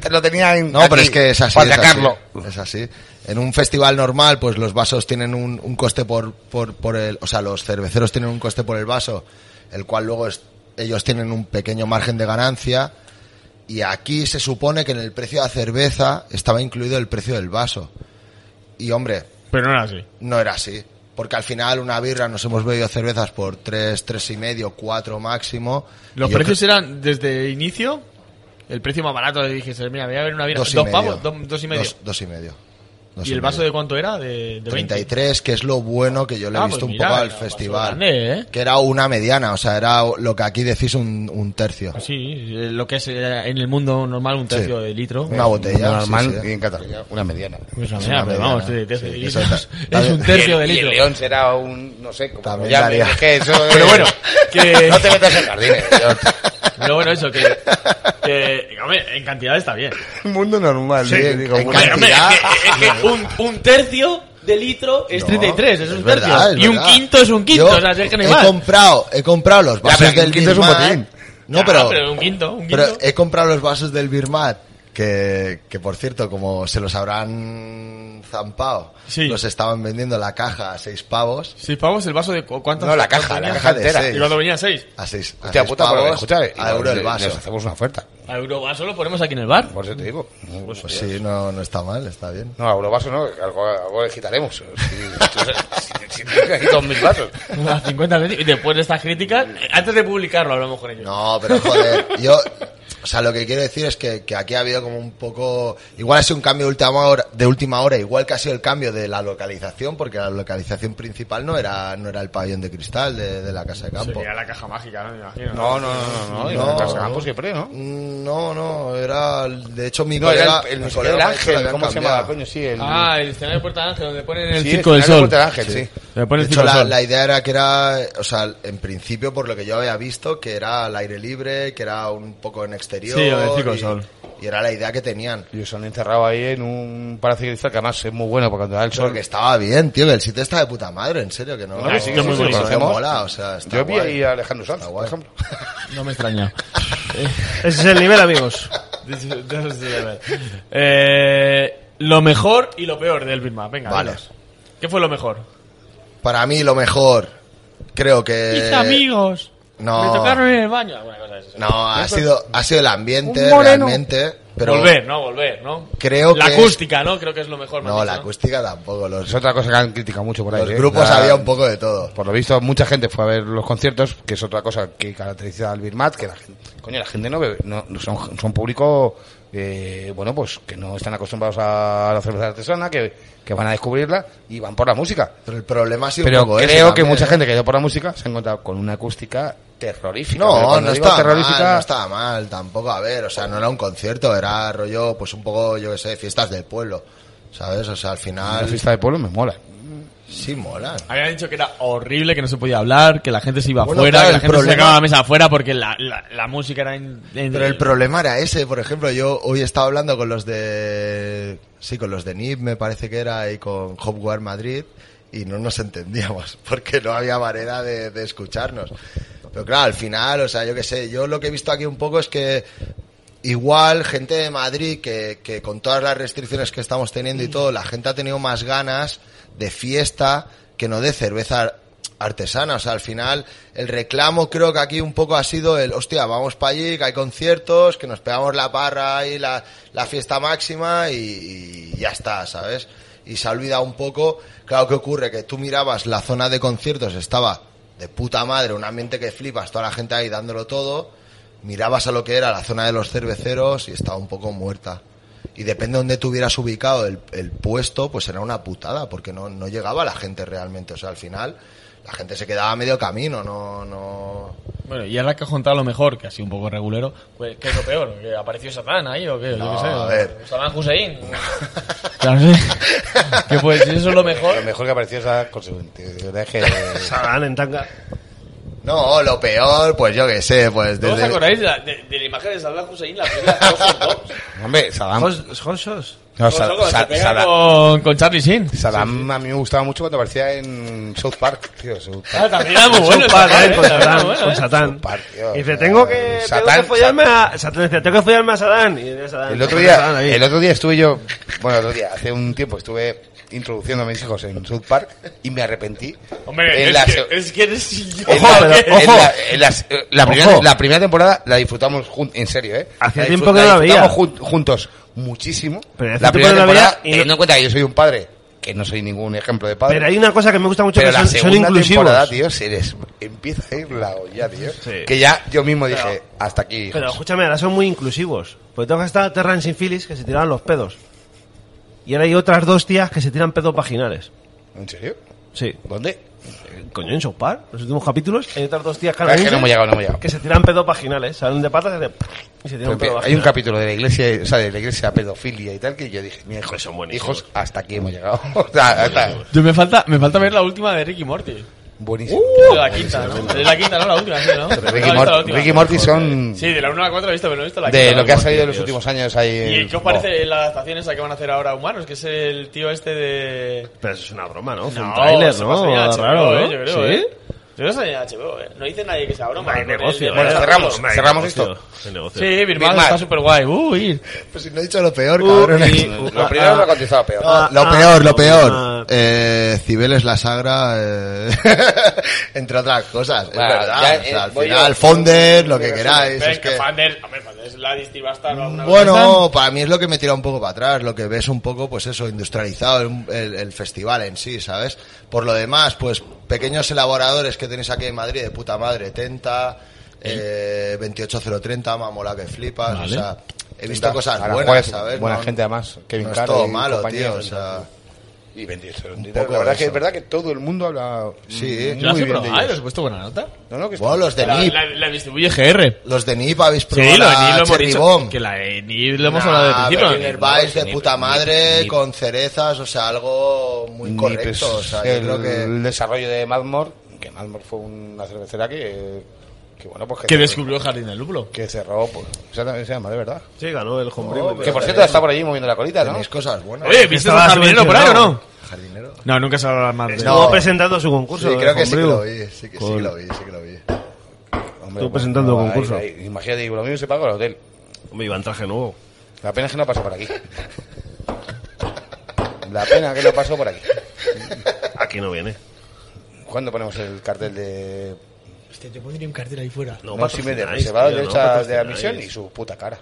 [SPEAKER 3] aquí, lo tenía en.
[SPEAKER 8] ¿eh? No, pero es que es así.
[SPEAKER 3] Juan
[SPEAKER 8] Es así,
[SPEAKER 3] Carlos.
[SPEAKER 8] es así. En un festival normal, pues los vasos tienen un, un coste por, por, por el... O sea, los cerveceros tienen un coste por el vaso, el cual luego es- ellos tienen un pequeño margen de ganancia. Y aquí se supone que en el precio de la cerveza estaba incluido el precio del vaso. Y hombre,
[SPEAKER 5] Pero no era así.
[SPEAKER 8] no era así. Porque al final una birra nos hemos bebido cervezas por tres, tres y medio, cuatro máximo.
[SPEAKER 4] Los
[SPEAKER 8] Y yo
[SPEAKER 4] precios
[SPEAKER 8] cre-
[SPEAKER 4] eran desde el inicio, el precio más barato, le dijiste, mira, voy a ver una birra,
[SPEAKER 8] dos
[SPEAKER 4] dos,
[SPEAKER 8] y medio.
[SPEAKER 4] pavos, dos, dos y medio.
[SPEAKER 8] Dos, dos y medio. Dos
[SPEAKER 4] ¿Y el
[SPEAKER 8] medio.
[SPEAKER 4] vaso de cuánto era? De, de 20.
[SPEAKER 8] 33, que es lo bueno que yo le he
[SPEAKER 4] Ah,
[SPEAKER 8] visto
[SPEAKER 4] pues
[SPEAKER 8] un
[SPEAKER 4] mira,
[SPEAKER 8] poco al
[SPEAKER 4] era bastante
[SPEAKER 8] festival.
[SPEAKER 4] grande, ¿eh?
[SPEAKER 8] Que era una mediana, o sea, era lo que aquí decís un, un tercio.
[SPEAKER 4] Sí, eh, lo que es eh, en el mundo normal un tercio de litro.
[SPEAKER 8] Una botella.
[SPEAKER 3] normal
[SPEAKER 8] sí, sí.
[SPEAKER 3] y en Cataluña una mediana.
[SPEAKER 4] Pues la
[SPEAKER 8] es
[SPEAKER 4] mierda,
[SPEAKER 8] una
[SPEAKER 4] pero
[SPEAKER 8] mediana,
[SPEAKER 4] vamos, de- de-
[SPEAKER 8] sí,
[SPEAKER 4] de-
[SPEAKER 8] eso
[SPEAKER 4] es,
[SPEAKER 8] está-
[SPEAKER 4] un tercio
[SPEAKER 3] Y
[SPEAKER 4] de
[SPEAKER 3] el- y
[SPEAKER 4] litro.
[SPEAKER 3] el León será un, no sé, como
[SPEAKER 8] También
[SPEAKER 3] lo llamen,
[SPEAKER 8] daría.
[SPEAKER 3] es que eso es-
[SPEAKER 4] Pero bueno, que-
[SPEAKER 3] no te metas en jardines.
[SPEAKER 4] Pero bueno, eso, que, que, hombre, en cantidad está bien.
[SPEAKER 3] Un mundo normal.
[SPEAKER 8] Sí, en- en
[SPEAKER 4] Hombre, hombre,
[SPEAKER 8] cantidad,
[SPEAKER 4] es que- es que un, un tercio de litro es 33, es
[SPEAKER 8] es
[SPEAKER 4] un tercio.
[SPEAKER 8] verdad, es
[SPEAKER 4] y un
[SPEAKER 8] verdad.
[SPEAKER 4] quinto es un quinto,
[SPEAKER 8] Yo
[SPEAKER 4] o sea, es que no hay
[SPEAKER 8] he
[SPEAKER 4] más.
[SPEAKER 8] comprado, he comprado los vasos
[SPEAKER 3] pero que un
[SPEAKER 8] del
[SPEAKER 3] quinto es un
[SPEAKER 8] Birmat.
[SPEAKER 3] botín.
[SPEAKER 8] No,
[SPEAKER 4] Ya,
[SPEAKER 8] pero,
[SPEAKER 4] un quinto, un
[SPEAKER 8] pero
[SPEAKER 4] quinto.
[SPEAKER 8] he comprado los vasos del Birmat que, que por cierto, como se los habrán zampado,
[SPEAKER 4] Sí.
[SPEAKER 8] los estaban vendiendo la caja a seis pavos.
[SPEAKER 4] Si pagamos el vaso de cu- cuántas
[SPEAKER 3] No, la
[SPEAKER 4] cuántas
[SPEAKER 3] caja, la
[SPEAKER 4] venían?
[SPEAKER 3] caja
[SPEAKER 8] de
[SPEAKER 3] entera.
[SPEAKER 8] seis.
[SPEAKER 4] Y cuando venía seis.
[SPEAKER 8] A seis, a
[SPEAKER 3] Hostia
[SPEAKER 8] seis
[SPEAKER 3] puta, pero
[SPEAKER 8] pavos,
[SPEAKER 3] escucha, eh,
[SPEAKER 8] a euro el
[SPEAKER 3] les-
[SPEAKER 8] vaso.
[SPEAKER 3] Les hacemos una oferta.
[SPEAKER 4] A Eurovaso lo ponemos aquí en el bar.
[SPEAKER 3] Por eso te digo.
[SPEAKER 8] Pues sí, no, no está mal, está bien.
[SPEAKER 3] No, a uno vaso no, algo, algo le quitaremos. Si, si, si, si- aquí dos mil vasos.
[SPEAKER 4] Unas 50 veces. Y después de estas críticas, eh, antes de publicarlo hablamos con ellos.
[SPEAKER 8] No, pero joder, yo... O sea, lo que quiero decir es que, que aquí ha habido como un poco... Igual ha sido un cambio de última, hora, de última hora, igual que ha sido el cambio de la localización, porque la localización principal no era no era el pabellón de cristal de, de la Casa de Campo.
[SPEAKER 5] la caja mágica, ¿no? Me imagino.
[SPEAKER 3] No, no, no, no. no,
[SPEAKER 8] No. Mm,
[SPEAKER 3] no. Campos siempre, ¿no?
[SPEAKER 8] No, no, era... el- De hecho, mi
[SPEAKER 3] No,
[SPEAKER 8] colega...
[SPEAKER 3] era el, el,
[SPEAKER 8] mi
[SPEAKER 3] el,
[SPEAKER 8] colega Maestro
[SPEAKER 3] ángel,
[SPEAKER 8] lo habían
[SPEAKER 3] ¿cómo se
[SPEAKER 8] cambiado.
[SPEAKER 3] llamaba, coño? Sí, el...
[SPEAKER 4] Ah, el escenario de Puerta Ángel, donde ponen el
[SPEAKER 3] sí,
[SPEAKER 4] circo
[SPEAKER 3] el
[SPEAKER 4] del sol.
[SPEAKER 3] Puerta del ángel, sí.
[SPEAKER 5] Se le pone
[SPEAKER 8] De
[SPEAKER 5] el
[SPEAKER 8] hecho,
[SPEAKER 5] chico
[SPEAKER 8] la,
[SPEAKER 5] sol.
[SPEAKER 8] la idea era que era, o sea, en principio, por lo que yo había visto, que era al aire libre, que era un poco en exterior.
[SPEAKER 5] Sí, lo del Circo
[SPEAKER 8] y,
[SPEAKER 5] Sol.
[SPEAKER 8] y era la idea que tenían.
[SPEAKER 3] Y se han encerrado ahí en un palacio de cristal que además es muy bueno porque cuando da el sol.
[SPEAKER 8] Solo que estaba bien, tío, que el sitio está de puta madre, en serio, que no.
[SPEAKER 3] No, que sí, que sí,
[SPEAKER 8] no,
[SPEAKER 3] sí, lo
[SPEAKER 8] no
[SPEAKER 3] conocemos.
[SPEAKER 8] mola, o sea, está
[SPEAKER 3] Yo vi
[SPEAKER 8] guay.
[SPEAKER 3] ahí a Alejandro Sanz,
[SPEAKER 8] Está
[SPEAKER 3] por
[SPEAKER 8] guay.
[SPEAKER 3] ejemplo.
[SPEAKER 4] No me extraña.
[SPEAKER 10] Ese es el nivel, amigos.
[SPEAKER 4] eh, lo mejor y lo peor del Birma. Venga,
[SPEAKER 8] Vale.
[SPEAKER 4] dinos. ¿Qué fue lo mejor?
[SPEAKER 8] Para mí, lo mejor, creo que.
[SPEAKER 4] Hice amigos.
[SPEAKER 8] Eh, no.
[SPEAKER 4] Me tocaron en el baño. Alguna cosa de esas.
[SPEAKER 8] No, ha sido, ha sido el ambiente,
[SPEAKER 3] Un moreno.
[SPEAKER 8] realmente. Pero
[SPEAKER 4] volver, ¿no? Volver, ¿no?
[SPEAKER 8] Creo
[SPEAKER 4] la
[SPEAKER 8] que-
[SPEAKER 4] acústica, ¿no? Creo que es lo mejor. me
[SPEAKER 8] No,
[SPEAKER 4] han
[SPEAKER 8] la
[SPEAKER 4] dicho,
[SPEAKER 8] acústica tampoco.
[SPEAKER 3] Es
[SPEAKER 8] Los,
[SPEAKER 3] otra cosa que han criticado mucho por ahí.
[SPEAKER 8] los
[SPEAKER 3] ¿eh?
[SPEAKER 8] grupos
[SPEAKER 3] La-
[SPEAKER 8] había un poco de todo.
[SPEAKER 3] Por lo visto, mucha gente fue a ver los conciertos, que es otra cosa que caracteriza al Birmat, que la gente, coño, la gente no bebe, no, no son, son público, eh, bueno, pues que no están acostumbrados a la cerveza artesana, que, que van a descubrirla y van por la música.
[SPEAKER 8] Pero el problema ha sido
[SPEAKER 3] Pero
[SPEAKER 8] un poco
[SPEAKER 3] creo
[SPEAKER 8] ese
[SPEAKER 3] que
[SPEAKER 8] también,
[SPEAKER 3] mucha
[SPEAKER 8] ¿eh?
[SPEAKER 3] gente que ha ido por la música se ha encontrado con una acústica terrorífica. Pero
[SPEAKER 8] No,
[SPEAKER 3] cuando
[SPEAKER 8] no
[SPEAKER 3] digo
[SPEAKER 8] estaba, mal, no estaba mal tampoco. A ver, o sea, no era un concierto, era rollo, pues un poco, yo qué sé, fiestas del pueblo. ¿Sabes? O sea, al
[SPEAKER 3] Una
[SPEAKER 8] final
[SPEAKER 3] fiesta de pueblo me mola.
[SPEAKER 8] sí mola.
[SPEAKER 4] Habían dicho que era horrible, que no se podía hablar, que la gente se iba
[SPEAKER 8] Bueno,
[SPEAKER 4] afuera,
[SPEAKER 8] claro,
[SPEAKER 4] que la
[SPEAKER 8] el
[SPEAKER 4] gente se
[SPEAKER 8] problema-
[SPEAKER 4] sacaba la mesa afuera porque la, la, la música era... en- en-
[SPEAKER 8] Pero el problema era ese, por ejemplo, yo hoy estaba hablando con los de... Sí, con los de NIP, me parece que era, y con Hopware Madrid, y no nos entendíamos porque no había manera de, de escucharnos. Pero claro, al final, o sea, yo qué sé, yo lo que he visto aquí un poco es que igual gente de Madrid que, que con todas las restricciones que estamos teniendo y todo, la gente ha tenido más ganas de fiesta que no de cerveza artesana. O sea, al final el reclamo creo que aquí un poco ha sido el, hostia, vamos para allí, que hay conciertos, que nos pegamos la parra y la, la fiesta máxima y, y ya está, ¿sabes? Y se ha olvidado un poco, claro que ocurre que tú mirabas la zona de conciertos, estaba de puta madre, un ambiente que flipas, toda la gente ahí dándolo todo, mirabas a lo que era la zona de los cerveceros y estaba un poco muerta. Y depende de dónde tuvieras ubicado el, el puesto, pues era una putada, porque no, no llegaba la gente realmente. O sea, al final la gente se quedaba a medio camino, no, no...
[SPEAKER 4] Bueno, y ahora que has contado lo mejor, que ha sido un poco regulero, pues, ¿qué es lo peor? ¿Que apareció Satán ahí o qué? Yo
[SPEAKER 8] No,
[SPEAKER 4] qué sé,
[SPEAKER 8] a ver.
[SPEAKER 4] o Saddam Hussein. Claro, sí. que pues si eso es lo mejor.
[SPEAKER 3] Lo mejor que apareció esa consecuente.
[SPEAKER 2] Sagan en tanga.
[SPEAKER 8] No, lo peor, pues yo qué sé, pues
[SPEAKER 4] ¿No os
[SPEAKER 8] desde...
[SPEAKER 4] acordáis de la, de- de la imagen de Saddam Hussein, la película de Hot Dogs?
[SPEAKER 3] Hombre, Saddam. No,
[SPEAKER 4] Hot
[SPEAKER 3] Sa-
[SPEAKER 4] Dogs,
[SPEAKER 3] Sa-
[SPEAKER 4] se pega
[SPEAKER 3] Saddam-
[SPEAKER 4] con, con Charlie Sheen.
[SPEAKER 3] Saddam a mí me gustaba mucho cuando aparecía en South Park, tío. South Park.
[SPEAKER 4] Ah, también era muy
[SPEAKER 2] Con
[SPEAKER 4] bueno.
[SPEAKER 2] Satán,
[SPEAKER 4] ¿eh?
[SPEAKER 2] con
[SPEAKER 4] Era muy
[SPEAKER 2] Satán,
[SPEAKER 4] bueno,
[SPEAKER 2] con
[SPEAKER 4] ¿eh?
[SPEAKER 2] Satán.
[SPEAKER 3] Par, tío.
[SPEAKER 2] Y dice, tengo que, tengo
[SPEAKER 3] Satán,
[SPEAKER 2] que follarme a... Satán decía, tengo que follarme a Satán. Y dice, Satán,
[SPEAKER 3] El otro
[SPEAKER 2] "Satán, Satán,
[SPEAKER 3] día,
[SPEAKER 2] ahí".
[SPEAKER 3] el otro día estuve yo, bueno, el otro día, hace un tiempo estuve introduciendo a mis hijos en South Park y me arrepentí.
[SPEAKER 4] Hombre,
[SPEAKER 3] En
[SPEAKER 4] es,
[SPEAKER 3] la
[SPEAKER 4] que,
[SPEAKER 3] se-
[SPEAKER 4] es que eres yo.
[SPEAKER 3] en
[SPEAKER 2] Ojo,
[SPEAKER 3] la-
[SPEAKER 2] pero-
[SPEAKER 3] Eh, en
[SPEAKER 2] ojo.
[SPEAKER 3] la- en las- eh, la primera-
[SPEAKER 2] Ojo.
[SPEAKER 3] la primera temporada la disfrutamos jun- en serio, ¿eh?
[SPEAKER 2] Hacía
[SPEAKER 3] La disfrut-
[SPEAKER 2] tiempo que no la veía.
[SPEAKER 3] disfrutamos jun- juntos muchísimo.
[SPEAKER 2] Pero hace
[SPEAKER 3] la
[SPEAKER 2] tiempo
[SPEAKER 3] primera
[SPEAKER 2] que no la veía
[SPEAKER 3] temporada,
[SPEAKER 2] y no-
[SPEAKER 3] teniendo en cuenta que yo soy un padre, que no soy ningún ejemplo de padre.
[SPEAKER 2] Pero hay una cosa que me gusta mucho,
[SPEAKER 3] Pero
[SPEAKER 2] que son,
[SPEAKER 3] la
[SPEAKER 2] son
[SPEAKER 3] segunda
[SPEAKER 2] inclusivos.
[SPEAKER 3] temporada, tío, se les empieza a ir la olla, tío.
[SPEAKER 2] Sí.
[SPEAKER 3] Que ya yo mismo dije, hasta aquí. hijos.
[SPEAKER 2] Pero escúchame, ahora son muy inclusivos. Porque tengo que estar Terrence y Phillips que se tiraban los pedos. Y ahora hay otras dos tías que se tiran pedos vaginales.
[SPEAKER 3] ¿En serio?
[SPEAKER 2] Sí.
[SPEAKER 3] ¿Dónde?
[SPEAKER 2] Coño, en South Park, los últimos capítulos, hay otras dos tías
[SPEAKER 3] Es que
[SPEAKER 2] canadienses
[SPEAKER 3] no hemos llegado, no hemos llegado.
[SPEAKER 2] que se tiran pedos vaginales. Salen de patas y, hacen y se tiran un pedo
[SPEAKER 3] hay un
[SPEAKER 2] vaginal.
[SPEAKER 3] capítulo de la iglesia, o sea, de la iglesia pedofilia y tal, que yo dije, mira, hijos,
[SPEAKER 2] Pues Son
[SPEAKER 3] son
[SPEAKER 2] buenísimos.
[SPEAKER 3] hijos, hasta aquí hemos llegado. o sea, hasta-
[SPEAKER 4] Yo me falta, me falta ver la última de Ricky Morty.
[SPEAKER 3] Buenísimo.
[SPEAKER 4] de la quinta, ¿no? De la quinta, no, la última, sí, ¿no? No he
[SPEAKER 3] Ricky,
[SPEAKER 4] visto la
[SPEAKER 3] Mor-
[SPEAKER 4] última.
[SPEAKER 3] Ricky Morty son
[SPEAKER 4] Sí, de la 1 a la 4 he visto, pero no he visto la quinta.
[SPEAKER 3] de lo que ha
[SPEAKER 4] Morty,
[SPEAKER 3] salido en los
[SPEAKER 4] Dios.
[SPEAKER 3] últimos años ahí.
[SPEAKER 4] ¿Y
[SPEAKER 3] en-
[SPEAKER 4] qué os parece la adaptación esa que van a hacer ahora a humanos? Que es el tío este de...
[SPEAKER 2] Pero eso es una broma, ¿no? Fue
[SPEAKER 4] No,
[SPEAKER 2] un tráiler,
[SPEAKER 4] eso
[SPEAKER 2] ¿no?
[SPEAKER 4] pasaría en HBO,
[SPEAKER 2] Raro, ¿no?
[SPEAKER 4] eh, Yo creo,
[SPEAKER 2] ¿Sí?
[SPEAKER 4] ¿eh? Yo creo que sería en HBO, ¿eh? No dice nadie que sea broma.
[SPEAKER 2] Hay
[SPEAKER 4] con el-
[SPEAKER 2] negocio.
[SPEAKER 4] Bueno,
[SPEAKER 2] eh.
[SPEAKER 3] cerramos,
[SPEAKER 2] Hombre, hay
[SPEAKER 3] cerramos
[SPEAKER 2] negocio,
[SPEAKER 3] esto.
[SPEAKER 2] hay negocio.
[SPEAKER 4] Sí, Uh, Birman
[SPEAKER 3] Birman.
[SPEAKER 4] está súper guay. Uy,
[SPEAKER 8] Pues si no he dicho lo peor, cabrón.
[SPEAKER 3] No, Lo
[SPEAKER 4] ah,
[SPEAKER 3] primero lo ha contestado peor.
[SPEAKER 2] Ah,
[SPEAKER 8] Lo
[SPEAKER 2] ah,
[SPEAKER 8] peor, lo
[SPEAKER 2] ah.
[SPEAKER 8] peor. Eh, Cibeles la Sagra, eh, entre otras cosas. Es
[SPEAKER 3] Bueno,
[SPEAKER 8] verdad.
[SPEAKER 3] ya,
[SPEAKER 8] o sea,
[SPEAKER 3] eh,
[SPEAKER 8] al
[SPEAKER 3] voy
[SPEAKER 8] final,
[SPEAKER 3] yo.
[SPEAKER 8] Fonder, lo que queráis.
[SPEAKER 4] Pero es
[SPEAKER 8] Es
[SPEAKER 4] que
[SPEAKER 8] que,
[SPEAKER 4] Fander, hombre, Fander es la distivasta.
[SPEAKER 8] bueno, para mí es lo que me tira un poco para atrás. Lo que ves un poco, pues eso, industrializado el, el- el festival en sí, ¿sabes? Por lo demás, pues pequeños elaboradores que tenéis aquí en Madrid de puta madre. Tenta, eh, 28030, mamola que flipas. O sea, he visto cosas
[SPEAKER 3] Ahora
[SPEAKER 8] buenas,
[SPEAKER 3] juegas,
[SPEAKER 8] ¿sabes?
[SPEAKER 3] Buena
[SPEAKER 8] No-
[SPEAKER 3] gente además. Kevin
[SPEAKER 8] no es
[SPEAKER 3] Carroll
[SPEAKER 8] todo
[SPEAKER 3] y
[SPEAKER 8] malo,
[SPEAKER 3] compañía.
[SPEAKER 8] tío. O sea,
[SPEAKER 3] Y 28.
[SPEAKER 8] poco
[SPEAKER 3] la verdad
[SPEAKER 8] eso.
[SPEAKER 3] que es verdad que todo el mundo habla
[SPEAKER 8] Sí.
[SPEAKER 3] muy
[SPEAKER 4] Yo la he
[SPEAKER 3] bien de
[SPEAKER 4] probado, y
[SPEAKER 3] ellos.
[SPEAKER 4] le he puesto buena nota.
[SPEAKER 3] No, no, que
[SPEAKER 8] bueno, los de
[SPEAKER 4] La,
[SPEAKER 8] NIP.
[SPEAKER 4] la, la distribuye GR.
[SPEAKER 8] Los de NIP habéis probado
[SPEAKER 4] Sí, lo de
[SPEAKER 8] la
[SPEAKER 4] NIP lo hemos
[SPEAKER 8] Cherry
[SPEAKER 4] dicho.
[SPEAKER 8] Bomb.
[SPEAKER 4] Que la de NIP lo hemos hablado
[SPEAKER 8] Ah,
[SPEAKER 4] de principio.
[SPEAKER 8] Berliner Weiss de puta madre, con cerezas, o sea, algo muy
[SPEAKER 3] Ni, pues,
[SPEAKER 8] correcto. O sea, yo
[SPEAKER 3] el,
[SPEAKER 8] creo que...
[SPEAKER 3] el desarrollo de Madmore, que Madmore fue una cervecera que, que bueno, pues
[SPEAKER 4] Que descubrió el jardín del lúpulo.
[SPEAKER 3] que cerró, pues, exactamente se llama, de verdad.
[SPEAKER 2] Sí, ganó el homebrew.
[SPEAKER 8] No,
[SPEAKER 3] que por cierto está por allí moviendo la colita, ¿no?
[SPEAKER 8] Tenéis cosas buenas.
[SPEAKER 4] Oye, ¿viste el
[SPEAKER 2] Estaba
[SPEAKER 4] jardinero por ahí o no?
[SPEAKER 8] Jardinero.
[SPEAKER 11] No, nunca se hablará más de
[SPEAKER 2] Estuvo
[SPEAKER 8] No.
[SPEAKER 2] presentando su
[SPEAKER 8] Sí,
[SPEAKER 2] concurso. de
[SPEAKER 8] creo que sí que
[SPEAKER 2] homebrew.
[SPEAKER 8] lo vi, sí que, sí que lo vi, sí que lo vi.
[SPEAKER 3] Hombre,
[SPEAKER 2] Estuvo presentando
[SPEAKER 3] ahí-
[SPEAKER 2] concurso.
[SPEAKER 3] ahí, imagínate, digo, lo mismo se paga el hotel.
[SPEAKER 2] Hombre, iba en traje nuevo.
[SPEAKER 3] La pena es que no pasó por aquí. La pena que no pasó por aquí.
[SPEAKER 2] Aquí no viene.
[SPEAKER 3] ¿Cuándo ponemos el cartel de
[SPEAKER 4] Hostia, yo podría un cartel ahí fuera.
[SPEAKER 2] No,
[SPEAKER 3] no, si me de
[SPEAKER 2] patrocináis,
[SPEAKER 3] reservado
[SPEAKER 2] tío, no
[SPEAKER 3] derechas de
[SPEAKER 2] patrocináis.
[SPEAKER 3] admisión y su puta cara?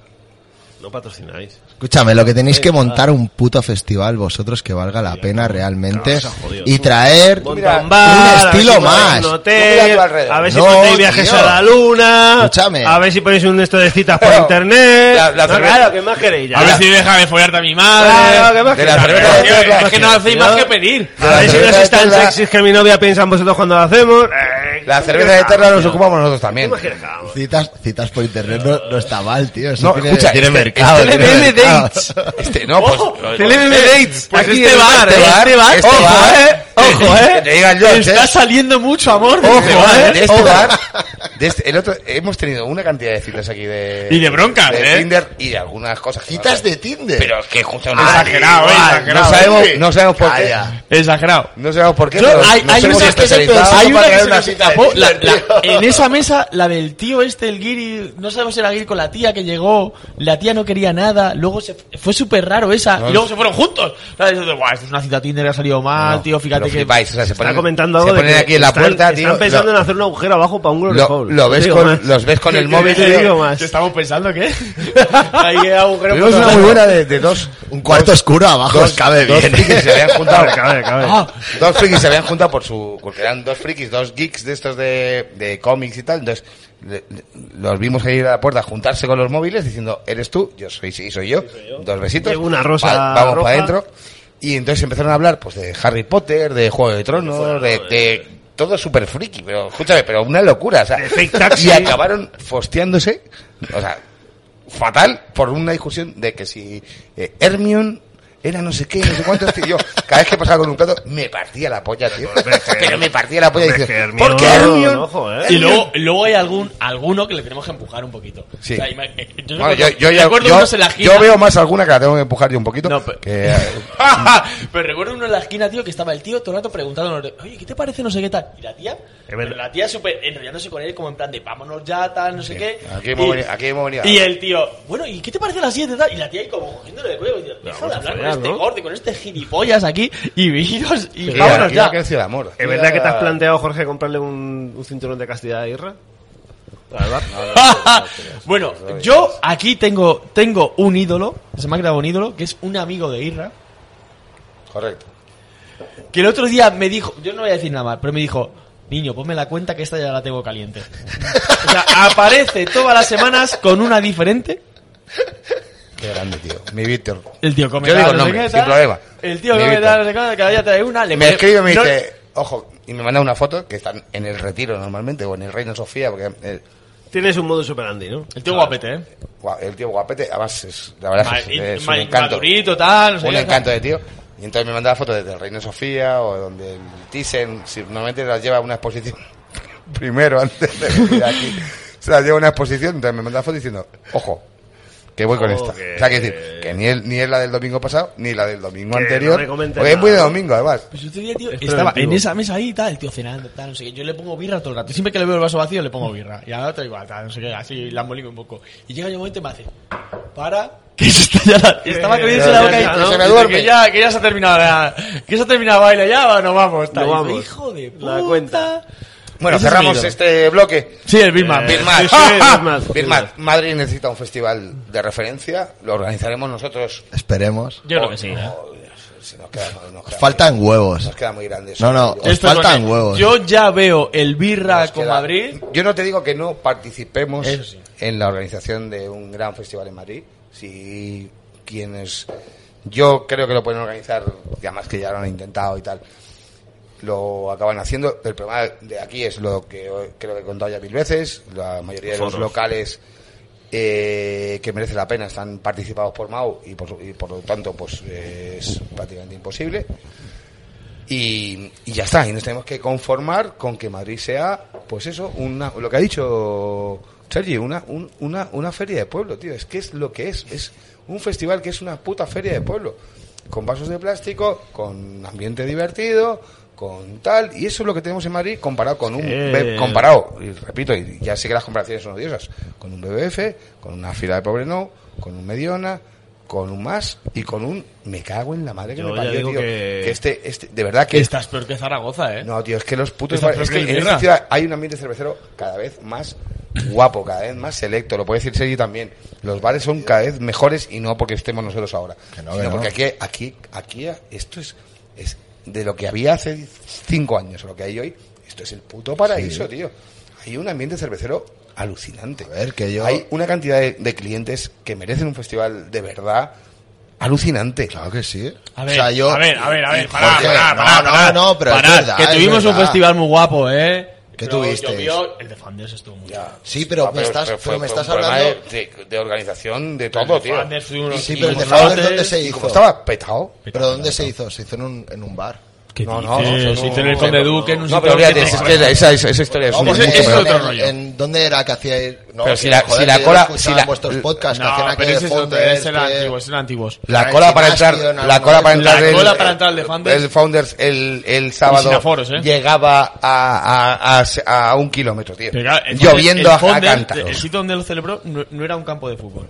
[SPEAKER 2] No patrocináis.
[SPEAKER 8] Escúchame, lo que tenéis que montar un puto festival vosotros que valga la pena realmente
[SPEAKER 2] se ha jodido.
[SPEAKER 8] y traer
[SPEAKER 2] Monta
[SPEAKER 8] un
[SPEAKER 2] un bar, a ver
[SPEAKER 8] estilo
[SPEAKER 2] si ponéis Un
[SPEAKER 8] más.
[SPEAKER 3] No mira a
[SPEAKER 2] hotel,
[SPEAKER 3] tu alrededor.
[SPEAKER 2] a ver si
[SPEAKER 8] No,
[SPEAKER 2] ponéis viajes
[SPEAKER 8] tío.
[SPEAKER 2] a la luna.
[SPEAKER 8] Escúchame.
[SPEAKER 2] A ver si ponéis un esto de citas por
[SPEAKER 3] Pero,
[SPEAKER 2] internet.
[SPEAKER 3] la- la
[SPEAKER 2] No,
[SPEAKER 3] cerveza-
[SPEAKER 2] claro, ¿qué más queréis? Ya.
[SPEAKER 4] A ver si deja de follarte a mi madre.
[SPEAKER 2] Claro, ¿qué más
[SPEAKER 3] de
[SPEAKER 2] queréis?
[SPEAKER 3] la cerveza
[SPEAKER 2] Pero,
[SPEAKER 3] de
[SPEAKER 2] tío,
[SPEAKER 3] Tesla.
[SPEAKER 2] es que no hacéis más que pedir. A ver si
[SPEAKER 8] cerveza
[SPEAKER 2] no
[SPEAKER 8] de
[SPEAKER 2] sois tan
[SPEAKER 8] Tesla.
[SPEAKER 2] sexys que mi novia piensa en vosotros cuando lo hacemos. Eh,
[SPEAKER 3] La cerveza eterna nos ocupamos nosotros también.
[SPEAKER 5] Citas, citas por internet no, no está mal, tío. Eso
[SPEAKER 3] No,
[SPEAKER 5] tiene,
[SPEAKER 3] escucha,
[SPEAKER 5] tiene
[SPEAKER 3] este-
[SPEAKER 5] mercado.
[SPEAKER 3] este
[SPEAKER 5] tiene
[SPEAKER 3] LBM
[SPEAKER 5] mercado.
[SPEAKER 3] Dates. Este, no, pues.
[SPEAKER 4] TLM Dates.
[SPEAKER 3] Pues
[SPEAKER 4] Aquí
[SPEAKER 3] este
[SPEAKER 4] en
[SPEAKER 3] bar,
[SPEAKER 4] este
[SPEAKER 3] eh,
[SPEAKER 4] bar,
[SPEAKER 3] este bar.
[SPEAKER 4] Ojo, eh. Ojo, eh.
[SPEAKER 3] Que te digan yo,
[SPEAKER 4] Está
[SPEAKER 3] che.
[SPEAKER 4] saliendo mucho amor. de este
[SPEAKER 3] Ojo,
[SPEAKER 4] bar,
[SPEAKER 3] ¿eh? De este
[SPEAKER 4] Ojo.
[SPEAKER 3] bar, de este- el otro, hemos tenido una cantidad de citas aquí de.
[SPEAKER 12] Y de broncas,
[SPEAKER 3] de
[SPEAKER 12] ¿eh?
[SPEAKER 3] Tinder y de algunas cosas. que no
[SPEAKER 5] Citas
[SPEAKER 3] sé.
[SPEAKER 5] de Tinder.
[SPEAKER 3] Pero es que justo no
[SPEAKER 8] Ah,
[SPEAKER 12] Exagerado, eh,
[SPEAKER 3] Ah, No
[SPEAKER 12] exagerado.
[SPEAKER 3] sabemos,
[SPEAKER 12] eh.
[SPEAKER 3] no sabemos por qué.
[SPEAKER 5] Calla.
[SPEAKER 4] Exagerado.
[SPEAKER 3] No sabemos por qué.
[SPEAKER 4] Yo-
[SPEAKER 3] pero
[SPEAKER 4] hay-
[SPEAKER 3] nos
[SPEAKER 4] hay
[SPEAKER 3] hemos
[SPEAKER 4] unas que se
[SPEAKER 3] especializado
[SPEAKER 4] Hay
[SPEAKER 3] para
[SPEAKER 4] una que
[SPEAKER 3] crear
[SPEAKER 4] se
[SPEAKER 3] una
[SPEAKER 4] nos
[SPEAKER 3] cita de
[SPEAKER 4] escapó, la-
[SPEAKER 3] Tinder, tío.
[SPEAKER 4] la- en esa mesa, la del tío este, el Giri, no sabemos si era Giri con la tía que llegó, la tía no quería nada, luego se, fue súper raro esa, y luego se fueron juntos. ¿Sabes? Y yo digo, "Buah, esto es una cita Tinder que ha salido mal,
[SPEAKER 3] No,
[SPEAKER 4] tío, fíjate
[SPEAKER 3] pero
[SPEAKER 4] que...
[SPEAKER 3] flipáis, o sea, se
[SPEAKER 2] Está
[SPEAKER 3] ponen,
[SPEAKER 2] comentando
[SPEAKER 3] se
[SPEAKER 2] algo de
[SPEAKER 3] ponen
[SPEAKER 2] que
[SPEAKER 3] aquí en la
[SPEAKER 2] están-
[SPEAKER 3] puerta,
[SPEAKER 2] están
[SPEAKER 3] tío.
[SPEAKER 2] pensando
[SPEAKER 3] lo-
[SPEAKER 2] en hacer un agujero abajo para un glory
[SPEAKER 3] lo-
[SPEAKER 2] hole.
[SPEAKER 3] lo ves
[SPEAKER 2] No digo
[SPEAKER 3] con-
[SPEAKER 2] más.
[SPEAKER 3] los ves con el
[SPEAKER 2] No
[SPEAKER 3] móvil,
[SPEAKER 2] te
[SPEAKER 3] tío.
[SPEAKER 2] digo más.
[SPEAKER 4] estamos pensando que hay agujero
[SPEAKER 3] Tuvimos
[SPEAKER 4] por
[SPEAKER 3] una
[SPEAKER 4] todo.
[SPEAKER 3] muy buena de, de dos.
[SPEAKER 5] Un cuarto oscuro abajo
[SPEAKER 3] Dos,
[SPEAKER 5] os cabe
[SPEAKER 3] dos
[SPEAKER 5] bien.
[SPEAKER 3] frikis se habían juntado.
[SPEAKER 4] Ah,
[SPEAKER 3] Dos frikis se habían juntado por su. Porque eran dos frikis, dos geeks de estos de, de cómics y tal. Entonces, le- le- los vimos ahí a la puerta juntarse con los móviles diciendo: Eres tú, yo soy, sí, soy yo. Dos besitos.
[SPEAKER 2] Llevo una rosa
[SPEAKER 3] Pa- vamos
[SPEAKER 2] roja.
[SPEAKER 3] para adentro. Y entonces empezaron a hablar pues de Harry Potter, de Juego de Tronos, de. de- todo súper friki, pero escúchame, pero una locura, o sea,
[SPEAKER 2] De Fake Taxi.
[SPEAKER 3] y acabaron fosteándose, o sea, fatal por una discusión de que si eh, Hermione era no sé qué, no sé cuánto, tío. Yo, cada vez que pasaba con un plato, me partía la polla, tío. Pero me partía la polla y
[SPEAKER 2] Hombre,
[SPEAKER 3] decía,
[SPEAKER 2] es que
[SPEAKER 3] ¿por qué
[SPEAKER 2] Hermione,
[SPEAKER 3] Hermione?
[SPEAKER 2] ojo, eh.
[SPEAKER 4] Y luego, luego hay algún alguno que le tenemos que empujar un poquito.
[SPEAKER 3] Sí.
[SPEAKER 4] O sea, ima- eh, yo,
[SPEAKER 3] Bueno, yo,
[SPEAKER 4] recuerdo-
[SPEAKER 3] yo, yo,
[SPEAKER 4] recuerdo
[SPEAKER 3] yo-
[SPEAKER 4] unos en la esquina-
[SPEAKER 3] yo veo más alguna que la tengo que empujar yo un poquito.
[SPEAKER 4] No, pero-
[SPEAKER 3] que, eh,
[SPEAKER 4] Pero recuerdo uno en la esquina, tío, que estaba el tío todo el rato preguntándonos, oye, ¿qué te parece no sé qué tal? Y la tía,
[SPEAKER 2] Es verdad.
[SPEAKER 4] la tía súper enrollándose con él, como en plan de vámonos ya, tal, no sé qué.
[SPEAKER 3] aquí hemos
[SPEAKER 4] Y-
[SPEAKER 3] venido- aquí hemos venido.
[SPEAKER 4] Y el tío, bueno, ¿y qué te parece la siguiente tal? Y la tía ahí como cogiéndole de cuello, y diciendo, deja de
[SPEAKER 2] vamos a
[SPEAKER 4] hablar con
[SPEAKER 2] follar,
[SPEAKER 4] este
[SPEAKER 2] ¿no?
[SPEAKER 4] gordo, y con este gilipollas aquí, y viros, y
[SPEAKER 3] que
[SPEAKER 4] vámonos
[SPEAKER 3] aquí no
[SPEAKER 4] ya.
[SPEAKER 3] ha crecido el amor.
[SPEAKER 2] ¿Es verdad que te has planteado, Jorge, comprarle un, un cinturón de castidad a Irra? Para el bar.
[SPEAKER 4] bueno, yo aquí tengo, tengo un ídolo, se me ha quedado un ídolo, que es un amigo de Irra,
[SPEAKER 3] Correcto.
[SPEAKER 4] que el otro día me dijo, yo no voy a decir nada más, pero me dijo, niño, ponme la cuenta que esta ya la tengo caliente. O sea, aparece todas las semanas con una diferente.
[SPEAKER 3] Qué grande, tío. Mi Víctor.
[SPEAKER 4] El tío come
[SPEAKER 3] Yo
[SPEAKER 4] tal,
[SPEAKER 3] digo el
[SPEAKER 4] no sé
[SPEAKER 3] nombre,
[SPEAKER 4] qué,
[SPEAKER 3] sin
[SPEAKER 4] tal.
[SPEAKER 3] problema.
[SPEAKER 4] El tío
[SPEAKER 3] Mi
[SPEAKER 4] come
[SPEAKER 3] Víctor.
[SPEAKER 4] tal, no sé qué, cada día trae una. Le
[SPEAKER 3] me escribe y me
[SPEAKER 4] no-
[SPEAKER 3] dice, ojo, y me manda una foto que están en el retiro normalmente o en el Reino Sofía, porque eh,
[SPEAKER 2] Tienes un modo superandi, ¿no?
[SPEAKER 4] El tío guapete, ¿eh?
[SPEAKER 3] Guau, el tío guapete, además es, la verdad
[SPEAKER 4] Ma-
[SPEAKER 3] es, que
[SPEAKER 4] y-
[SPEAKER 3] Ah, es un
[SPEAKER 4] ma-
[SPEAKER 3] encanto.
[SPEAKER 4] madurito, tal, no sé
[SPEAKER 3] un
[SPEAKER 4] qué,
[SPEAKER 3] encanto de tío. Y entonces me mandaba fotos desde el Reino Sofía o donde el Thyssen, si normalmente las lleva a una exposición primero antes de venir aquí. Se las lleva a una exposición, entonces me mandaba fotos diciendo, ojo, que voy con esta.
[SPEAKER 2] Joder.
[SPEAKER 3] O sea, que decir, que ni, el- ni es la del domingo pasado, ni la del
[SPEAKER 2] Que
[SPEAKER 3] domingo anterior.
[SPEAKER 2] no me comentes
[SPEAKER 3] porque es muy de
[SPEAKER 2] nada.
[SPEAKER 3] domingo, además.
[SPEAKER 4] Pues el otro día, tío,
[SPEAKER 2] Es
[SPEAKER 4] estaba
[SPEAKER 2] preventivo.
[SPEAKER 4] en esa mesa ahí, tal, el tío cenando, tal, no sé qué. Yo le pongo birra todo el rato. Siempre que le veo el vaso vacío, le pongo birra. Y ahora otro igual, tal, no sé qué, así, lambolico un poco. Y llega un momento y me hace, para, que se está ya la- Estaba comiéndose
[SPEAKER 2] ya,
[SPEAKER 4] la
[SPEAKER 2] ya,
[SPEAKER 4] boca
[SPEAKER 2] ya,
[SPEAKER 4] ahí,
[SPEAKER 2] ¿no?
[SPEAKER 3] Se me
[SPEAKER 4] dice
[SPEAKER 3] duerme.
[SPEAKER 4] Que ya, que ya se ha terminado la, que se ha terminado el baile, ya, va, nos vamos, tal.
[SPEAKER 2] Nos
[SPEAKER 4] Y yo,
[SPEAKER 2] vamos.
[SPEAKER 4] Hijo de puta.
[SPEAKER 2] La cuenta.
[SPEAKER 3] Bueno,
[SPEAKER 4] Ese es mi
[SPEAKER 3] cerramos
[SPEAKER 4] ídolo.
[SPEAKER 3] este bloque.
[SPEAKER 4] Sí, el Big Man.
[SPEAKER 2] Eh,
[SPEAKER 3] Birmat.
[SPEAKER 2] sí, sí, Birmat, Birmat.
[SPEAKER 3] Madrid necesita un festival de referencia. Lo organizaremos nosotros.
[SPEAKER 5] Esperemos.
[SPEAKER 4] Yo creo que sí, ¿eh?
[SPEAKER 3] Oh, Dios, si nos queda, nos queda
[SPEAKER 5] Faltan
[SPEAKER 3] muy-
[SPEAKER 5] huevos.
[SPEAKER 3] Nos queda muy grande. eso.
[SPEAKER 5] No, no,
[SPEAKER 3] Nos
[SPEAKER 5] os
[SPEAKER 4] Esto es
[SPEAKER 5] faltan
[SPEAKER 4] bueno.
[SPEAKER 5] huevos.
[SPEAKER 4] Yo ya veo el birra con
[SPEAKER 3] queda-
[SPEAKER 4] Madrid.
[SPEAKER 3] Yo no te digo que no participemos
[SPEAKER 4] Eso sí.
[SPEAKER 3] en la organización de un gran festival en Madrid. Si quienes. Yo creo que lo pueden organizar, y además que ya lo han intentado y tal. Lo acaban haciendo. El problema de aquí es lo que hoy- creo que he contado ya mil veces. La mayoría de los locales eh, que merece la pena están participados por Mau y por, y por lo tanto pues eh, es prácticamente imposible. Y, y ya está, y nos tenemos que conformar con que Madrid sea, pues eso, una, lo que ha dicho Sergi, una, un- una, una feria de pueblo, tío. Es que es lo que es. Es un festival que es una puta feria de pueblo. Con vasos de plástico, con ambiente divertido, con tal. Y eso es lo que tenemos en Madrid comparado con un. be- Comparado, y repito, y ya sé que las comparaciones son odiosas. Con un BBF, con una fila de pobre no, con un Mediona, con un más y con un. Me cago en la madre que
[SPEAKER 2] Yo
[SPEAKER 3] me
[SPEAKER 2] ya
[SPEAKER 3] parió,
[SPEAKER 2] digo
[SPEAKER 3] tío.
[SPEAKER 2] que-
[SPEAKER 3] que este, este, de verdad que.
[SPEAKER 4] Estás peor que Zaragoza, ¿eh?
[SPEAKER 3] No, tío, es que los putos.
[SPEAKER 4] Está
[SPEAKER 3] bares- Es
[SPEAKER 4] peor
[SPEAKER 3] que
[SPEAKER 4] que
[SPEAKER 3] en
[SPEAKER 4] el
[SPEAKER 3] esta
[SPEAKER 4] Birra.
[SPEAKER 3] ciudad hay un ambiente cervecero cada vez más guapo, cada vez más selecto. Lo puede decir Sergi también. Los bares son cada vez mejores y no porque estemos nosotros ahora.
[SPEAKER 5] no,
[SPEAKER 3] sino
[SPEAKER 5] que no.
[SPEAKER 3] porque aquí, aquí, aquí, esto es, es de lo que había hace cinco años, lo que hay hoy. Esto es el puto paraíso, tío. Hay un ambiente cervecero alucinante.
[SPEAKER 5] A ver, que yo-
[SPEAKER 3] Hay una cantidad de, de clientes que merecen un festival de verdad alucinante.
[SPEAKER 5] Claro que sí.
[SPEAKER 4] A ver,
[SPEAKER 5] O sea, yo-
[SPEAKER 4] a ver, a ver, a ver,
[SPEAKER 5] Jorge,
[SPEAKER 4] Ah, pará, pará,
[SPEAKER 5] no,
[SPEAKER 4] pará,
[SPEAKER 5] no,
[SPEAKER 4] pará.
[SPEAKER 5] no, pero es
[SPEAKER 3] Ah,
[SPEAKER 4] Pará,
[SPEAKER 5] verdad,
[SPEAKER 4] que
[SPEAKER 5] es
[SPEAKER 4] tuvimos un
[SPEAKER 5] verdad.
[SPEAKER 4] festival muy guapo, ¿eh?
[SPEAKER 1] ¿Qué
[SPEAKER 4] Pero
[SPEAKER 1] tuvisteis?
[SPEAKER 4] llovió, el de Fanders estuvo muy bien.
[SPEAKER 1] Sí, pero
[SPEAKER 3] Ah,
[SPEAKER 1] me estás,
[SPEAKER 3] fue-
[SPEAKER 1] pero me
[SPEAKER 3] fue
[SPEAKER 1] estás
[SPEAKER 3] un problema
[SPEAKER 1] hablando...
[SPEAKER 3] De, de- de organización, de todo, tío.
[SPEAKER 4] Fanders fue uno-
[SPEAKER 1] Sí, pero el de
[SPEAKER 4] y-
[SPEAKER 1] Fanders, ¿dónde
[SPEAKER 4] Fanders-
[SPEAKER 1] se
[SPEAKER 3] Y como
[SPEAKER 1] hizo?
[SPEAKER 3] estaba petado.
[SPEAKER 1] ¿Pero dónde se hizo? Se hizo en un, en un bar.
[SPEAKER 2] ¿Qué
[SPEAKER 3] No,
[SPEAKER 2] dices?
[SPEAKER 3] no, eso
[SPEAKER 4] se
[SPEAKER 3] no-
[SPEAKER 4] hizo en el Conde Duque, en un
[SPEAKER 3] No, pero
[SPEAKER 4] sitio
[SPEAKER 3] fíjate,
[SPEAKER 4] que-
[SPEAKER 3] es que esa, esa- esa historia es
[SPEAKER 1] No,
[SPEAKER 3] un
[SPEAKER 1] pues
[SPEAKER 3] mucho
[SPEAKER 1] en-
[SPEAKER 3] peor.
[SPEAKER 1] en- en- ¿Dónde era que hacía ir? No,
[SPEAKER 3] Pero si
[SPEAKER 1] que,
[SPEAKER 3] la-
[SPEAKER 1] joder,
[SPEAKER 3] si la
[SPEAKER 1] que yo
[SPEAKER 3] cola-
[SPEAKER 1] escuchaba
[SPEAKER 3] si la-
[SPEAKER 1] en vuestros podcasts que hacían
[SPEAKER 13] No,
[SPEAKER 1] aquel
[SPEAKER 13] pero ese es otro,
[SPEAKER 1] Founders
[SPEAKER 13] ese era
[SPEAKER 1] que-
[SPEAKER 13] antiguo, ese era antiguo.
[SPEAKER 3] La
[SPEAKER 1] en
[SPEAKER 3] cola
[SPEAKER 1] el
[SPEAKER 3] para
[SPEAKER 1] gimnasio,
[SPEAKER 3] entrar,
[SPEAKER 1] en
[SPEAKER 3] la
[SPEAKER 1] algún
[SPEAKER 3] cola para
[SPEAKER 1] momento.
[SPEAKER 3] entrar,
[SPEAKER 4] La
[SPEAKER 3] el-
[SPEAKER 4] cola para entrar al de Founders.
[SPEAKER 3] el Founders el, el sábado
[SPEAKER 4] sin aforos, ¿eh?
[SPEAKER 3] llegaba a, a, a, a un kilómetro, tío.
[SPEAKER 4] Pero claro, el
[SPEAKER 3] lloviendo a,
[SPEAKER 4] Fanders-
[SPEAKER 3] a
[SPEAKER 4] el Fanders,
[SPEAKER 3] cántaros.
[SPEAKER 4] El sitio donde lo celebró no, no era un campo de fútbol.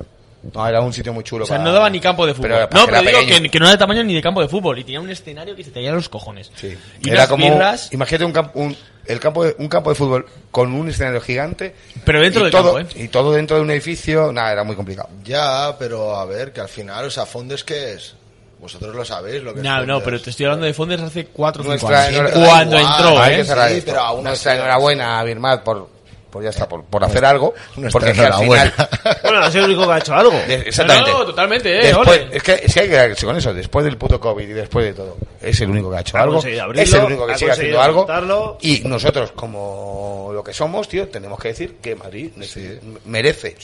[SPEAKER 3] No, era un sitio muy chulo.
[SPEAKER 4] O sea,
[SPEAKER 3] para-
[SPEAKER 4] no daba ni campo de fútbol.
[SPEAKER 3] Pero,
[SPEAKER 4] no,
[SPEAKER 3] era
[SPEAKER 4] pero digo
[SPEAKER 3] pequeño.
[SPEAKER 4] que, que no era de tamaño ni de campo de fútbol. Y tenía un escenario que se te los cojones.
[SPEAKER 3] Sí.
[SPEAKER 4] Y
[SPEAKER 3] era
[SPEAKER 4] unas
[SPEAKER 3] como
[SPEAKER 4] birras,
[SPEAKER 3] imagínate un campo un, el campo de, un campo de fútbol con un escenario gigante
[SPEAKER 4] pero dentro
[SPEAKER 3] y
[SPEAKER 4] del
[SPEAKER 3] todo
[SPEAKER 4] campo, ¿eh?
[SPEAKER 3] y todo dentro de un edificio, nada, era muy complicado.
[SPEAKER 1] Ya, pero a ver, que al final, o sea, Founders, ¿qué es? Vosotros lo sabéis lo que es
[SPEAKER 4] No, no,
[SPEAKER 1] Founders.
[SPEAKER 4] pero te estoy hablando de Fonders hace 4 o 5
[SPEAKER 3] Nuestra-
[SPEAKER 4] años.
[SPEAKER 1] Sí, pero da
[SPEAKER 4] Cuando
[SPEAKER 1] igual,
[SPEAKER 4] entró,
[SPEAKER 1] hay
[SPEAKER 4] ¿eh?
[SPEAKER 1] que cerrar Sí, pero aún
[SPEAKER 3] nuestra
[SPEAKER 1] así-
[SPEAKER 3] enhorabuena a Birmat por por ya está por, por hacer algo,
[SPEAKER 1] Nuestra
[SPEAKER 3] porque es que al
[SPEAKER 1] enhorabuena.
[SPEAKER 3] final-
[SPEAKER 2] Bueno, ha sido el único que ha hecho algo.
[SPEAKER 3] de- exactamente.
[SPEAKER 4] No, no, totalmente, eh.
[SPEAKER 3] Después,
[SPEAKER 4] ole.
[SPEAKER 3] es que es que hay que quedarse con eso, después del puto COVID y después de todo, es el único que ha hecho
[SPEAKER 2] Ha
[SPEAKER 3] algo,
[SPEAKER 2] conseguido abrirlo,
[SPEAKER 3] es el único que
[SPEAKER 2] ha
[SPEAKER 3] sigue haciendo
[SPEAKER 2] conseguido
[SPEAKER 3] algo
[SPEAKER 2] montarlo.
[SPEAKER 3] y nosotros como lo que somos, tío, tenemos que decir que Madrid nece- merece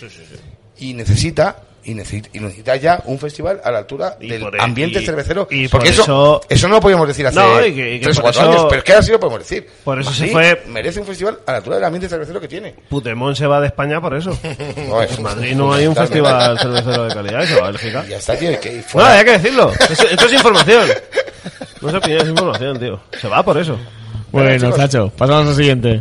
[SPEAKER 3] y necesita y necesita, y necesita ya un festival a la altura
[SPEAKER 2] Y
[SPEAKER 3] del
[SPEAKER 2] por e-
[SPEAKER 3] ambiente
[SPEAKER 2] y-
[SPEAKER 3] cervecero
[SPEAKER 2] y
[SPEAKER 3] porque
[SPEAKER 2] por
[SPEAKER 3] eso, eso
[SPEAKER 2] eso-
[SPEAKER 3] no lo podíamos decir hace
[SPEAKER 2] No, y que- y que
[SPEAKER 3] tres
[SPEAKER 2] por
[SPEAKER 3] o cuatro
[SPEAKER 2] eso-
[SPEAKER 3] años pero es que ahora sí lo podemos decir
[SPEAKER 2] Por eso se
[SPEAKER 3] Madrid
[SPEAKER 2] fue-
[SPEAKER 3] merece un festival a la altura del ambiente cervecero que tiene
[SPEAKER 2] Putemón se va de España por eso.
[SPEAKER 3] no, es-
[SPEAKER 2] En Madrid no hay un festival cervecero de calidad, eso, el
[SPEAKER 3] y
[SPEAKER 2] Giga.
[SPEAKER 3] ya está tiene que ir
[SPEAKER 2] No,
[SPEAKER 3] fuera.
[SPEAKER 2] hay que decirlo. Eso- esto es información. No es opinión, es información, tío. Se va por eso.
[SPEAKER 13] Bueno, Chacho, pasamos al siguiente.